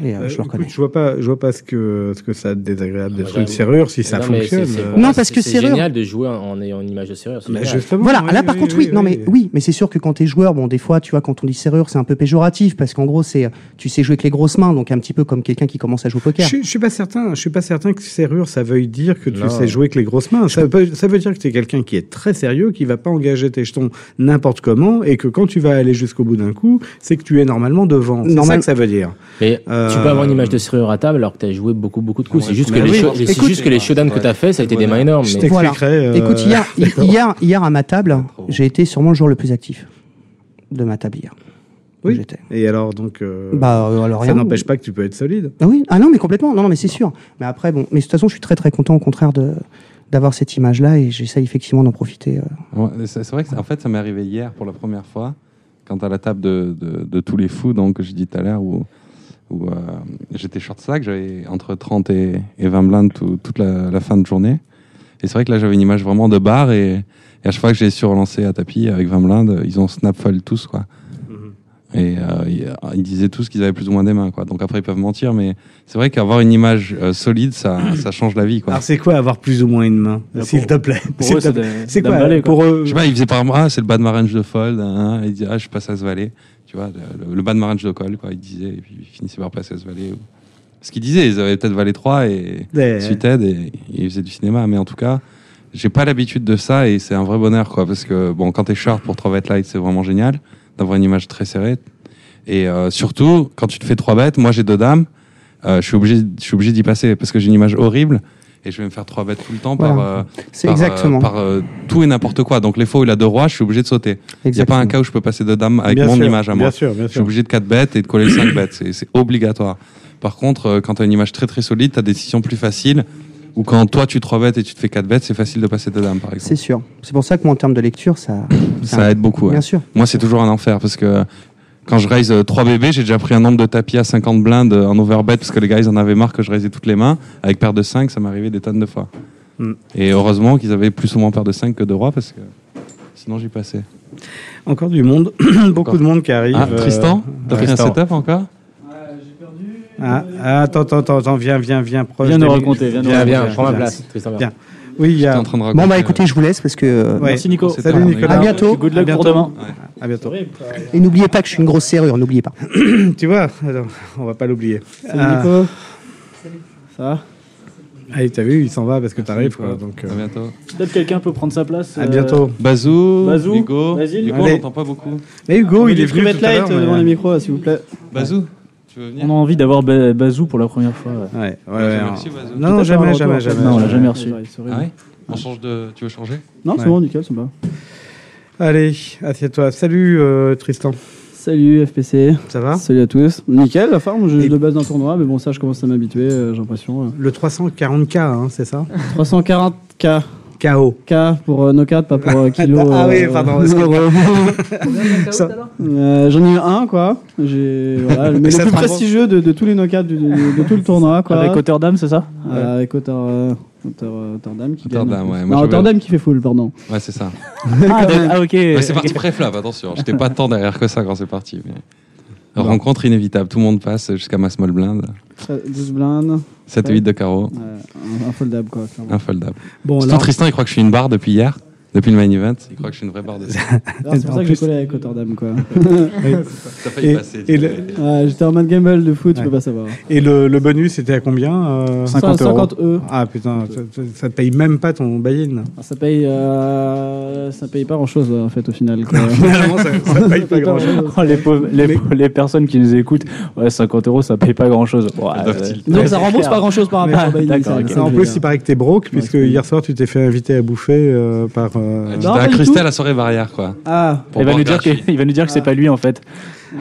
Et euh,
euh,
je le
écoute,
reconnais.
je vois pas, je vois pas ce que ce que ça a de désagréable d'être
J'avoue.
une serrure si ça
Non, mais
fonctionne.
c'est- c'est-
euh.
pour moi,
parce
c'est-
que
c'est
serrure-
génial de jouer en ayant une image de serrure. c'est
Mais
génial.
voilà, Ah là par contre, oui, non mais oui, mais c'est sûr que quand t'es joueur, bon, des fois, tu vois, quand on dit serrure, c'est un peu péjoratif parce qu'en gros, c'est euh, tu sais jouer avec les grosses mains, donc un petit peu comme quelqu'un qui commence à jouer au
Je,
poker.
suis- je suis pas certain. Je suis pas certain que serrure ça veuille dire que tu
Non.
sais jouer avec les grosses mains. Ça veut, pas- ça veut dire que tu es quelqu'un qui est très sérieux, qui va pas engager tes jetons n'importe comment, et que quand tu vas aller jusqu'au bout d'un coup, c'est que tu es normalement devant. C'est ça
Normal-
que ça veut dire.
Mais
Euh,
tu peux avoir une image de serrure à table alors que tu as joué beaucoup, beaucoup de coups. C'est juste, que
mais
les
oui,
show- les- c'est
écoute-
juste que les showdowns que tu as fait, ça a été des mains énormes. mais-
Voilà. Écoute,
euh,
hier, hier, hier à ma table, j'ai été sûrement le joueur le plus actif de ma table hier.
Oui. Et alors donc, euh,
Bah, euh, alors
ça
rien.
n'empêche pas que tu peux être solide.
Ah oui, ah non, mais complètement. Non, non, mais c'est sûr. Mais après, bon, mais de toute façon, je suis très très content au contraire de d'avoir cette image-là et j'essaye effectivement d'en profiter. euh.
Ouais, c'est c'est vrai que ça- en fait, ça m'est arrivé hier pour la première fois, quand à la table de, de- de tous les fous, donc que j'ai dit tout à l'heure, où, où, euh, j'étais short stack, j'avais entre 30 et, et 20 blindes tout- toute la, la fin de journée. Et c'est vrai que là, j'avais une image vraiment de bar, et, et à chaque fois que j'ai su relancer à tapis avec 20 blindes, ils ont snap fold tous, quoi. Et euh, ils- ils disaient tous qu'ils avaient plus ou moins des mains, quoi. Donc après, ils peuvent mentir, mais c'est vrai qu'avoir une image euh, solide, ça, ça change la vie, quoi.
Alors c'est quoi avoir plus ou moins une main, s'il te plaît S'il te plaît. C'est quoi, pour eux
Je sais pas, il faisait par moi, c'est le bas de ma range de fold. hein, hein, il dit, ah, je passe à ce valet. Tu vois, le, le bas de ma range de call, quoi. Il disait, et puis il finissait par passer à ce valet. ou- Ce qu'il disait, ils avaient peut-être valet 3 et
Ouais.
suite aide et, et ils faisaient du cinéma. Mais en tout cas, j'ai pas l'habitude de ça et c'est un vrai bonheur, quoi. Parce que, bon, quand t'es short pour 3 bêtes light, c'est vraiment génial d'avoir une image très serrée. Et euh, surtout, quand tu te fais 3 bêtes, moi j'ai deux dames, euh, je suis obligé, je suis obligé d'y passer parce que j'ai une image horrible et je vais me faire 3 bêtes tout le temps par,
Voilà.
euh,
C'est
par, euh,
exactement.
par, euh, tout et n'importe quoi. Donc les faux, il a deux rois, je suis obligé de sauter. Il n'y a pas un cas où je peux passer de dame avec
Bien
mon
sûr,
image à
bien
moi.
sûr, bien
Je suis
sûr.
obligé de 4 bêtes et de coller 5 bêtes. C'est c'est obligatoire. Par contre, euh, quand tu as une image très très solide, ta décision plus facile. Ou quand toi tu 3 bêtes et tu te fais 4 bêtes, c'est facile de passer deux dames par exemple.
C'est sûr. C'est pour ça que moi, en termes de lecture, ça.
Ça aide beaucoup. ouais.
Bien sûr.
Moi, c'est toujours un enfer parce que quand je raise 3 bébés, j'ai déjà pris un nombre de tapis à 50 blindes euh, en overbet parce que les gars, ils en avaient marre que je raisais toutes les mains. Avec paire de 5, ça m'arrivait des tonnes de fois.
Mm.
Et heureusement qu'ils avaient plus ou moins paire de 5 que de rois parce que sinon j'y passais.
Encore du monde, beaucoup de monde qui arrive.
Ah, Tristan,
euh,
t'as pris un
Tristan.
setup encore
Ah, attends, attends, attends, attends, viens, viens, viens, proche.
Viens
des
nous
micros.
raconter, viens nous raconter. Viens, prends ma place, Tristan, viens.
Viens. Oui, il y a.
Bon, bah écoutez, je vous laisse parce que. euh,
Ouais. Merci, Nico. Salut,
À
Nicolas.
À bientôt.
Good luck pour demain. À bientôt.
Et n'oubliez pas que je suis une grosse serrure, n'oubliez pas.
tu vois, attends, on va pas l'oublier.
Salut, Nico.
Ça va Allez, Ah, t'as vu, il s'en va parce que t'arrives. quoi,
Nico.
Donc, euh.
À bientôt.
Peut-être quelqu'un peut prendre sa place. euh,
À bientôt.
Bazou,
Bazou,
Hugo.
vas-y,
Hugo,
Nico.
on n'entend pas beaucoup.
Mais Hugo,
On
il
veut du
est venu
Met
tout à
Light,
l'heure,
euh,
mais-
devant les micros, là, s'il vous plaît.
Bazou, tu veux venir
On a envie d'avoir Ba- Bazou pour la première fois. Ouais,
ouais,
ouais,
remercie, Bazou. Non, non, jamais, jamais, jamais,
Non, on l'a
jamais.
jamais reçu.
Ah ouais On change de. Tu veux changer
Non, c'est
Ouais.
bon, nickel, c'est bon.
Allez, assieds-toi. Salut, euh, Tristan.
Salut FPC.
Ça va
Salut à tous. Nickel, la forme, je, je de base dans le tournoi, mais bon, ça, je commence à m'habituer, euh, j'ai l'impression. euh.
Le 340K, hein, c'est ça
340K.
KO.
K pour euh, knockout, pas pour euh, kilo.
Ah oui,
euh,
pardon,
euh,
excuse-moi. Ça-
Euh, J'en ai eu un, quoi. J'ai voilà, le,
Et
mais
ça
le plus
te raconte-
prestigieux de, de tous les knockouts du- de, de tout le tournoi, quoi.
Avec hauteur d'âme, c'est ça
Euh, Avec hauteur, euh, hauteur, euh, hauteur d'âme qui
Hauteur
gagne,
d'âme,
en plus.
ouais, moi,
Non,
j'avais-
hauteur d'âme qui fait full, pardon.
Ouais, c'est ça.
Ah, d'accord, ah, ok.
Ouais, c'est parti
Ok.
préflave, attention. J'étais pas tant derrière que ça quand c'est parti. mais- Rencontre inévitable, tout le monde passe jusqu'à ma small blind.
Euh, 12 blindes.
7 8 de carreau.
Ouais, un, un fold-up, quoi. clairement.
Infoldable.
Bon,
Bon,
là-
Tristan, il croit que je suis une barre depuis hier, depuis le main event. Il croit que je suis une vraie barre de
Alors, C'est pour ça que j'ai collé avec hauteur d'âme, quoi.
T'as failli
Et-
passer.
et
tu
le-
vois.
Ouais, J'étais en mode gamble de foot, tu peux pas savoir.
Et le, le bonus, c'était à combien euh,
50 50 euros.
Ah putain, ça, ça- ça te paye même pas ton buy-in.
Alors, E. ça paye, euh, ça paye pas grand chose en fait au final. Quoi.
Finalement, ça- ça paye pas grand-chose.
Oh, les, pauvres- les, pauvres- les personnes qui nous écoutent, ouais, 50 euros, ça paye pas grand chose.
Donc ça rembourse pas grand chose par rapport à Bailly.
D'accord,
ça-
ok.
ça,
Ça, en
je
plus,
veux
il
dire.
paraît que t'es broke, puisque hier soir, tu t'es fait inviter à bouffer euh, par. euh,
J'étais à Christelle à la soirée barrière, quoi.
Ah.
Pour
il, va
boire
nous dire que,
gratuit.
il va nous dire que c'est pas lui en fait.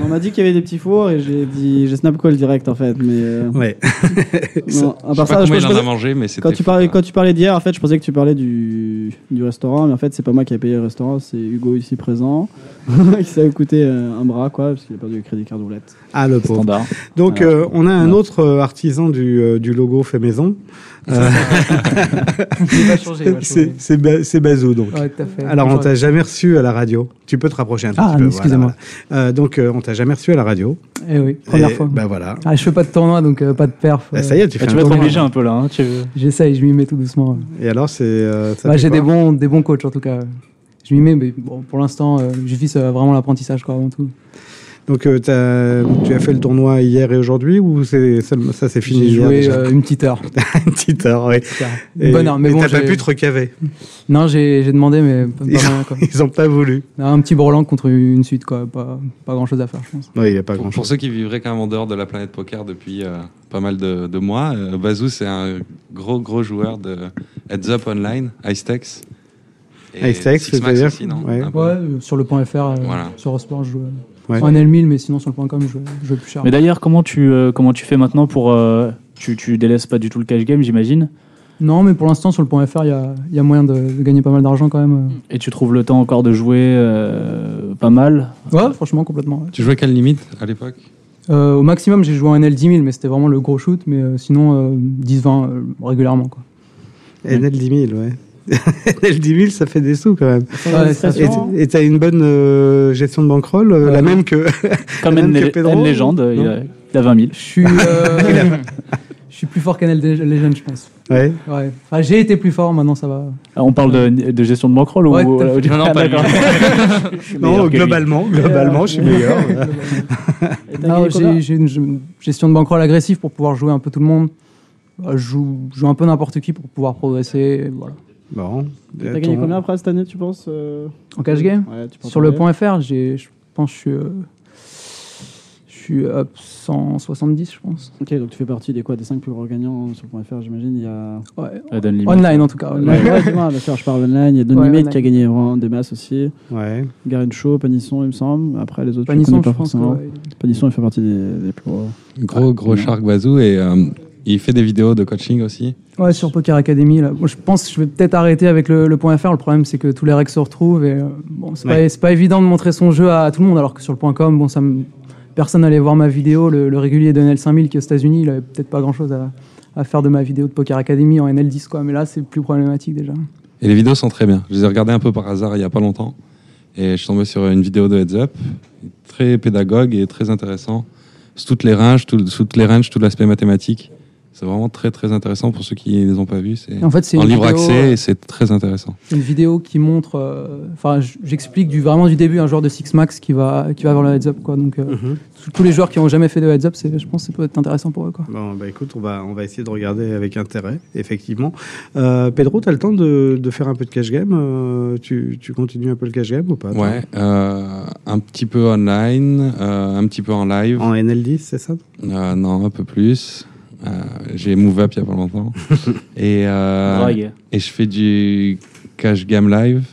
On m'a dit qu'il y avait des petits fours et j'ai dit j'ai snap call direct en fait mais euh,
Ouais.
non, à
Je sais
part
pas
ça, je
combien il en
pensais-
a mangé, mais c'était hein.
quand tu parlais quand tu parlais d'hier en fait je pensais que tu parlais du, du restaurant mais en fait c'est pas moi qui ai payé le restaurant c'est Hugo ici présent qui s'est coûté euh, un bras quoi parce qu'il a perdu le crédit card roulette.
Ah, le pauvre.
Standard.
Donc, euh, on a un autre euh, artisan du, euh, du logo fait maison. Euh,
Il va changer, il va changer.
c'est- c'est Ba- c'est Bazou, donc.
Ouais, tout à fait.
Alors, on
Bonjour.
t'a jamais reçu à la radio. Tu peux te rapprocher un tout
Ah,
petit peu.
excusez-moi.
voilà, voilà. Euh, donc, euh, on t'a jamais reçu à la radio.
Eh oui, première
Et,
fois.
bah, voilà.
Ah, je fais pas de tournoi, donc euh, pas de perf.
Bah, ça y est, tu fais
vas
un tournoi.
peu là. hein, tu-
J'essaye, je m'y mets tout doucement.
Et alors, c'est. euh, ça
Bah,
fait
j'ai
quoi
des bons, des bons coachs en tout cas. Je m'y mets, mais bon, pour l'instant, euh, je vise euh, vraiment l'apprentissage quoi, avant tout.
Donc, euh, t'as- tu as fait le tournoi hier et aujourd'hui ou c'est seulement- ça c'est fini
J'ai
hier
joué,
déjà
euh, une petite heure.
une petite heure, oui.
Une bonne heure, mais
et
bon,
t'as pas
j'ai-
pu te recaver.
Non, j'ai j'ai demandé, mais pas
Ils
rien,
ont-
quoi.
Ils ont pas voulu.
Un petit brelan contre une suite, quoi. Pas, pas grand chose à faire, je pense.
Oui, il n'y a pas
Pour, pour ceux qui vivraient quand même en dehors de la planète poker depuis euh, pas mal de, de mois, euh, Bazou, c'est un gros, gros joueur de Heads Up Online, Icetex. Ah, Et
Icetex,
Six Max
c'est-à-dire
aussi, non
Ouais,
Un peu.
euh, sur le point FR, euh,
Voilà.
sur Eurosport, je joue euh,
Ouais.
en L1000, mais sinon sur le point com, je, je joue plus cher.
Mais d'ailleurs, comment tu, euh, comment tu fais maintenant pour. euh, tu, tu délaisses pas du tout le cash game, j'imagine.
Non, mais pour l'instant, sur le point FR, il y a, il y a moyen de, de gagner pas mal d'argent quand même. euh.
Et tu trouves le temps encore de jouer euh, pas mal.
Ouais, franchement, complètement. ouais.
Tu jouais quelle limite à l'époque
Euh, au maximum, j'ai joué en NL10000, mais c'était vraiment le gros shoot, mais euh, sinon, euh, 10-20 euh, régulièrement. Quoi.
NL 10 000, ouais. NL 10 000, ça fait des sous quand même.
Sans administration.
Et- et t'as une bonne euh, gestion de bankroll, euh, la même que.
Comme
la
une,
même que
lé-
Pedro,
une légende,
non
il a, il a 20 000. Je
suis. Euh, je suis plus fort qu'en NL je pense.
Ouais.
Ouais. Enfin, j'ai été plus fort, maintenant ça va.
on parle de, de gestion de bankroll
Ouais,
ou. euh,
tout à fait. Non, non, pas lui.
Non,
Meilleur que lui. Euh,
globalement, globalement, je suis meilleur.
Ah,
gagné combien
j'ai, j'ai une g- gestion de bankroll agressive pour pouvoir jouer un peu tout le monde. Euh, Je joue, je joue un peu n'importe qui pour pouvoir progresser. et Voilà.
Bon.
Et
T'as gagné combien après cette année tu penses euh
En cash game
Ouais, tu penses
Sur le
combien
point FR, j'ai, je pense que je suis, euh, je suis up 170, je pense.
Ok, donc tu fais partie des quoi Des 5 plus gros gagnants sur .fr, j'imagine. Il y a.
Ouais. Ah, Don Limit. Online, en tout cas, online.
Ouais, ouais, dis-moi, bien sûr, je parle online. Il y a Don
Ouais,
Limit
online.
qui a gagné vraiment des masses aussi.
Ouais.
Garin Show, Panisson, il me semble. Après, les autres,
Panisson,
je les connais pas
je pense que,
forcément.
ouais.
Panisson, il fait partie des, des plus gros.
Gros, gros shark bazou et euh, il fait des vidéos de coaching aussi.
Ouais, sur Poker Academy, là. Bon, je pense que je vais peut-être arrêter avec le, le point .fr. Le problème, c'est que tous les règles se retrouvent et euh, bon, c'est
Ouais.
pas, c'est pas évident de montrer son jeu à, tout le monde. Alors que sur le point .com, bon, ça me- personne n'allait voir ma vidéo. Le, le régulier de NL5000 qui est aux États-Unis, il avait peut-être pas grand-chose à, à faire de ma vidéo de Poker Academy en NL10, quoi. Mais là, c'est plus problématique déjà.
Et les vidéos sont très bien. Je les ai regardées un peu par hasard il n'y a pas longtemps. Et je suis tombé sur une vidéo de Heads Up, très pédagogue et très intéressant. Sous toutes les ranges, tout, sous toutes les ranges, tout l'aspect mathématique. C'est vraiment très très intéressant pour ceux qui ne les ont pas vus. C'est
En fait, c'est
en
une
libre
vidéo,
accès
euh,
et c'est très intéressant.
une vidéo qui montre, euh, enfin, j- j'explique du vraiment du début un joueur de Six Max qui va qui va vers le heads up quoi. Donc euh, tous- tous les joueurs qui ont jamais fait de heads up, c'est, je pense, que ça peut être intéressant pour eux quoi.
Bon, bah écoute, on va, on va essayer de regarder avec intérêt, effectivement. Euh, Pedro, tu as le temps de, de faire un peu de cash game euh, tu, tu continues un peu le cash game ou pas toi
Ouais, euh, un petit peu online, euh, un petit peu en live.
En NL10, c'est ça
Euh, non, un peu plus. Euh, j'ai move up il y a pas longtemps. et, euh,
Drague.
et je fais du cash game live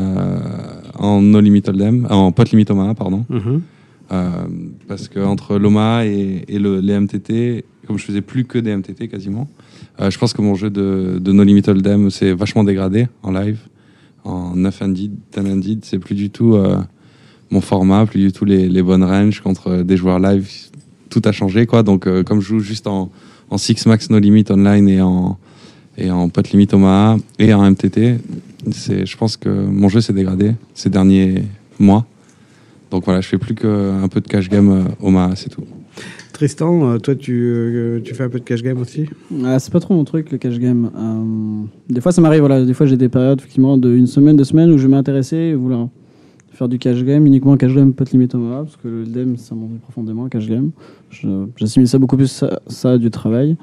euh, en no limit hold'em, euh, en pot limit Omaha, pardon.
Mhm.
Euh, parce que entre l'OMA et, et le- les MTT, comme je faisais plus que des MTT quasiment, euh, je pense que mon jeu de, de No Limit Hold'em s'est vachement dégradé en live. En 9 indeed, 10 indeed, c'est plus du tout euh, mon format, plus du tout les, les bonnes ranges contre euh, des joueurs live. Tout a changé quoi. Donc euh, comme je joue juste en, en 6 max No Limit online et en, et en pot limit Omaha et en MTT, c'est, je pense que mon jeu s'est dégradé ces derniers mois. Donc voilà, je fais plus qu'un peu de cash game euh, Omaha, c'est tout.
Tristan, euh, toi, tu, euh, tu fais un peu de cash game aussi
Ah, c'est pas trop mon truc le cash game. Euh, des fois ça m'arrive, voilà, des fois j'ai des périodes effectivement de une semaine, deux semaines où je vais m'intéresser et vouloir faire du cash game, uniquement cash game, pas de limite honorable, parce que le dem ça m'ennuie profondément, cash game. Je- J'assimile ça beaucoup plus ça, ça à du travail.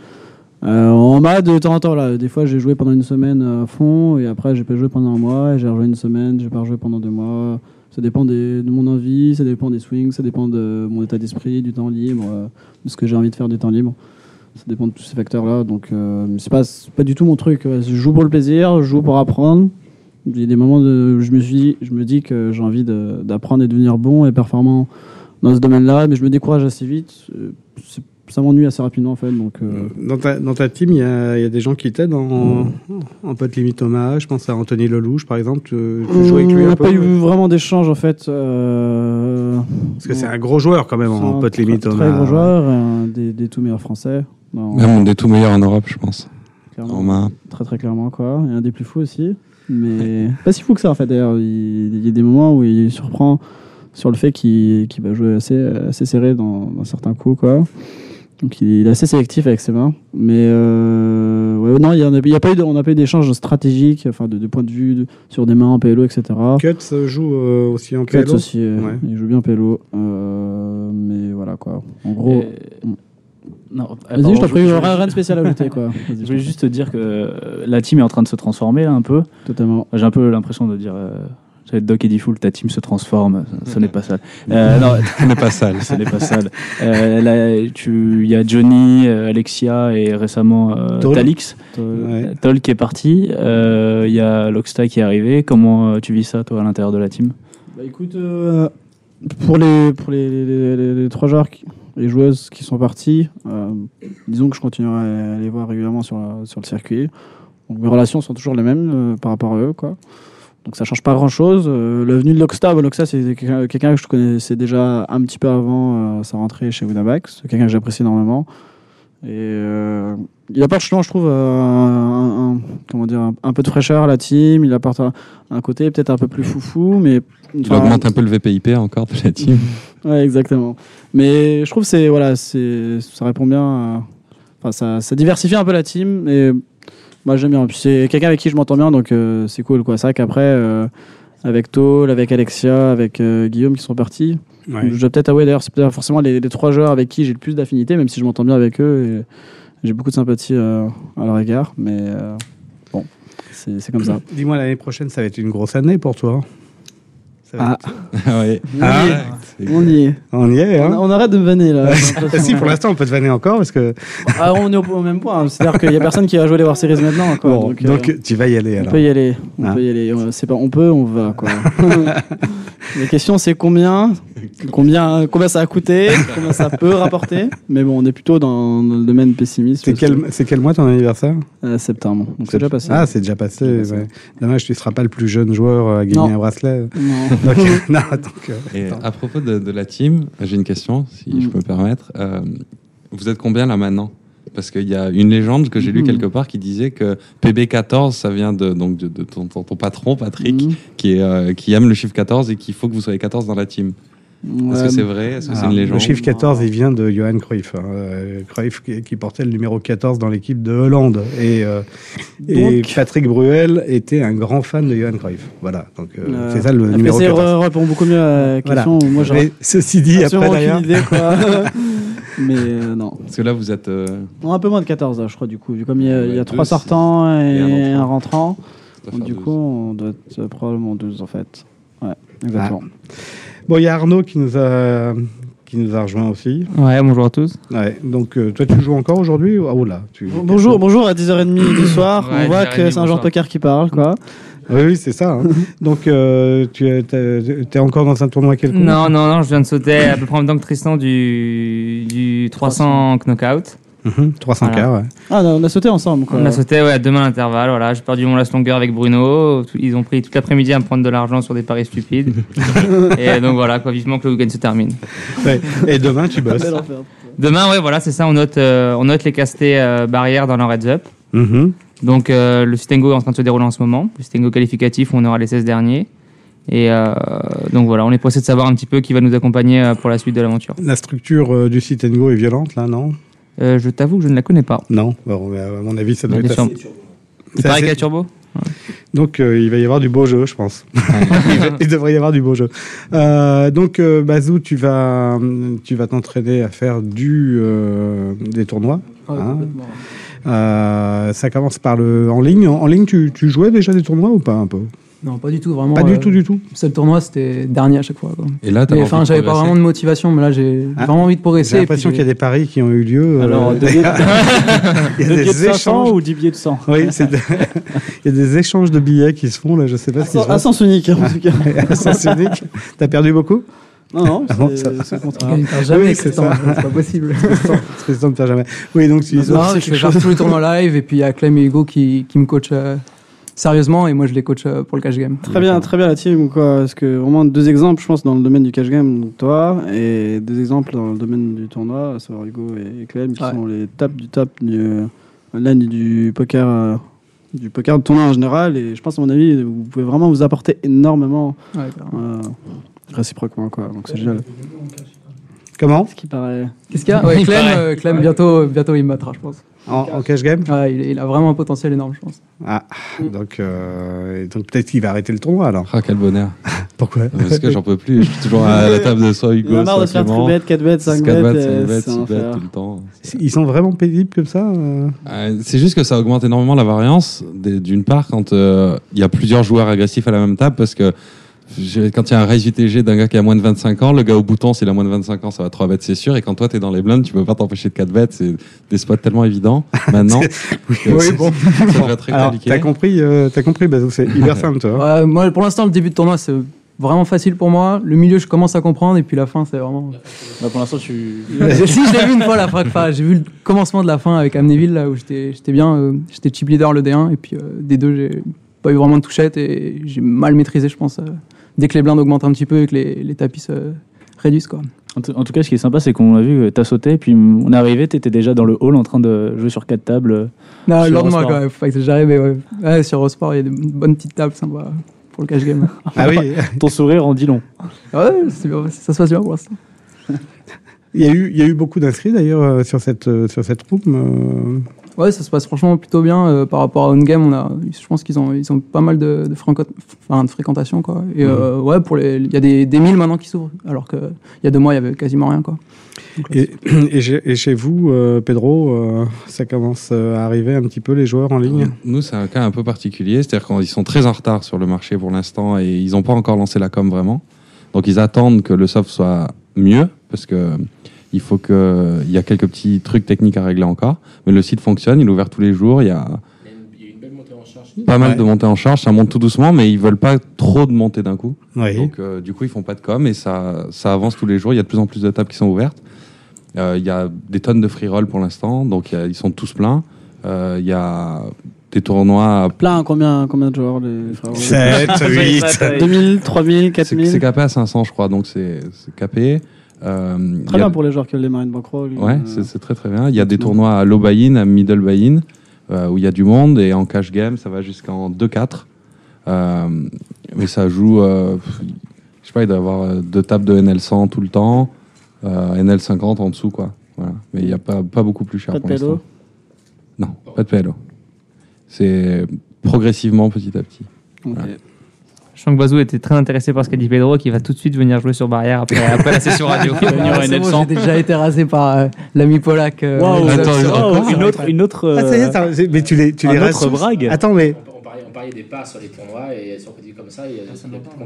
Euh, en mode de temps en temps là, des fois j'ai joué pendant une semaine à fond et après j'ai pas joué pendant un mois, et j'ai rejoué une semaine, j'ai pas rejoué pendant deux mois. Ça dépend des- de mon envie, ça dépend des swings, ça dépend de mon état d'esprit, du temps libre, euh, de ce que j'ai envie de faire du temps libre. Ça dépend de tous ces facteurs-là. Donc, euh, c'est pas, c'est pas du tout mon truc. Ouais, Je joue pour le plaisir, je joue pour apprendre. Il y a des moments de- où je me, suis, dit- je me dis que j'ai envie de- d'apprendre et de devenir bon et performant dans ce domaine-là, mais je me décourage assez vite. Euh, c'est- Ça m'ennuie assez rapidement, en fait. Donc, euh,
Dans ta, dans ta team, il y, a il y a des gens qui t'aident en, en pote limite hommage. Je pense à Anthony Lelouch, par exemple. Tu,
Euh,
tu joues avec lui
Mmh, on
un
n'a
peu
pas eu vraiment d'échange, en fait. euh,
Parce que c'est un gros joueur, quand même, en
c'est un
pote
très-
limite
Très
Omaha,
gros joueur, un des, des tout meilleurs français. Non,
Même un des tout meilleurs en Europe, je pense.
Clairement.
Romain.
Très très clairement quoi. Et un des plus fous aussi. Mais pas si fou que ça en fait d'ailleurs. Il, il y a des moments où il surprend sur le fait qu'il qu'il va jouer assez, assez serré dans, dans certains coups quoi. Donc il, est assez sélectif avec ses mains. Mais euh, ouais, non, il y en a, il y a pas eu de- on n'a pas eu d'échange stratégique, enfin de, de point de vue de- sur des mains en PLO, etc.
Cuts euh, joue euh, aussi en
Cuts
PLO.
aussi, euh,
Ouais.
il joue bien PLO. Euh, mais voilà quoi. En gros.
Euh,
Et- Non,
Vas-y,
Eh, pardon,
je t'en prie,
voulais-
rien de spécial à ajouter, quoi. Vas-y,
je
je
voulais
t'en
juste te dire que euh, la team est en train de se transformer là, un peu.
Totalement.
J'ai un peu l'impression de dire. euh, ça va être Doc et Diffoul, ta team se transforme, ce, ce n'est pas sale. Euh, non,
ce n'est pas sale.
ce n'est pas sale. Euh, là, tu- Il y a Johnny, euh, Alexia et récemment euh,
Tol.
Talix. Euh,
Ouais.
Tol qui est parti, euh, il y a Loxta qui est arrivé. Comment euh, tu vis ça, toi, à l'intérieur de la team
Bah écoute, euh, pour les pour les, les- les- les- les trois joueurs, qui- les joueuses qui sont partis, euh, disons que je continuerai à les voir régulièrement sur, la- sur le circuit. Donc mes relations sont toujours les mêmes euh, par rapport à eux, quoi. Donc ça change pas grand chose. la venue de Loxta, bah, Loxta c'est quelqu'un quelqu'un que je connaissais déjà un petit peu avant euh, sa rentrée chez Winamax. C'est quelqu'un que j'apprécie énormément. Et euh, il apporte justement, je trouve, euh, un, un- comment dire, un, un peu de fraîcheur à la team. Il apporte un, un côté peut-être un peu plus foufou, mais
Il
enfin,
augmente un peu le VPIP encore de la team.
Ouais, exactement. Mais je trouve que c'est voilà, c'est ça répond bien. à- Enfin, ça, ça diversifie un peu la team et moi j'aime bien. Et puis c'est quelqu'un avec qui je m'entends bien, donc euh, c'est cool quoi. C'est vrai qu'après euh, avec Toll, avec Alexia, avec euh, Guillaume qui sont partis.
Ouais.
Donc, Je dois peut-être avouer d'ailleurs, c'est peut-être forcément les, les trois joueurs avec qui j'ai le plus d'affinité, même si je m'entends bien avec eux et j'ai beaucoup de sympathie euh, à leur égard. Mais euh, bon, c'est c'est comme ça.
Dis-moi, l'année prochaine, ça va être une grosse année pour toi. hein. Ça va
Ah.
être-
Ouais.
Ah.
On y est.
On y est, hein
On, on arrête de me vanner là. j'ai l'impression.
si, pour l'instant, on peut te vanner encore parce que.
Ah, on est au, au même point. hein. C'est-à-dire qu'il y a personne qui va jouer les War Series maintenant. Quoi.
Bon,
donc,
donc,
euh,
tu vas y aller
on
alors.
peut y aller. On
Ah.
peut y aller. Ouais, c'est pas. On peut. On va quoi. La question c'est combien, combien, combien ça a coûté, combien ça peut rapporter. Mais bon, on est plutôt dans, dans le domaine pessimiste. Euh,
C'est quel, c'est quel mois ton anniversaire
Septembre. Donc c'est déjà passé.
Ah, c'est déjà passé. ouais. Dommage, tu ne seras pas le plus jeune joueur euh, à gagner
Non.
un bracelet.
Non.
Donc, non, donc, euh,
Et à propos de, de la team, j'ai une question, si
Mm.
je peux me permettre. Euh, vous êtes combien là maintenant Parce qu'il y a une légende que j'ai lue
Mm.
Mhm.
quelque part qui disait que PB14, ça vient de, donc de, de ton, ton- ton patron, Patrick,
Mm.
qui, est, euh, qui aime le chiffre 14 et qu'il faut que vous soyez 14 dans la team. Est-ce que c'est vrai Est-ce que c'est
Ah,
une légende
Le chiffre 14, il vient de Johan Cruyff. hein. Euh, Cruyff qui, qui portait le numéro 14 dans l'équipe de Hollande. Et, euh, et Patrick Bruel était un grand fan de Johan Cruyff. Voilà, donc euh,
Euh,
c'est ça le
la
numéro
PC
14.
re- répond beaucoup mieux à la
Voilà.
question. Moi, j'aurais
Mais ceci dit, après,
absolument
d'ailleurs-
aucune idée, quoi. Mais euh, non.
Parce que là, vous êtes. euh,
Non, un peu moins de 14, là, je crois, du coup. Vu Comme il y a, il y a
Ouais,
trois
deux,
sortants et,
et un
un rentrant.
doit
Donc,
faire
du
douze.
coup, on doit être euh, probablement 12, en fait. Ouais, exactement.
Ah. Bon, il y a Arnaud qui nous a, qui nous a rejoint aussi.
Ouais, bonjour à tous.
Ouais, donc euh, toi, tu joues encore aujourd'hui Ah, Oh là, tu...
Bon- Bonjour, bonjour à 10h30 du soir.
Ouais,
on voit
10h30,
que c'est un joueur de
bonsoir.
poker qui parle, quoi.
Oui, oui, c'est ça. hein. donc, euh, tu es, t'es- t'es encore dans un tournoi quelconque
Non, non, non, je viens de sauter à peu près en même temps que Tristan du, du 300 knockout.
Mhm, 300K,
Voilà.
ouais.
Ah, non, on a sauté ensemble, quoi.
On a sauté ouais, à deux mains d'intervalle. Voilà. J'ai perdu mon last longueur avec Bruno. Tout- Ils ont pris toute l'après-midi à me prendre de l'argent sur des paris stupides. et donc voilà, quoi, vivement que le week-end se termine.
Ouais. Et demain, tu bosses.
Demain, ouais, voilà, c'est ça. On note, euh, on note les castés euh, barrières dans leur heads up.
Mhm.
Donc euh, le Sutengo est en train de se dérouler en ce moment. Le Sutengo qualificatif, on aura les 16 derniers. Et euh, donc voilà, on est pressé de savoir un petit peu qui va nous accompagner euh, pour la suite de l'aventure.
La structure euh, du site Go est violente, là, non
Euh, Je t'avoue que je ne la connais pas.
Non, Bon, mais à mon avis, ça doit
Mais
être
bien
assez-
sûr.
C'est
Il paraît
assez-
qu'il y a Turbo
Donc euh, il va y avoir du beau jeu, je pense. il devrait y avoir du beau jeu. Euh, donc euh, Bazou, tu vas, tu vas t'entraîner à faire du euh, des tournois. hein. Euh, ça commence par le en ligne. En, en ligne, tu, tu jouais déjà des tournois ou pas un peu
Non, pas du tout, vraiment. euh,
Pas du tout, du tout.
Seul tournoi, c'était dernier à chaque fois. Quoi.
Et là, t'as
Mais,
envie
Enfin,
de
j'avais pas
progresser.
vraiment de motivation, mais là, j'ai
Ah,
vraiment envie de progresser.
J'ai
et puis
l'impression qu'il y a des paris qui ont eu lieu. euh,
Alors, deux billets-
il y
deux
a
billets de 500
échanges.
ou dix billets de 100.
Oui, c'est de- il y a des échanges de billets qui se font là. Je sais pas si.
sens- à sens unique, en tout cas.
à sens unique. Ah. T'as perdu beaucoup
Non, non,
Ah bon,
c'est-
ça Ah va.
c'est le contraire. Il perd jamais, Tristan, c'est pas possible.
Tristan, Tristan ne perd jamais. Oui, donc tu
Non,
disais-
non, je vais faire tous les tournois live et puis il y a Clem et Hugo qui, qui me coachent euh, sérieusement et moi je les coach euh, pour le cash game.
Très bien, très bien la team, quoi. Parce que vraiment deux exemples, je pense, dans le domaine du cash game, donc toi, et deux exemples dans le domaine du tournoi, à savoir Hugo et Clem, qui sont les tops du top du euh, online et du poker, euh, du poker de tournoi en général. Et je pense, à mon avis, vous pouvez vraiment vous apporter énormément
Ouais,
euh, réciproquement, quoi. Donc c'est génial.
Comment
Ce qui paraît.
Qu'est-ce qu'il y a Ouais, Clem, euh, Clem bientôt, bientôt il me battra, je pense.
En, cash game
Ouais, il, il a vraiment un potentiel énorme, je pense.
Ah,
Mm.
donc, euh, et donc peut-être qu'il va arrêter le tournoi alors.
Ah, quel bonheur.
Pourquoi
Parce que j'en peux plus, je suis toujours à la table de soi, Hugo.
Il en a marre de faire
simplement.
3 bet, 4 bet, 5
4
bet,
bet, 5
euh,
bet,
c'est
6 bet,
l'enfer.
tout le temps.
Ils sont vraiment pénibles comme ça euh
Euh, C'est juste que ça augmente énormément la variance, des- d'une part, quand euh, il y a plusieurs joueurs agressifs à la même table, parce que j'ai- quand il y a un raise UTG d'un gars qui a moins de 25 ans, le gars au bouton, s'il a moins de 25 ans, ça va 3 bêtes, c'est sûr. Et quand toi, t'es dans les blindes, tu peux pas t'empêcher de 4 bêtes. C'est des spots tellement évidents maintenant. que
Oui,
c'est-
bon.
Ça devrait être très
Alors,
compliqué.
t'as compris, euh, t'as compris, Bazou, c'est hyper simple, toi.
Ouais, moi pour l'instant, le début de tournoi c'est vraiment facile pour moi. Le milieu, je commence à comprendre et puis la fin, c'est vraiment.
Bah, pour l'instant, tu.
si je l'ai vu une fois la frappe, j'ai vu le commencement de la fin avec Amnéville là où j'étais j'étais bien, euh, j'étais chip leader le D1 et puis euh, D2 j'ai pas eu vraiment de touchette et j'ai mal maîtrisé je pense. euh, dès que les blindes augmentent un petit peu et que les, les tapis se réduisent quoi.
En, tout- en tout cas, ce qui est sympa, c'est qu'on l'a vu, euh, t'as sauté, puis mm, on est arrivé, t'étais déjà dans le hall en train de jouer sur quatre tables. euh,
Non,
sur
loin de moi
Eurosport.
quand même, faut pas exagérer mais ouais. Ouais, sur Eurosport il y a des bonnes petites tables sympas pour le cash game.
Ah oui.
Ton sourire en dit long.
Ouais, c'est bien, ça se passe bien pour l'instant.
Il y a eu, il y a eu beaucoup d'inscrits d'ailleurs euh, sur cette, euh, sur cette room. euh,
Ouais, ça se passe franchement plutôt bien euh, par rapport à On Game. On a, je pense qu'ils ont, ils ont pas mal de, de, franco- enfin, de fréquentation quoi. Et euh, ouais, pour les, il y a des, des milles maintenant qui s'ouvrent, alors que il y a deux mois il y avait quasiment
Hein,
rien quoi.
Et, et chez, et chez vous, euh, Pedro, euh, ça commence euh, à arriver un petit peu les joueurs en ligne
Nous, c'est un cas un peu particulier, c'est-à-dire qu'ils sont très en retard sur le marché pour l'instant et ils n'ont pas encore lancé la com vraiment. Donc ils attendent que le soft soit mieux parce que il faut que il y a quelques petits trucs techniques à régler encore, mais le site fonctionne, il est ouvert tous les jours, il y a pas mal de montées en charge, ça monte tout doucement, mais ils veulent pas trop de montées d'un coup.
Oui.
Donc euh, du coup, ils font pas de com et ça, ça avance tous les jours. Il y a de plus en plus de tables qui sont ouvertes. Euh, Il y a des tonnes de free roll pour l'instant, donc il y a- ils sont tous pleins. Euh, Il y a des tournois à
Plein, combien, combien de joueurs les frères
Sept, huit.
2000, 3000, 4000.
C'est c'est capé à 500, je crois, donc c'est c'est capé. Euh, il y
Très
a-
bien pour les joueurs qui veulent démarrer une bankroll.
Ouais,
euh,
c'est c'est très très bien. Il y a des tournois à low buy-in, à middle buy-in, euh, où il y a du monde, et en cash game, ça va jusqu'en 2-4. Euh, mais ça joue, euh, je sais pas, il doit y avoir euh, deux tables de NL100 tout le temps, euh, NL50 en dessous, quoi. Voilà. Mais il n'y a pas, pas beaucoup plus cher
Pas de
pour
PLO
l'instant. Non, pas de PLO. C'est progressivement, petit à petit. Voilà.
Je sens que Bazou était très intéressé par ce qu'a dit Pedro, qui va tout de suite venir jouer sur barrière après, après la session radio.
Ah, c'est bon, J'ai déjà été rasé par euh, l'ami Polak. euh,
Waouh,
les
attends,
autres.
attends,
Oh,
attends.
une autre. euh,
Ah, ça y est, ça- c'est- mais tu les, tu
un
les
autre
rassures.
brague.
Attends, mais.
On parlait, on parlait des parts sur les tournois et sur des comme ça.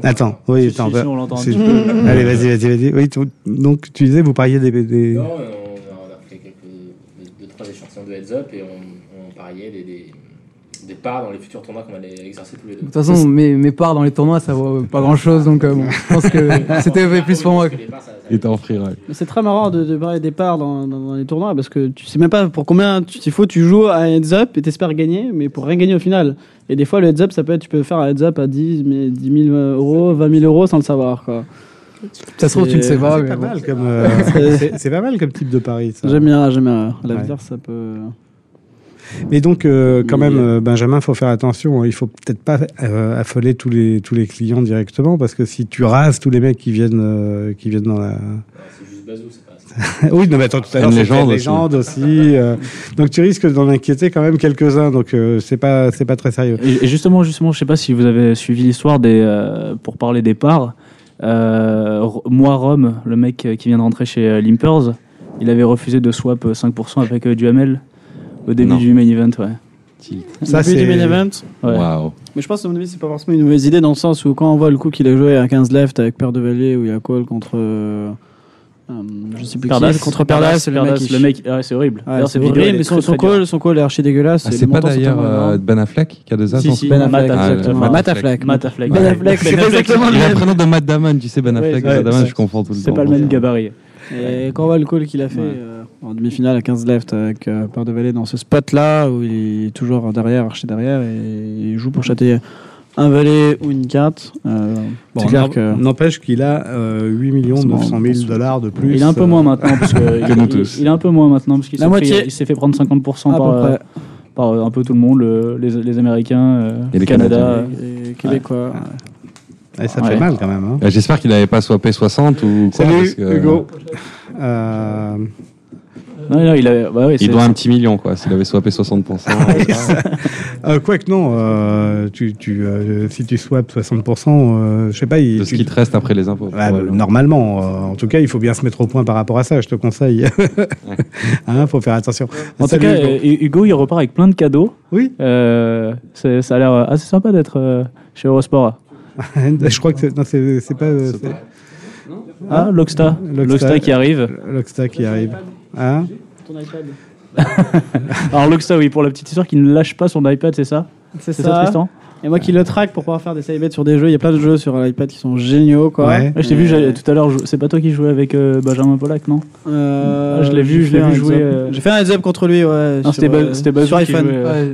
Attends, oui, attends. bah, si je peux- Allez, vas-y, vas-y, vas-y. Oui, tu- donc tu disais, vous pariez des. des-
Non, on a, on a pris quelques, deux, trois échantillons de heads up et on, on pariait des, des, des parts dans les futurs tournois qu'on allait exercer tous les deux.
De toute façon, mes, mes parts dans les tournois, ça vaut pas grand chose, donc euh, bon, je pense que c'était plus pour moi.
Il était en free roll.
Mais C'est très marrant de démarrer des parts dans, dans- dans les tournois parce que tu sais même pas pour combien tu- il faut. Tu joues à un heads up et t'espères gagner, mais pour rien gagner au final. Et des fois, le heads up, ça peut être tu peux faire un heads up à 10, mais 10 000 euros, 20 000 euros sans le savoir. Quoi.
Ça se trouve, tu ne sais pas,
C'est
mais bon.
euh,
C'est- c'est pas mal comme type de pari. ça.
J'aime bien, j'aime bien. À l'avenir,
Ouais.
ça peut.
Mais donc, euh, quand même, euh, Benjamin, faut faire attention. hein. Il faut peut-être pas euh, affoler tous les, tous les clients directement, parce que si tu rases tous les mecs qui viennent, euh, qui viennent dans la.
C'est juste Bazou, c'est pas
oui, non, mais attends, tout à l'heure,
Une
c'était
légende
une
aussi.
légende aussi. euh, donc, tu risques d'en inquiéter quand même quelques-uns. Donc, euh, c'est pas, c'est pas très sérieux.
Et, et justement, justement, je sais pas si vous avez suivi l'histoire des, euh, pour parler des parts. euh, R- moi, Rome, le mec euh, qui vient de rentrer chez euh, Limpers, il avait refusé de swap euh, 5% avec euh, du Hamel au début
Non.
du main event. Ouais.
Ça, c'est. du main event.
Ouais.
Mais je pense, à mon avis, c'est pas forcément une mauvaise idée dans le sens où quand on voit le coup qu'il a joué à 15 left avec Père de Vallée ou il a call contre. euh, euh, je sais plus
Perdas.
qui. Contre Perdas, le,
Perdas,
mec, il-
le mec, ouais, c'est horrible.
Ouais,
D'ailleurs,
c'est
cette vidéo, elle
horrible,
est
mais son,
très,
son
très dure.
call, son call est archi dégueulasse.
Ah,
et
c'est
le
pas
montant,
d'ailleurs
totalement
euh,
énorme.
Ben Affleck qui a deux as
Si,
dans
si,
ce-
Ben Affleck,
Ah,
exactement. Matt Affleck.
Matt
Ben
Ouais.
Affleck, c'est
Il a
exactement le
le
même.
prénom de Matt Damon, tu sais, Ben
Ouais,
Affleck,
ouais,
Matt Damon,
c'est-
je confonds tout le temps.
c'est pas le même
gabarit.
Et quand on voit le call qu'il a fait euh, en demi-finale à 15 left avec euh, Père de Vallée dans ce spot-là où il est toujours derrière, archi derrière, et il joue pour châter un valet ou une carte. euh,
Bon,
c'est clair
n'em-
que.
N'empêche qu'il a euh, 8 millions 900 000 dollars de plus.
Il est un peu
euh,
moins maintenant parce que il, il- il est un peu moins maintenant parce qu'il
La
s'est
moitié.
fait, il s'est fait prendre 50%
À
par,
peu
euh,
près.
par euh, un peu tout le monde, le- les, les Américains, euh,
Et les
Canada,
Canadiens.
euh,
Les Québécois.
Ouais, ça
Ouais.
fait mal quand même. hein.
Euh, J'espère qu'il n'avait pas swappé 60 ou quoi.
Salut,
parce que-
Hugo. Euh,
Non, non, il, a,
Ah
bah ouais,
Il
c'est-
doit un petit million, quoi, s'il avait swappé 60%.
Euh, Quoique non, euh, tu, tu, euh, si tu swaps 60%, euh, je sais pas... Il,
De ce qui te reste après les impôts.
Ouais, Bah, normalement, euh, en tout cas, il faut bien se mettre au point par rapport à ça, je te conseille. hein, faut faire attention.
En tout
Salut,
cas,
Hugo.
euh, Hugo, il repart avec plein de cadeaux.
Oui.
ça a l'air euh, assez sympa d'être euh, chez Eurosport.
je crois que c'est, non, c'est, c'est pas... euh, c'est-
Ah, Loxta. Loxta, qui arrive.
Loxta qui arrive. Hein
Ton iPad.
Alors, Loxta, oui, pour la petite histoire, qui ne lâche pas son iPad, c'est ça
C'est ça.
Tristan
et moi qui le traque pour pouvoir faire des side bets sur des jeux, il y a plein de jeux sur l'iPad qui sont géniaux quoi.
Ouais, Ah, je t'ai vu j'ai- tout à l'heure, je- c'est pas toi qui jouais avec euh, Benjamin Polak, non
Euh,
Ah, Je l'ai vu, je
j'ai
l'ai
fait
vu
un
jouer.
heads up.
euh,
J'ai fait un heads up contre lui, ouais.
Non,
sur,
c'était Ba-
euh,
c'était Bazou
sur
qui
iPhone.
jouait, euh,
Ouais. Euh,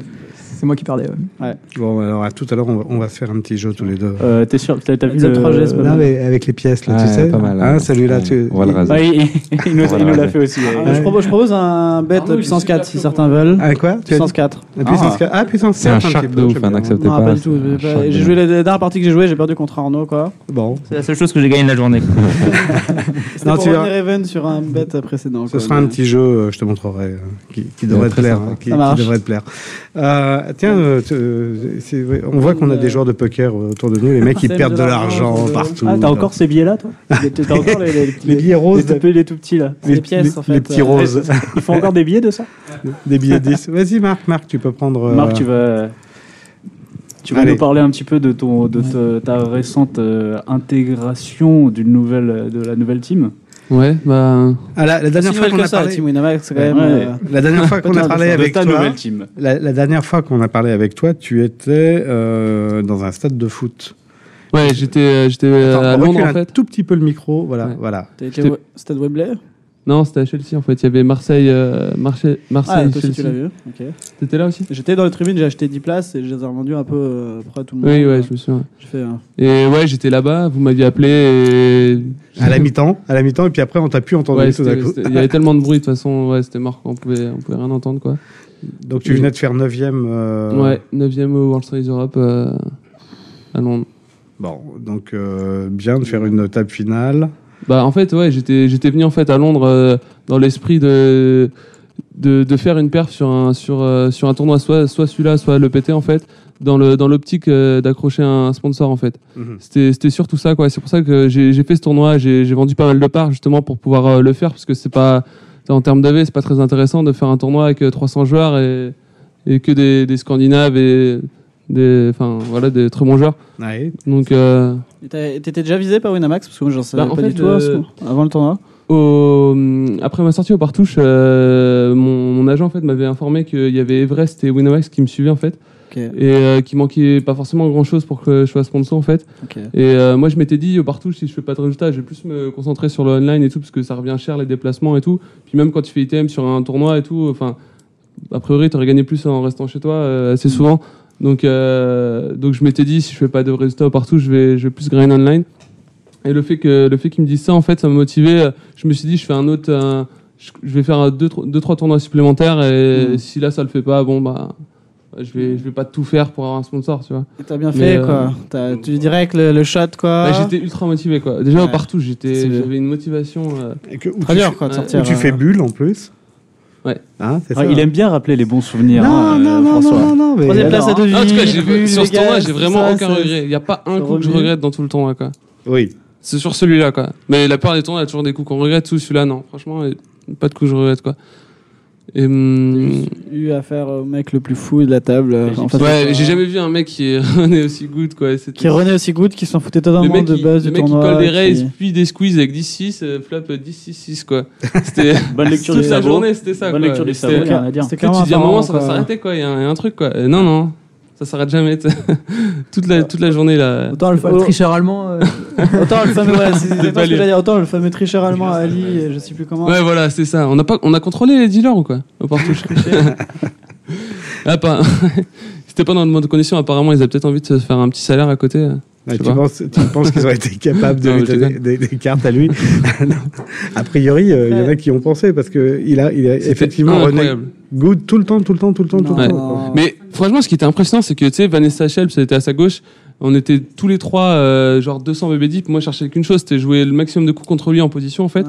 c'est moi qui perdais. ouais.
Bon, bah, alors à tout à l'heure, on va, on va faire un petit jeu tous les deux.
T'es sûr T'as
vu le
3G, c'est pas
Non,
mal.
mais avec les pièces, là, tu
Ouais,
sais.
pas mal,
Hein,
ouais.
Celui-là, tu.
On va le raser.
Ouais, il- il nous- il nous l'a fait aussi.
Ah,
Euh, Je propose, je propose un bet puissance 4 si certains veulent.
Ah quoi
Puissance 4.
Ah, puissance 4. Ah, puissance
C'est un
4, un
shark
petit
de
peu,
ouf,
j'aime
hein,
bien.
n'acceptez
Non, pas
pas.
du tout. j'ai
Un
pas-
shark
J'ai
de
joué la la dernière partie que j'ai jouée, j'ai perdu contre Arnaud quoi.
Bon.
C'est la seule chose que j'ai gagné de la journée.
C'était
Non,
pour
tu verras.
revenir even sur un bet précédent.
Ce sera un petit jeu, euh, je te montrerai, euh, qui, qui devrait
Ouais,
te
très
plaire.
sympa.
hein, qui,
Ça
qui
marche.
devrait te plaire. Euh, tiens, euh, tu- euh, c'est- ouais, on voit qu'on a des joueurs de poker autour de nous. Les mecs, ils perdent de l'argent partout.
Ah, t'as encore ces billets là, toi T'as t'as encore les, les,
Les billets roses.
Les, tout petits- les tout petits là.
Les
Les, pièces
petits-
en fait.
les petits
Euh,
roses.
Ils font encore des billets de ça
Des billets 10. Vas-y, Marc, Marc, tu peux prendre. euh,
Marc, tu vas, tu vas
Allez.
nous parler un petit peu de, ton, de te- ta récente euh, intégration d'une nouvelle, de la nouvelle team.
Ouais,
bah.
Ah, la, la dernière
Si
fois
nouvelle
qu'on
que
a
ça,
parlé,
Team Winamax, c'est quand même, euh,
la dernière fois qu'on
pas
a
mal
parlé
de
avec
ta
toi,
nouvelle team.
la, la dernière fois qu'on a parlé avec toi, tu étais euh, dans un stade de foot.
Ouais, j'étais euh, j'étais
Attends,
euh, à
recule
Londres
un
en fait.
tout petit peu le micro, voilà,
Ouais.
voilà.
T'as été
C'était
au-
Stade Webley
Non, c'était à Chelsea en fait. Il y avait Marseille, euh, Marche-
Ah,
Marseille,
toi aussi
Chelsea.
tu l'as vu. ok.
T'étais là aussi
J'étais dans les tribunes, j'ai acheté 10 places et je les ai revendues un peu euh, après tout le monde.
Oui, ouais, je me souviens.
J'ai fait. euh.
hein.
un-
Et ouais, j'étais là-bas. Vous m'aviez appelé. Et...
À la mi-temps, à la mi-temps, et puis après on t'a plus entendu
Ouais,
tout d'un
c'était-
coup.
c'était- Il y avait tellement de bruit de toute façon. Ouais, c'était mort. quoi. On pouvait, on pouvait rien entendre quoi.
Donc tu venais de faire euh, 9ème.
Ouais, 9ème au World Series Europe euh, à Londres.
Bon, donc euh, bien de faire une table finale.
Bah en fait ouais j'étais j'étais venu en fait à Londres euh, dans l'esprit de, de de faire une perf sur un sur euh, sur un tournoi soit soit celui-là soit le PT en fait dans le dans l'optique euh, d'accrocher un sponsor en fait
Mhm.
c'était c'était surtout ça quoi c'est pour ça que j'ai j'ai fait ce tournoi j'ai j'ai vendu pas mal de parts justement pour pouvoir euh, le faire parce que c'est pas en termes d'AV c'est pas très intéressant de faire un tournoi avec euh, 300 joueurs et et que des, des scandinaves et des enfin voilà des très bons joueurs
Ouais.
donc euh,
Et t'as- T'étais déjà visé par Winamax Parce que moi j'en savais
bah, en
pas
fait,
du tout à ce
euh,
moment- avant le tournoi.
au- euh, après ma sortie au Partouche, euh, mon, mon agent en fait m'avait informé qu'il y avait Everest et Winamax qui me suivaient en fait.
Ok.
Et euh, qui manquait pas forcément grand chose pour que je sois sponsor en fait.
Ok.
Et euh, moi je m'étais dit au Partouche, si je fais pas de résultat, je vais plus me concentrer sur le online et tout parce que ça revient cher les déplacements et tout. Puis même quand tu fais ITM sur un tournoi et tout, enfin a priori, tu aurais gagné plus en restant chez toi euh,
Mm.
assez souvent. Donc, euh, donc je m'étais dit, si je fais pas de résultats partout, je vais, je vais plus grind online. Et le fait que le fait qu'ils me disent ça, en fait, ça m'a motivé. Euh, Je me suis dit, je fais un autre, euh, je, je vais faire un- deux, tro- deux, trois tournois supplémentaires. Et
Mhm.
si là, ça le fait pas, bon bah, je vais, je vais pas tout faire pour avoir un sponsor, tu vois.
Et T'as bien
Mais,
fait
euh,
quoi. T'as- Tu dirais que le, le shot quoi.
bah, j'étais ultra motivé quoi. Déjà
Ouais.
partout, j'étais,
C'est-
j'avais une motivation. euh,
Où tu fais-
Ouais.
Où
euh,
tu fais bulle en plus.
Ouais.
Hein, c'est
Ah,
ça,
il
hein.
aime
bien rappeler les bons souvenirs.
Non,
hein,
non,
euh,
non,
François.
non, non, non, mais-
Troisième place à
Alors,
deux
Ah, en tout cas, j'ai-
vues,
sur ce
les gars,
tournoi, j'ai vraiment
ça,
aucun
ça-
regret. Il n'y a pas un
ça
coup que je
revient.
regrette dans tout le tournoi. Quoi.
Oui.
C'est sur celui-là. quoi. Mais la plupart des tournois, il y a toujours des coups qu'on regrette. Sous celui-là, non. Franchement, euh, pas de coup que je regrette. Quoi. Et, hum,
eu affaire au mec le plus fou de la table. euh, en face de
ouais,
toi.
j'ai jamais vu un mec qui est rené aussi good. Quoi. Et c'était-
Qui renaît aussi good, qui s'en foutait totalement
le mec,
de
qui,
base
le
du
mec qui
tournoi.
colle des raises,
qui-
puis des squeezes avec 10-6, euh, flop euh, 10-6-6. quoi. C'était
Bonne lecture
toute
du
la
sabot.
journée, c'était ça.
Bonne
quoi.
lecture du
Et
sabot,
c'était-
y a rien à dire.
Tu sais,
C'était clairement
tu dis à un moment,
apparent,
ça va
quoi.
s'arrêter. quoi. Il y, a un il y a un truc. quoi. Et non, non. Ça s'arrête jamais. t'sais. toute, la, toute la journée. Là.
Autant le,
Oh.
tricheur allemand. autant le fameux, ouais, c'est- c'est
C'est
pas
pas
ce que
lui.
j'allais dire, autant le fameux tricheur allemand à Ali, euh, je sais plus comment.
Ouais, voilà, c'est ça. On a, pas, on a contrôlé les dealers ou quoi Au partouche. ah, pas. C'était pas dans le mode condition. Apparemment, ils avaient peut-être envie de se faire un petit salaire à côté. euh, je
Ouais, Bah,
sais
tu,
pas.
penses, tu penses qu'ils auraient été capables de
Non,
lui
mais je
donner
déconne.
des, des cartes à lui Non. A priori, euh, il y en a qui ont pensé parce que il a, il a
C'était
effectivement René
incroyable.
Good tout le temps, tout le temps, tout le temps, tout le
Ouais.
temps.
Mais franchement, ce qui était impressionnant, c'est que tu sais, Vanessa Shelp, elle était à sa gauche. On était tous les trois, euh, genre 200 bébés deep. Moi, je cherchais qu'une chose, c'était jouer le maximum de coups contre lui en position, en fait.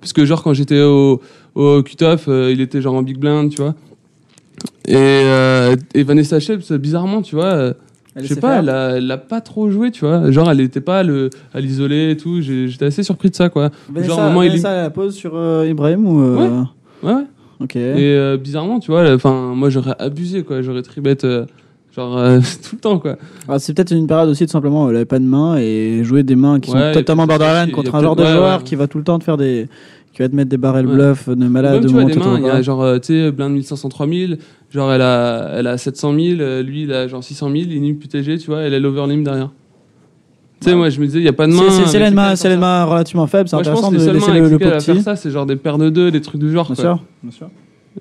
Parce que, genre, quand j'étais au, au cut-off, euh, il était genre en big blind, tu vois. Et, euh, et Vanessa Shelp, bizarrement, tu vois. euh,
Elle
je sais
sait
pas,
faire.
elle a, elle a pas trop joué, tu vois. Genre, elle était pas le, à l'isoler et tout. J'ai- J'étais assez surpris de ça, quoi.
Vanessa,
genre, à un moment, il-
Vanessa, elle la pose sur euh, Ibrahim ou. euh,
Ouais, ouais.
Ok.
Et euh, bizarrement, tu vois, là, enfin, moi j'aurais abusé, quoi. J'aurais tribet, euh, genre euh, tout le temps, quoi.
Alors, Ah, c'est peut-être une période aussi de simplement elle avait pas de main et jouer des mains qui
Ouais, y a
sont totalement
peut-être
borderline
aussi-
contre
y a
un genre de
peut-être- ouais,
joueur
ouais.
qui va tout le temps te faire des qui va te mettre des barrels bluff de
Même,
malade
tu
de
vois,
moment
des mains, il y a
etc.
genre, euh, tu sais, blind 1500, 3000, genre elle a, elle a 700 000, euh, lui il a genre 600 000, il nique PTG, tu vois, elle a l'overlim derrière. Tu sais, moi je me disais, il n'y a pas de main.
C'est- c'est- C'est
avec
la
lesquelles
main,
faire
c'est la
ça.
main relativement faible, c'est
Moi, je pense
intéressant
que
de
les seules mains
laisser
avec
le, le
lesquelles elle va
petit.
faire ça, c'est genre des paires de deux, des trucs du genre,
Bien
quoi.
sûr, bien sûr.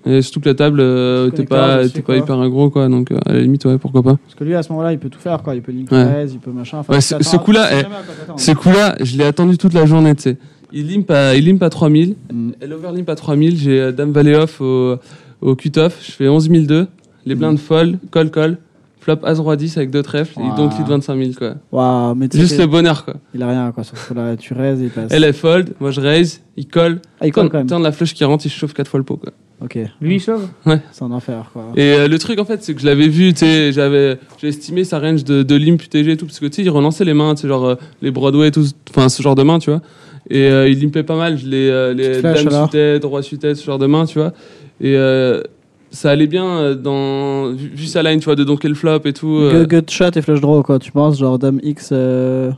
Et surtout que la table euh,
Tu
t'es
connais pas,
pas,
tu
t'es
sais
pas
quoi.
hyper agro quoi, donc euh, à la limite ouais pourquoi pas.
Parce que lui, à ce moment-là, il peut tout faire, quoi. Il peut link
Ouais.
press, il peut machin. Enfin,
Ouais,
tu
ce
t'attends
ce
à-
coup-là,
tu sais
eh,
jamais à quoi t'attendre.
ce coup-là, je l'ai attendu toute la journée, tu sais. Il limpe à, il limpe à 3000,
Mm.
elle overlimp à 3000, j'ai euh, Dame Valley Off au, au cut-off, je fais 11002,
Mm.
les blindes folles, call call, flop As Roi 10 avec deux trèfles, et
Ouah.
donc lead 25 000 quoi.
Waouh, mais tu sais
Juste
que-
le bonheur quoi.
Il a rien, quoi. Sur ce coup-là, tu raises et il passe.
Elle est fold, moi je raise, il colle.
Ah, il colle
Turn-
quand même.
turn la flèche qui rentre, il chauffe 4 fois le pot quoi.
Ok.
Lui, il
sauve
Ouais.
C'est un enfer, quoi.
Et euh, le truc en fait, c'est que je l'avais vu, tu sais, j'avais j'ai estimé sa range de, de limp UTG et tout, parce que tu sais, il relançait les mains, tu sais, genre euh, les Broadway et tout, enfin ce genre de mains, tu vois. Et euh, il limpait pas mal, je les, euh, les
Petite flèche,
dames
alors.
suited, roi suited, ce genre de mains, tu vois. Et euh, ça allait bien euh, dans. Vu, vu sa line, tu vois, de donker le flop et tout. euh,
Gut- Gut shot et flush draw, quoi. Tu penses, genre Dame X euh,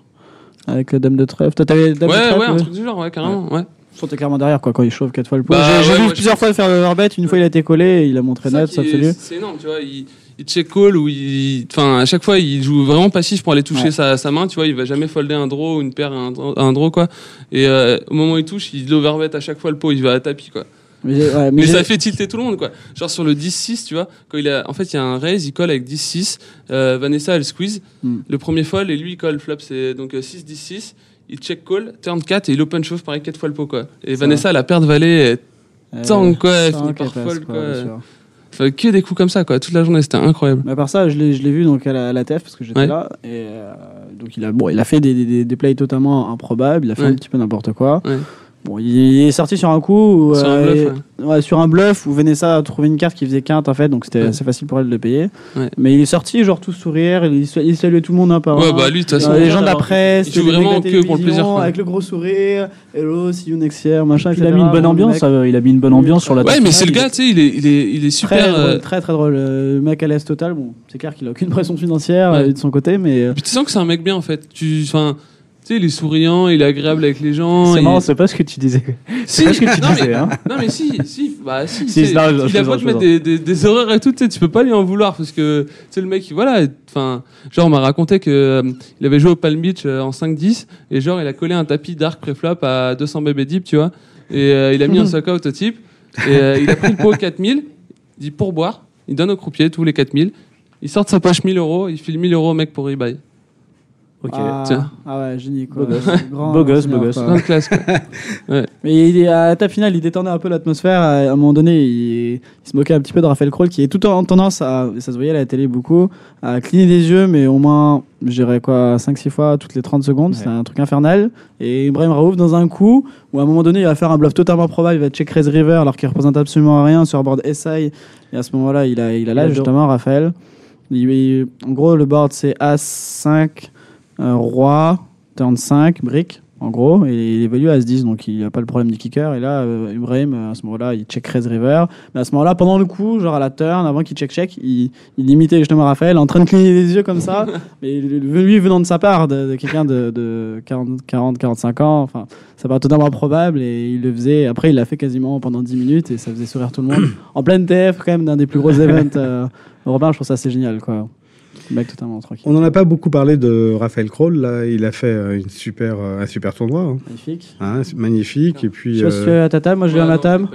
avec euh, Dame de trèfle. Toi, t'avais Dame de
ouais,
trèfle
ouais, un
euh
truc du genre, ouais, carrément, ouais.
Je sentais clairement derrière, quoi, quand il chauffe 4 fois le point.
Bah,
J'ai j'ai
ouais,
vu
moi,
plusieurs fois faire le verbet. Une fois, il a été collé, il a montré
ça
net,
qui
ça,
est-
c'est lui.
c'est énorme, tu vois. Il, il check call ou il. Enfin, à chaque fois, il joue vraiment passif pour aller toucher
Ouais.
sa, sa main, tu vois. Il va jamais folder un draw ou une paire, un, un draw, quoi. Et euh, au moment où il touche, il overbet à chaque fois le pot, il va à tapis, quoi.
Mais, j'ai- ouais, mais
Mais,
j'ai-
ça fait tilter tout le monde, quoi. Genre sur le 10-6, tu vois, quand il a. En fait, il y a un raise, il colle avec 10-6. euh, Vanessa, elle squeeze.
Hmm.
Le premier fold et lui, il colle flop. C'est donc euh, 6-10-6. Il check call, turn 4 et il open shove pareil 4 fois le pot, quoi. Et
Ça
Vanessa,
va.
la paire de valet, elle
Euh,
tank, quoi. Elle finit
tank,
par
elle passe,
fold,
quoi,
quoi.
bien sûr.
Enfin, que des coups comme ça, quoi. Toute la journée, c'était incroyable.
Mais à part ça, je l'ai je l'ai vu donc à la, à la TF parce que j'étais
Ouais.
là. Et euh, donc il a, bon, il a fait des, des- des, des plays totalement improbables, il a fait
Ouais.
un petit peu n'importe quoi.
Ouais.
Bon, il est sorti sur un coup. Où,
Sur un bluff,
et- ouais, sur un bluff où Vanessa a trouvé une carte qui faisait quinte en fait, donc c'était
Ouais.
assez facile pour elle de payer.
Ouais.
Mais il est sorti genre tout sourire, il, sa- il saluait tout le monde un par
Ouais,
un.
bah, lui, de toute
Euh,
façon,
les gens de la
il
presse, les
joue
mecs de la
vraiment que pour le plaisir,
télévision,
quoi.
Avec le gros sourire, hello, see you next year, machin.
Il a
etc.
mis une bonne
Bon,
ambiance,
mec,
euh, il a mis une bonne ambiance sur la
Ouais,
table
mais c'est le
finale,
gars, tu sais, il est, il est, il est
Très,
super. euh,
drôle, très très drôle. Euh, Le mec à l'aise total. Bon, c'est clair qu'il a aucune pression financière
Ouais.
euh, de son côté, mais. euh,
Puis tu sens que c'est un mec bien, en fait. Tu, enfin, tu sais, il est souriant, il est agréable avec les gens.
C'est
il-
marrant, c'est pas ce que tu disais. C'est
Si,
pas ce que tu
non,
disais,
mais,
hein.
Non, mais si, si, bah si.
Si,
c'est-
non, je- je
il a beau
plaisante,
te
je
mettre des, des, des horreurs et tout, tu sais, tu peux pas lui en vouloir parce que, tu sais, le mec, il- voilà, enfin, genre, on m'a raconté que euh, il avait joué au Palm Beach euh, en 5-10 et genre, il a collé un tapis dark préflop à 200 bébés deep, tu vois, et euh, il a mis un suck out au type et euh, il a pris le pot 4000, il dit pour boire, il donne au croupier tous les 4000, il sort de sa poche 1000 euros, il file 1000 euros au mec pour rebuy. Ok,
Ah,
tiens.
ah ouais, génie quoi.
Beau gosse.
Grand
Beau gosse,
seigneur,
beau gosse.
quoi.
Grande classe, quoi. Ouais.
Mais il est- à la table finale, il détendait un peu l'atmosphère. À un moment donné, il, il se moquait un petit peu de Raphaël Kroll qui est tout en tendance à, et ça se voyait à la télé beaucoup, à cligner des yeux, mais au moins, je dirais quoi, 5-6 fois toutes les 30 secondes. C'est un truc infernal. Et Ibrahim Raouf, dans un coup, où à un moment donné, il va faire un bluff totalement probable, il va check raise river alors qu'il représente absolument rien sur un board SI. Et à ce moment-là, il a, il a là,
Il adore.
justement, Raphaël. Il- il- en gros, le board, c'est As5, euh, Roi, Turn 5, Brick, en gros. Et il évalue As10, donc il n'a pas le problème du kicker. Et là, euh, Ibrahim, euh, à ce moment-là, il check Raise River. Mais à ce moment-là, pendant le coup, genre à la turn, avant qu'il check-check, il, il imitait justement Raphaël en train de cligner les yeux comme ça. Mais le- le- lui, venant de sa part, de, de quelqu'un de, de 40, 40, 45 ans, enfin, ça paraît totalement improbable. Et il le faisait. Après, il l'a fait quasiment pendant 10 minutes et ça faisait sourire tout le monde. en pleine TF, quand même, d'un des plus gros events euh, européens, je trouve ça assez génial, quoi. Le mec totalement tranquille.
On n'en a pas beaucoup parlé de Raphaël Kroll. Là, il a fait euh, une super, euh, un super tournoi. hein.
Magnifique.
Hein, c'est magnifique. Et puis,
Je
euh,
sais pas si tu es à ta table, moi je viens à ma table.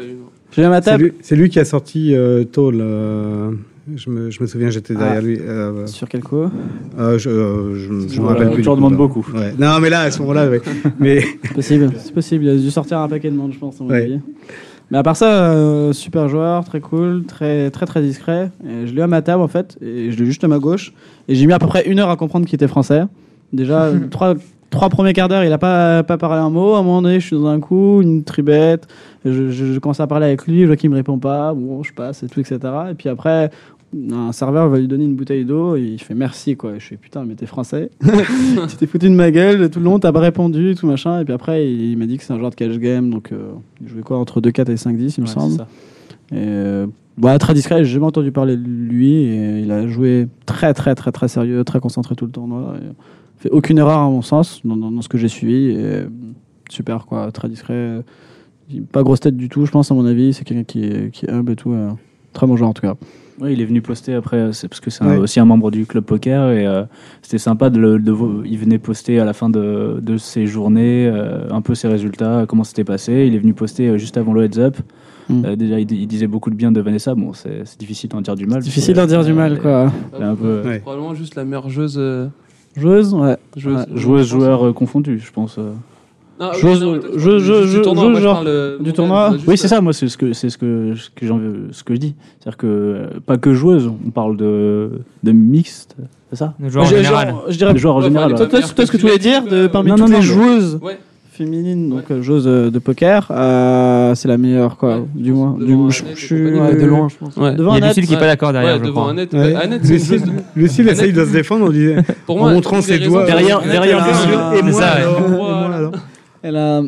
Je viens à ma
c'est
table.
lui, c'est lui qui a sorti euh, Toll. euh, je, me, je me souviens, j'étais derrière
Ah.
lui. euh,
Sur quel coup
euh, Je, euh, je, je me
Voilà,
rappelle
tu
plus.
en
du
demandes
coup, là. Ouais. Non, mais là, à ce moment-là, ouais. mais
C'est possible, c'est possible. Il a dû sortir un paquet de monde, je pense. à mon
Ouais.
avis. Mais à part ça, euh, super joueur, très cool, très très très discret. Et je l'ai eu à ma table en fait, et je l'ai juste à ma gauche. Et j'ai mis à peu près une heure à comprendre qu'il était français. Déjà, euh, trois, trois premiers quarts d'heure, il n'a pas, pas parlé un mot. À un moment donné, je suis dans un coup, une tribette. Je, je- je commence à parler avec lui, je vois qu'il ne me répond pas. Bon, je passe et tout, etc. Et puis après, un serveur va lui donner une bouteille d'eau et il fait merci quoi. Et je fais putain, mais t'es français. tu t'es foutu de ma gueule tout le long, t'as pas répondu, tout machin. Et puis après, il, il m'a dit que c'est un genre de cash game, donc euh, il jouait quoi entre 2-4 et 5-10, il me
Ouais,
semble.
c'est ça.
Et, euh, bah, très discret, j'ai jamais entendu parler de lui. Et il a joué très, très, très, très sérieux, très concentré tout le tournoi. et fait aucune erreur à mon sens dans, dans- dans ce que j'ai suivi. et, euh, super, quoi, très discret. Il- Pas grosse tête du tout, je pense, à mon avis. C'est quelqu'un qui, est- qui est humble et tout. euh, Très bon jeu en tout cas.
Oui, il est venu poster après, euh, c'est parce que c'est un-
Ouais.
aussi un membre du club poker et euh, c'était sympa de le. de vo- il venait poster à la fin de, de ses journées euh, un peu ses résultats, comment c'était passé. Il est venu poster euh, juste avant le heads up.
Mm.
Euh, déjà, il, di- il disait beaucoup de bien de Vanessa. Bon, c'est c'est difficile d'en dire du mal.
difficile d'en dire du mal, quoi.
Elle est un peu- euh,
C'est Probablement juste la meilleure joueuse. euh,
Joueuse, ouais.
Joueuse,
Ouais.
Joueuse, je
Ah,
pense.
joueur euh, confondu, je pense. euh.
Ah, oui,
Joueuse-
non, mais toi, tu
joueuse-
parles juste
joueuse-
du tournoi,
joueuse,
moi, je
genre,
parle, euh,
du
mondial,
tournoi.
on va juste-
Oui, c'est ça, moi, c'est ce que, c'est ce que, ce que, j'en veux- ce que je dis. C'est-à-dire que, euh, pas que joueuse, on parle de, de mixte, c'est ça
De joueur en Je- général.
genre, je dirais-
De joueur en
Ouais,
général.
enfin, toi, toi, toi, ce que tu voulais dire, de- parmi
Non,
toutes
non,
les
non,
joueuses
Ah bah, Ouais.
féminines, donc euh, joueuses euh, de poker, euh, c'est la meilleure, quoi. du moins, du moins, je, je suis
compagnie, ouais, de loin, je pense. Ouais.
Devant
Il y a
Annette.
Lucille qui est pas d'accord derrière, Ouais, je devant crois.
Annette,
Ouais.
bah, Annette, c'est une
Lucille,
joueuse-
Lucille essaye de se défendre en, disant-
Pour
en
moi,
montrant
toutes les
ses
raisons-
doigts.
Derrière- derrière
Annette,
un-
elle a- et
Mais
moi
ça,
alors
ouais.
Elle a.
Non,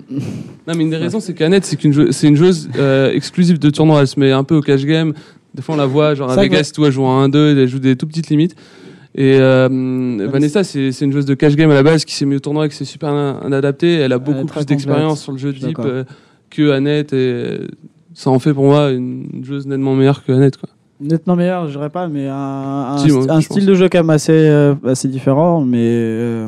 mais une des raisons, c'est qu'Annette, c'est qu'une jeu- c'est une joueuse euh, exclusive de tournoi. Elle se met un peu au cash game. Des fois, on la voit, genre à
C'est vrai que-
Vegas, tout, elle joue en 1-2, elle joue des tout petites limites. Et euh, Vanessa, c'est c'est une joueuse de cash game à la base qui s'est mise au tournoi et qui s'est super in- in- adaptée. Elle a beaucoup
très
plus
complète.
d'expérience sur le jeu
Je
de
suis
deep
d'accord.
euh, que Annette. Et ça en fait pour moi une joueuse nettement meilleure que Annette. Quoi.
Nettement meilleure, je dirais pas, mais un, un
Si, moi,
st- un
je
style de jeu quand même assez, euh, assez différent, mais. euh,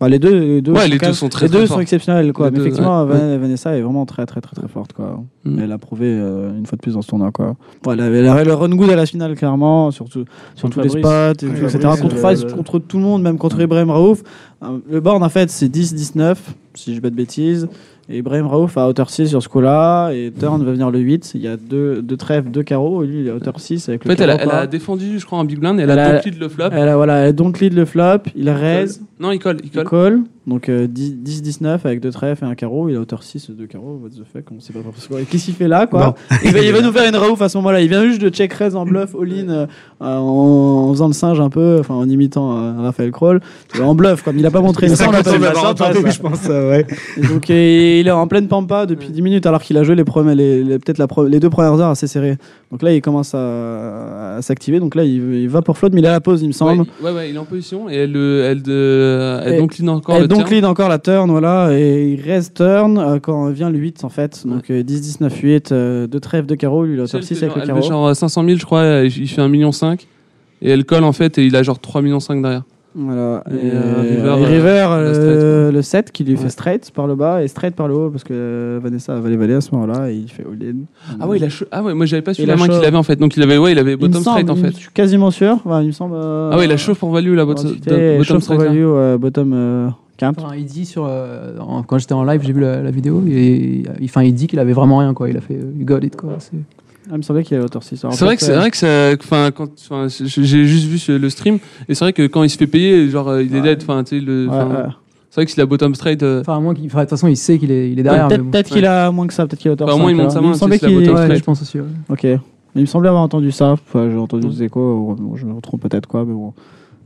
bah, les deux, les deux,
Ouais,
sont,
les
quand
deux
même-
sont très,
les
très
deux
forts.
sont exceptionnels quoi.
Les
Mais
deux,
effectivement,
ouais.
Van- Vanessa est vraiment très très très très forte quoi.
Mm.
Elle a prouvé euh, une fois de plus dans ce tournoi quoi. Bon, elle, avait, elle avait le run good à la finale clairement, surtout sur tous les spots,
Fabrice.
et tout,
Ouais,
etc.
Fabrice,
contre
euh,
Fabrice,
le-
contre tout le monde, même
Mm.
contre Ibrahim Raouf. Euh, Le board en fait c'est 10-19 si je pas de bêtises. Et Ibrahim Raouf a hauteur 6 sur ce coup-là et Turn va venir le 8. Il y a deux, deux trèfles, deux carreaux. Et lui, il est hauteur 6 avec
En
le
fait, elle a,
carreau
elle a
bas.
défendu, je crois, un big blind. Elle,
Hein, Elle
a,
a-
donc lead le flop.
Elle a, voilà, elle don't lead le flop, il raise,
Non, il colle. Il
il
colle.
call, donc euh, 10 10-19 avec deux trèfles et un carreau, il a hauteur 6, deux carreaux, what the fuck, on sait pas pourquoi. Qu'est-ce qu'il fait là, quoi il, va, il va nous faire une raouf à ce moment-là, il vient juste de check raise en bluff, all-in, euh, euh, en, en faisant le singe un peu, enfin en imitant euh, Raphaël Kroll, Euh, en bluff, comme il a pas montré
Il
ça, on
s'est
appelle
contenté
ça,
de la
ça
rentrer,
passe.
je pense, euh, ouais.
Et donc euh, il est en pleine pampa depuis 10 minutes alors qu'il a joué les premiers, les, les- peut-être la pro- les deux premières heures assez serrées. Donc là il commence à, à s'activer. Donc là il, il va pour flotte mais il a la pause il me semble.
Ouais, ouais, il est en position et elle, euh, elle, de- elle
Et-
donc lead encore
elle
le
donc
turn.
lead encore la turn voilà et il reste turn euh, quand vient le 8 en fait. Donc euh, 10 19 8 euh, deux trèfles de carreau lui il a
Tu sais,
top
elle
6
fait
avec
genre-
le
elle fait
carreau.
genre euh, 500 000, je crois, euh, il fait 1,5 million. Et elle colle en fait, et il a genre 3,5 millions derrière.
Voilà.
Et,
Et,
euh,
euh,
River,
et River,
euh,
euh, le 7 qui lui
Ouais.
fait straight par le bas et straight par le haut parce que euh, Vanessa a valet-valet à ce moment-là et il fait all-in.
Ah ouais, il a chaud- ah ouais, moi j'avais pas su
Il
la
a
main
chaud.
qu'il avait en fait. Donc il avait, ouais, il avait
Il me
bottom straight
semble,
en fait.
Je suis quasiment sûr. Enfin, il me semble. euh,
Ah ouais, il a chaud pour value la bottom, bottom straight. là.
value, euh, bottom euh,
Hein
count.
Enfin, il dit sur, euh, en- quand j'étais en live, j'ai vu la, la vidéo, et, il- enfin, il dit qu'il avait vraiment rien, quoi. Il a fait euh, You got it, quoi. C'est-
Ah, il me semblait qu'il avait hauteur 6.
C'est vrai que c'est vrai que ça, enfin, quand, enfin, j'ai j'ai juste vu ce- le stream et c'est vrai que quand il se fait payer, genre euh, il est dead, enfin, tu sais, le, enfin,
Ouais, ouais.
c'est vrai que s'il a bottom straight, euh,
Enfin, à moins qu'il- enfin, de toute façon, il sait qu'il est, il est derrière.
Peut-être
mais bon.
peut-être qu'il a moins que ça. Peut-être qu'il a hauteur
Enfin, Bah, au moins, il monte sa main,
Il me
c'est
semblait
la bottom
qu'il.
straight.
Ouais, je pense aussi. ouais.
Ok. Il me semblait avoir entendu ça. Enfin, j'ai entendu des échos. Bon, je me trompe peut-être quoi, mais bon.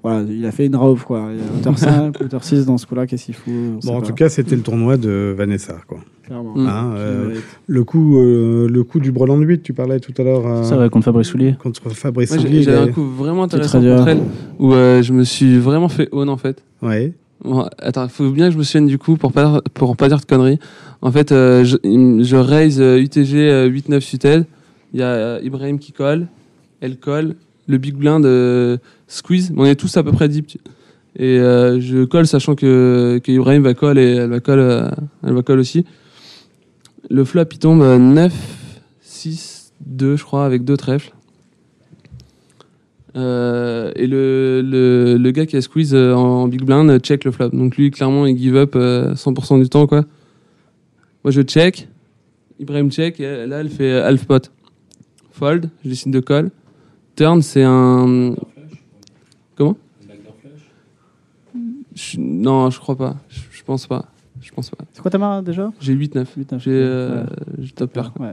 Voilà, il a fait une robe quoi. Il a hauteur 5, hauteur 6 dans ce coup-là. Qu'est-ce qu'il fout on sait
Bon, en
pas.
tout cas, c'était le tournoi de Vanessa. Quoi.
Clairement.
Hein,
Mm.
euh,
Qui mérite.
le, coup, euh, le coup du brelan de 8, tu parlais tout à l'heure. euh,
Ça, ouais, contre Fabrice Soulier.
Contre Fabrice
Ouais, j'ai-
Soulier,
J'avais
il
un
est-
coup vraiment
Petit
intéressant
trader.
contre elle où euh, je me suis vraiment fait own en fait.
Ouais.
Bon, attends, faut bien que je me souvienne du coup pour pas pour pas dire de conneries. En fait, euh, je, il me- je raise euh, UTG 8-9 suited. Il y a euh, Ibrahim qui colle, elle colle, le big blind euh, squeeze. Mais on est tous à peu près deep. tu- Et euh, je colle sachant que, que Ibrahim va colle et elle va colle, euh, elle va colle aussi. Le flop il tombe euh, 9, 6, 2 je crois avec deux trèfles. Euh, et le, le, le gars qui a squeeze euh, en big blind euh, check le flop. Donc lui, clairement, il give up euh, 100% du temps. quoi. Moi, je check. Ibrahim check. Et euh, là, elle fait euh, half pot. Fold. Je décide de call. Turn, c'est un. Comment Je- Non, je crois pas. Je, je pense pas. Je pense pas.
C'est quoi ta main déjà
J'ai 8-9. J'ai euh, j'ai top pair. quoi.
Ouais.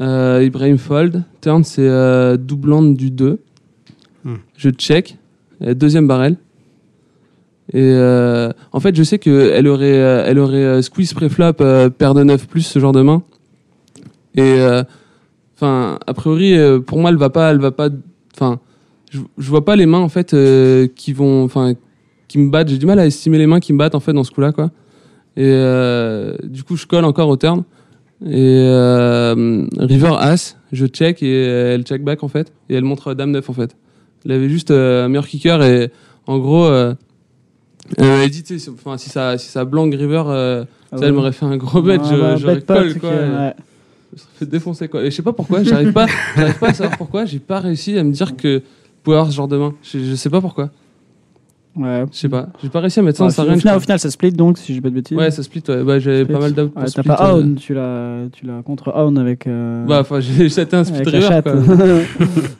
Euh, Ibrahim Fold. Turn, c'est euh, doublante du 2.
Hmm.
Je check. Euh, Deuxième barrel. Et euh, en fait, je sais qu'elle aurait, euh, elle aurait euh, squeeze pré-flop, euh, paire de 9 plus, ce genre de main. Et euh, enfin, a priori, euh, pour moi, elle va pas, elle va pas. Enfin, je, je vois pas les mains en fait euh, qui vont, enfin, qui me battent. J'ai du mal à estimer les mains qui me battent en fait dans ce coup-là, quoi. Et euh, du coup, je colle encore au turn. Et euh, River As, je check et euh, elle check back en fait. Et elle montre Dame 9 en fait. Elle avait juste euh, un meilleur kicker et en gros, euh, euh, elle dit, tu sais, si- enfin, si ça, si ça blanc River, euh, tu sais,
ouais.
elle m'aurait fait un gros bet,
Ouais,
je,
Ah bah,
j'aurais
bet pot,
call,
c'est
quoi.
que-
et
ouais.
Je serais fait défoncer quoi. Et je sais pas pourquoi, j'arrive pas, j'arrive pas à savoir pourquoi, j'ai pas réussi à me dire que pouvait avoir ce genre de main. Je, je sais pas pourquoi.
Ouais.
Je sais pas. J'ai pas réussi à mettre ça
Ouais,
dans sa
au,
range,
final,
quoi.
au final, ça split donc, si j'ai pas de bêtises.
Ouais, ça split, ouais. Bah, j'avais pas mal d'outs pour
Ouais, T'as
split,
pas
euh.
Own, tu l'as tu l'as contre Own avec. euh,
Bah, enfin, j'ai jeté un split
avec la
river,
chatte.
quoi.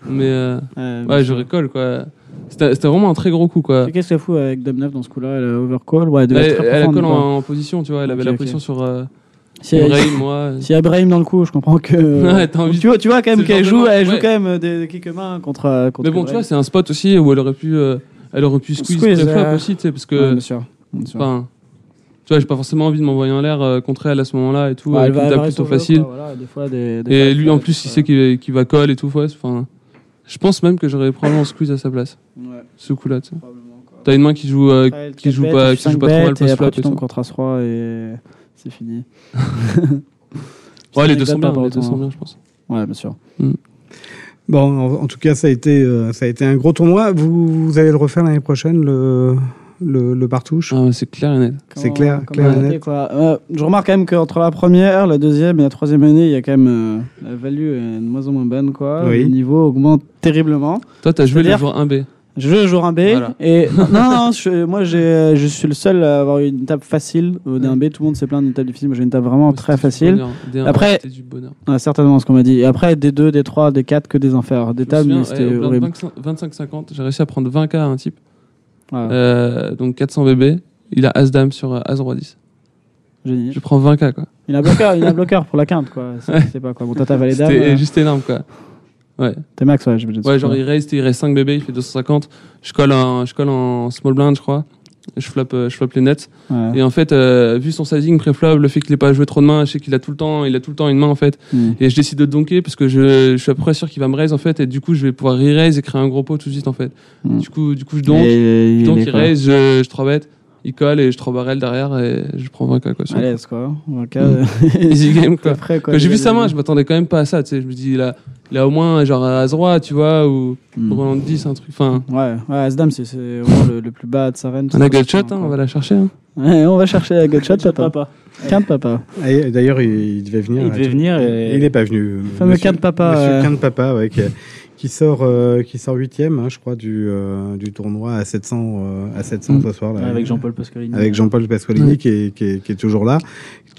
mais euh,
Ouais,
ouais, je récolte, quoi. C'était c'était vraiment un très gros coup, quoi.
Qu'est-ce qu'elle fout avec Dame 9 dans ce coup-là Elle a overcall Ouais, elle devait
Elle-
être très
elle a
profonde,
call en-
quoi.
en position, tu vois, elle avait
Ok,
la
ok.
position sur, euh,
Si
Ibrahim, moi.
Si Ibrahim dans le coup, je comprends que.
Ouais, t'as envie-
Euh, tu, vois, tu vois quand
c'est
même
le genre
qu'elle
de
joue,
match,
elle joue
ouais.
quand même euh, des, des quelques mains contre. euh, contre
Mais bon, tu vois, c'est un spot aussi où elle aurait pu, euh, elle aurait pu squeeze,
Squeeze,
très flop
euh,
aussi, tu sais, parce que.
ouais, bien sûr, bien sûr.
Enfin, tu vois, j'ai pas forcément envie de m'envoyer en l'air euh, contre elle à ce moment-là et tout.
Ouais,
elle
elle va-
me
elle
tape
va
plutôt
sur le jeu,
facile.
quoi, voilà, des fois, des- des fois,
et
elle
lui,
fait
en
la
plus,
tête,
il sait qu'il qu'il va call et tout. ouais, c'est- Enfin, je pense même que j'aurais probablement squeeze à sa place. Ce coup-là, tu sais. T'as une main qui joue, euh,
Ouais,
qui
quatre
joue
bêtes,
pas,
tu
qui
fais
joue
cinq
pas trop mal
bêtes, et
post
après,
flop et
tu
tout.
tombes contre As-3 et c'est fini.
Ouais, les
Putain,
deux sont
bêtes,
bien,
pas
les deux
autant.
sont bien, je pense.
Ouais, bien sûr.
Mm.
Bon, en, en tout cas, ça a été, euh, ça a été un gros tournoi. Vous, vous allez le refaire l'année prochaine, le, le, le partouche
Ah C'est clair et net.
C'est clair,
Comment
clair et
arrêter,
net.
quoi. Euh, je remarque quand même qu'entre la première, la deuxième et la troisième année, il y a quand même euh, la value est de moins en moins bonne. Quoi.
Oui.
Le niveau augmente terriblement.
Toi, t'as joué le
C'est-à-dire-
jour 1B.
Je joue le jour 1B.
Voilà.
Et... non, non, non, je, moi j'ai- je suis le seul à avoir eu une table facile au D1B. Tout le monde s'est plaint d'une table difficile. Moi j'ai une table vraiment très facile.
bonheur. D1B,
Après,
c'était du bonheur.
Ouais, certainement ce qu'on m'a dit. Et après, D2, D3, D4, que des enfers. Des
Je me
tables, Ah, mais
souviens,
c'était
eh, au blind
horrible.
25 50 j'ai réussi à prendre 20K à un type. Euh, donc 400 bébés. Il a As-Dame sur euh, As-Roi 10.
Génial.
Je prends 20K, quoi.
Il a un bloqueur, il a un bloqueur pour la quinte, quoi.
Ouais.
C'est c'est pas quoi. Bon, t'as ta valée dame.
C'était
euh,
juste énorme, quoi. Ouais.
T'es max, ouais, j'imagine.
Ouais, genre il reste, il reste 5 bébés, il fait 250. Je colle en, je colle en small blind, je crois. Je floppe, euh, je floppe les nets.
Ouais.
Et en fait, euh, vu son sizing pré-flop, le fait qu'il ait pas joué trop de mains, je sais qu'il a tout le temps, il a tout le temps une main en fait.
Mm.
Et je décide de donker parce que je, je suis à peu près sûr qu'il va me raise en fait. Et du coup, je vais pouvoir re-raise et créer un gros pot tout de suite en fait.
Mm.
Du coup, du coup, je donk.
Et il
donc
est
il
quoi
raise, je, je 3 bête, il colle et je 3 barrel derrière et je prends 20 quoi. quoi sur
À
le coup.
l'aise, quoi. En cas,
Mm. Easy game quoi.
T'es prêt, quoi.
Quand j'ai vu
Il a
sa
des-
main, je m'attendais quand même pas à ça. Tu sais, je me dis il a, il a au moins genre As-Roi, tu vois, ou
Mm.
Roland 10, un truc. Enfin,
Ouais, ouais, Asdam, c'est c'est vraiment le, le plus bas de sa reine.
On a Gutshot, hein, on va la chercher. hein.
Ouais, on va chercher la Gutshot, papa. Quinte, papa.
Et D'ailleurs, il, il devait venir.
Il
là,
devait
tout-
venir et-
Il n'est pas venu.
fameux Quinte Papa,
Monsieur
euh.
Quinte Papa, ouais, qui, qui sort, euh, qui sort huitième, hein, je crois, du, euh, du tournoi à 700, euh, à 700 ce soir. là.
Mm. Avec Jean-Paul Pasqualini.
Avec Jean-Paul Pasqualini,
Ouais.
qui, est, qui, est, qui est toujours là.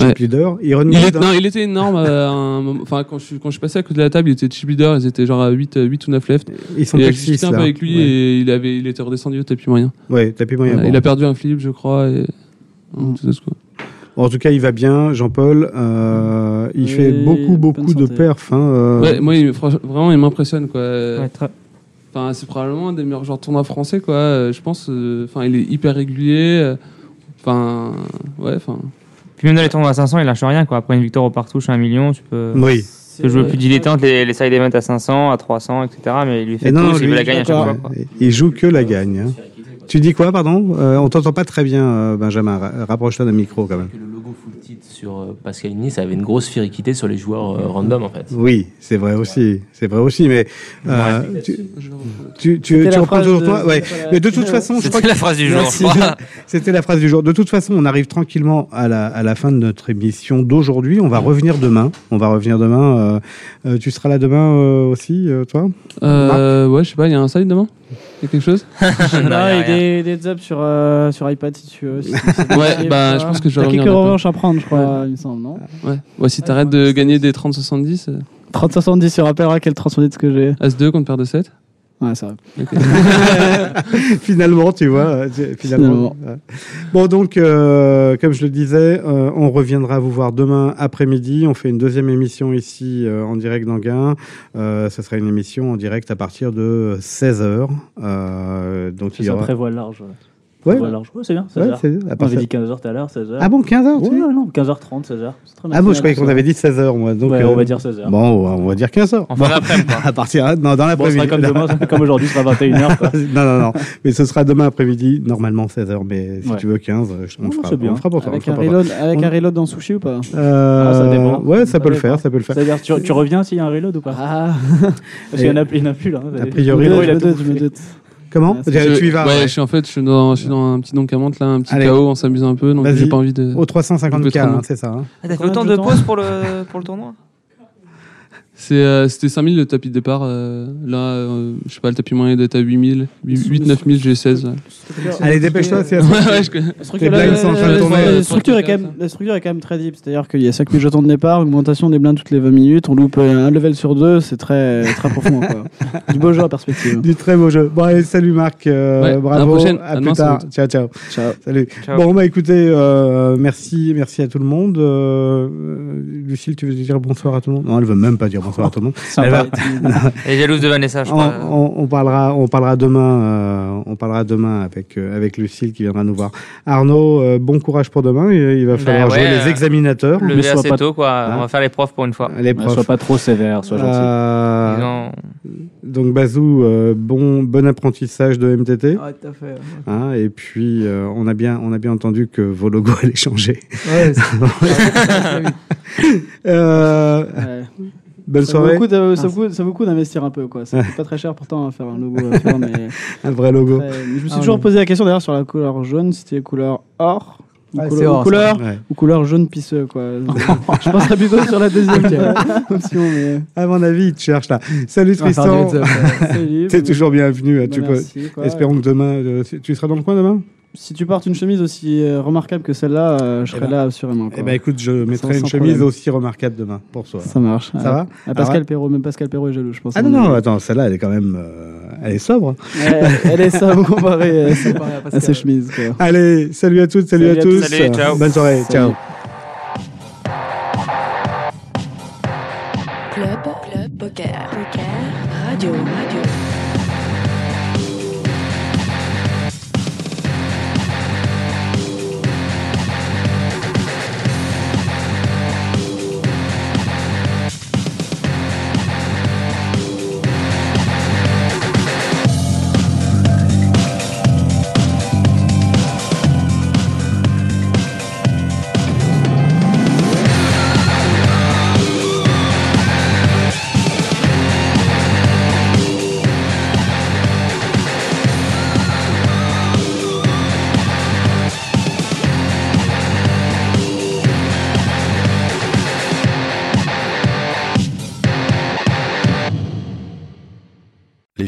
Chip leader.
Il,
Ironiquement,
est-
dans-
non, il était énorme. euh, à un moment- Enfin, quand je, suis- quand je suis passé à côté de la table, il était chip leader. Ils étaient genre à 8, euh, 8 ou 9 left.
Ils sont
Et
peut-être
j'ai discuté
six,
un peu
là.
avec lui
Ouais.
et il, avait, il était redescendu au tapis moyen.
Ouais, tapis moyen,
Voilà,
bon.
Il a perdu un flip, je crois. Et... Tout ce coup.
Bon, en tout cas, il va bien, Jean-Paul. Euh, il
Oui,
fait beaucoup,
bonne
beaucoup de
santé.
perfs. Hein, euh.
Ouais, moi, il- franch- vraiment, il m'impressionne. quoi. Enfin, c'est probablement un des meilleurs joueurs de tournoi français, quoi. Euh, Je pense. euh, Enfin, il est hyper régulier. euh, Enfin, ouais, enfin.
Puis même dans les tournois à 500, il lâche rien. Quoi. Après une victoire au partouche à 1 million, tu peux,
Oui.
tu peux jouer
vrai.
plus dilettante, les, les side events à 500, à 300, etc. Mais il lui fait
Et
tout,
non,
il
lui,
veut la gagner à chaque
d'accord.
fois. Quoi.
Il joue que la gagne. hein. Tu dis quoi, pardon Euh, On t'entend pas très bien, euh, Benjamin. Ra- Rapproche-toi d'un micro quand même.
Le logo full tilt sur euh, Pascalini, ça avait une grosse fériquité sur les joueurs euh, random en fait.
Oui, c'est vrai aussi. C'est vrai aussi, mais euh, tu, tu, tu-
C'était
tu
la
reprends
phrase
toujours
de-
toi. Ouais.
c'était la-
Mais de toute façon, je
C'était
crois que-
la phrase du jour,
Merci.
je crois.
C'était la phrase du jour. De toute façon, on arrive tranquillement à la, à la fin de notre émission d'aujourd'hui. On va revenir demain. On va revenir demain. Euh, euh, tu seras là demain euh, aussi, euh, toi
Euh, ouais, je sais pas, il y a un side demain Il y a quelque chose
Non, Ah, et des, des zaps sur, euh, sur iPad si tu veux. si- si c'est
Ouais,
possible,
bah,
quoi.
je pense que je vais
T'as
revenir
quelques
demain.
revanches à prendre, je crois, il me semble, non
Ouais. Ouais, si t'arrêtes de gagner des 30-70. euh,
30-70, tu rappelleras quel 30-70 que j'ai.
As-2 contre paire de 7
Ouais, ça va.
finalement, tu vois. euh, tu- Finalement.
Finalement.
Ouais. Bon, donc, euh, comme je le disais, euh, on reviendra vous voir demain après-midi. On fait une deuxième émission ici euh, en direct d'Anguin. Euh, ce sera une émission en direct à partir de 16h. Euh, donc, il y
Ça
aura-
euh,
prévoit large.
Ouais.
Ouais, large. Ouais, c'est bien. 16
Ouais,
heures.
c'est- à
On
part
avait
ça-
dit 15h tout à l'heure, 16h.
Ah bon, 15h, tu
Ouais,
sais
non, 15h30, 16h. C'est très
Ah bon,
matinal,
je croyais qu'on
ça.
avait dit 16h, moi. Donc, euh,
Ouais, on va dire 16 heures.
Bon, on va dire 15h.
En fin d'après-midi, quoi.
À partir, non, dans
Bon, ce
l'après-midi.
sera comme demain, comme aujourd'hui, ce sera 21 heures, quoi.
non, non, non. Mais ce sera demain après-midi, normalement 16h, mais si
Ouais.
tu veux 15, je- on,
Non,
le fera,
c'est bien.
on le fera pour toi.
Avec
on
un
le fera pour toi.
reload, avec
On-
un reload dans sushi ou pas
Euh,
Ah, ça dépend.
Ouais, ça peut le faire, ça peut le faire.
C'est-à-dire, tu, tu reviens s'il y a un reload ou pas
Euh,
Parce qu'il y en a, il y en a plus là.
A priori,
Gros,
je
il a
me
tout
doute, je
bouffé.
me doute. Comment
Ah,
Je-
Tu y vas
ouais,
ouais.
Je suis en fait, je suis dans, je suis dans un petit don là, un petit
Allez.
KO, on s'amuse un peu, donc
Vas-y.
j'ai pas envie de.
Au 350K,
de-
hein, c'est ça, hein.
Ah, T'as fait autant de pauses pour le, pour le tournoi
C'est, euh, C'était 5000 le tapis de départ. euh, là, euh, je sais pas, le tapis moyen doit être à 8000, 8 9000, j'ai 16. là.
Allez, dépêche-toi, c'est
Ouais, ouais, je connais.
La structure-
euh,
la- la- la- la structure est quand même- la structure est quand même très deep, c'est-à-dire qu'il y a 5000 jetons de départ, augmentation des blindes toutes les 20 minutes, on loupe euh, un level sur deux, c'est très, très profond. quoi. Du beau jeu à perspective.
Du très beau jeu. Bon, allez, salut Marc. euh,
Ouais, à la
bravo.
prochaine. À
À, plus
demain, sans
tard.
doute.
Ciao, ciao.
Ciao.
Salut.
Ciao.
Bon, bah écoutez, euh, merci, merci à tout le monde. Euh, euh, Lucille, tu veux dire bonsoir à tout le monde Non, elle veut même pas dire bonsoir à tout le monde.
Sympa,
Elle va-
Elle est jalouse de Vanessa, je
on,
crois.
on- on parlera, on parlera demain, euh, on parlera demain avec euh, avec Lucille qui viendra nous voir. Arnaud, euh, bon courage pour demain. Il, il va
Bah
falloir
ouais,
jouer
euh,
les examinateurs.
Lever assez tôt, quoi. On va faire les profs pour une fois.
Les profs.
sévère,
Euh,
Disons-
Donc Bazou, euh, bon bon apprentissage de MTT.
Ah,
Ouais, tout à fait. ouais.
Hein, et puis euh, on a bien on a bien entendu que vos logos allaient changer.
Ouais, c'est-
Euh, Bonne
ça vaut
soirée.
le coup de- ça, vaut, ça vaut le coup d'investir un peu, quoi. Ça coûte pas très cher pourtant à faire un logo. à faire, mais...
Un vrai logo.
Après, mais je me suis
Ah,
toujours
ouais.
posé la question d'ailleurs sur la couleur jaune, si c'était couleur or. Ou
Ah, c'est
couleur,
or,
ou,
ça.
couleur,
Ouais.
ou couleur jaune pisseux quoi. je penserais plutôt sur la deuxième
Ok.
euh, option mais
À mon avis, il te cherche là. Salut
On va faire
Tristan.
du heads up, ouais. Salut,
T'es
bah,
toujours bienvenu. hein,
bah,
tu
merci,
peux.
quoi.
Espérons que demain, euh, tu seras dans le coin demain.
si tu portes une chemise aussi euh, remarquable que celle-là, euh, je serais
ben-
là assurément.
Eh ben écoute, je mettrai une chemise aussi remarquable demain pour toi.
Ça marche.
Ça
Ah,
va
ah, Pascal
Ah,
Perrault, même Pascal Perrault est jaloux, je pense.
Ah non, non, attends, celle-là, elle est quand même. euh, elle est sobre.
Elle, elle est ça comparée euh,
Comparée à
à
Pascal,
ses chemises. quoi.
Allez, salut à toutes, salut,
Salut
à
à
tous.
tous. Salut, ciao.
Bonne soirée,
Salut.
ciao.
Club, club, poker, poker, radio, radio.
Les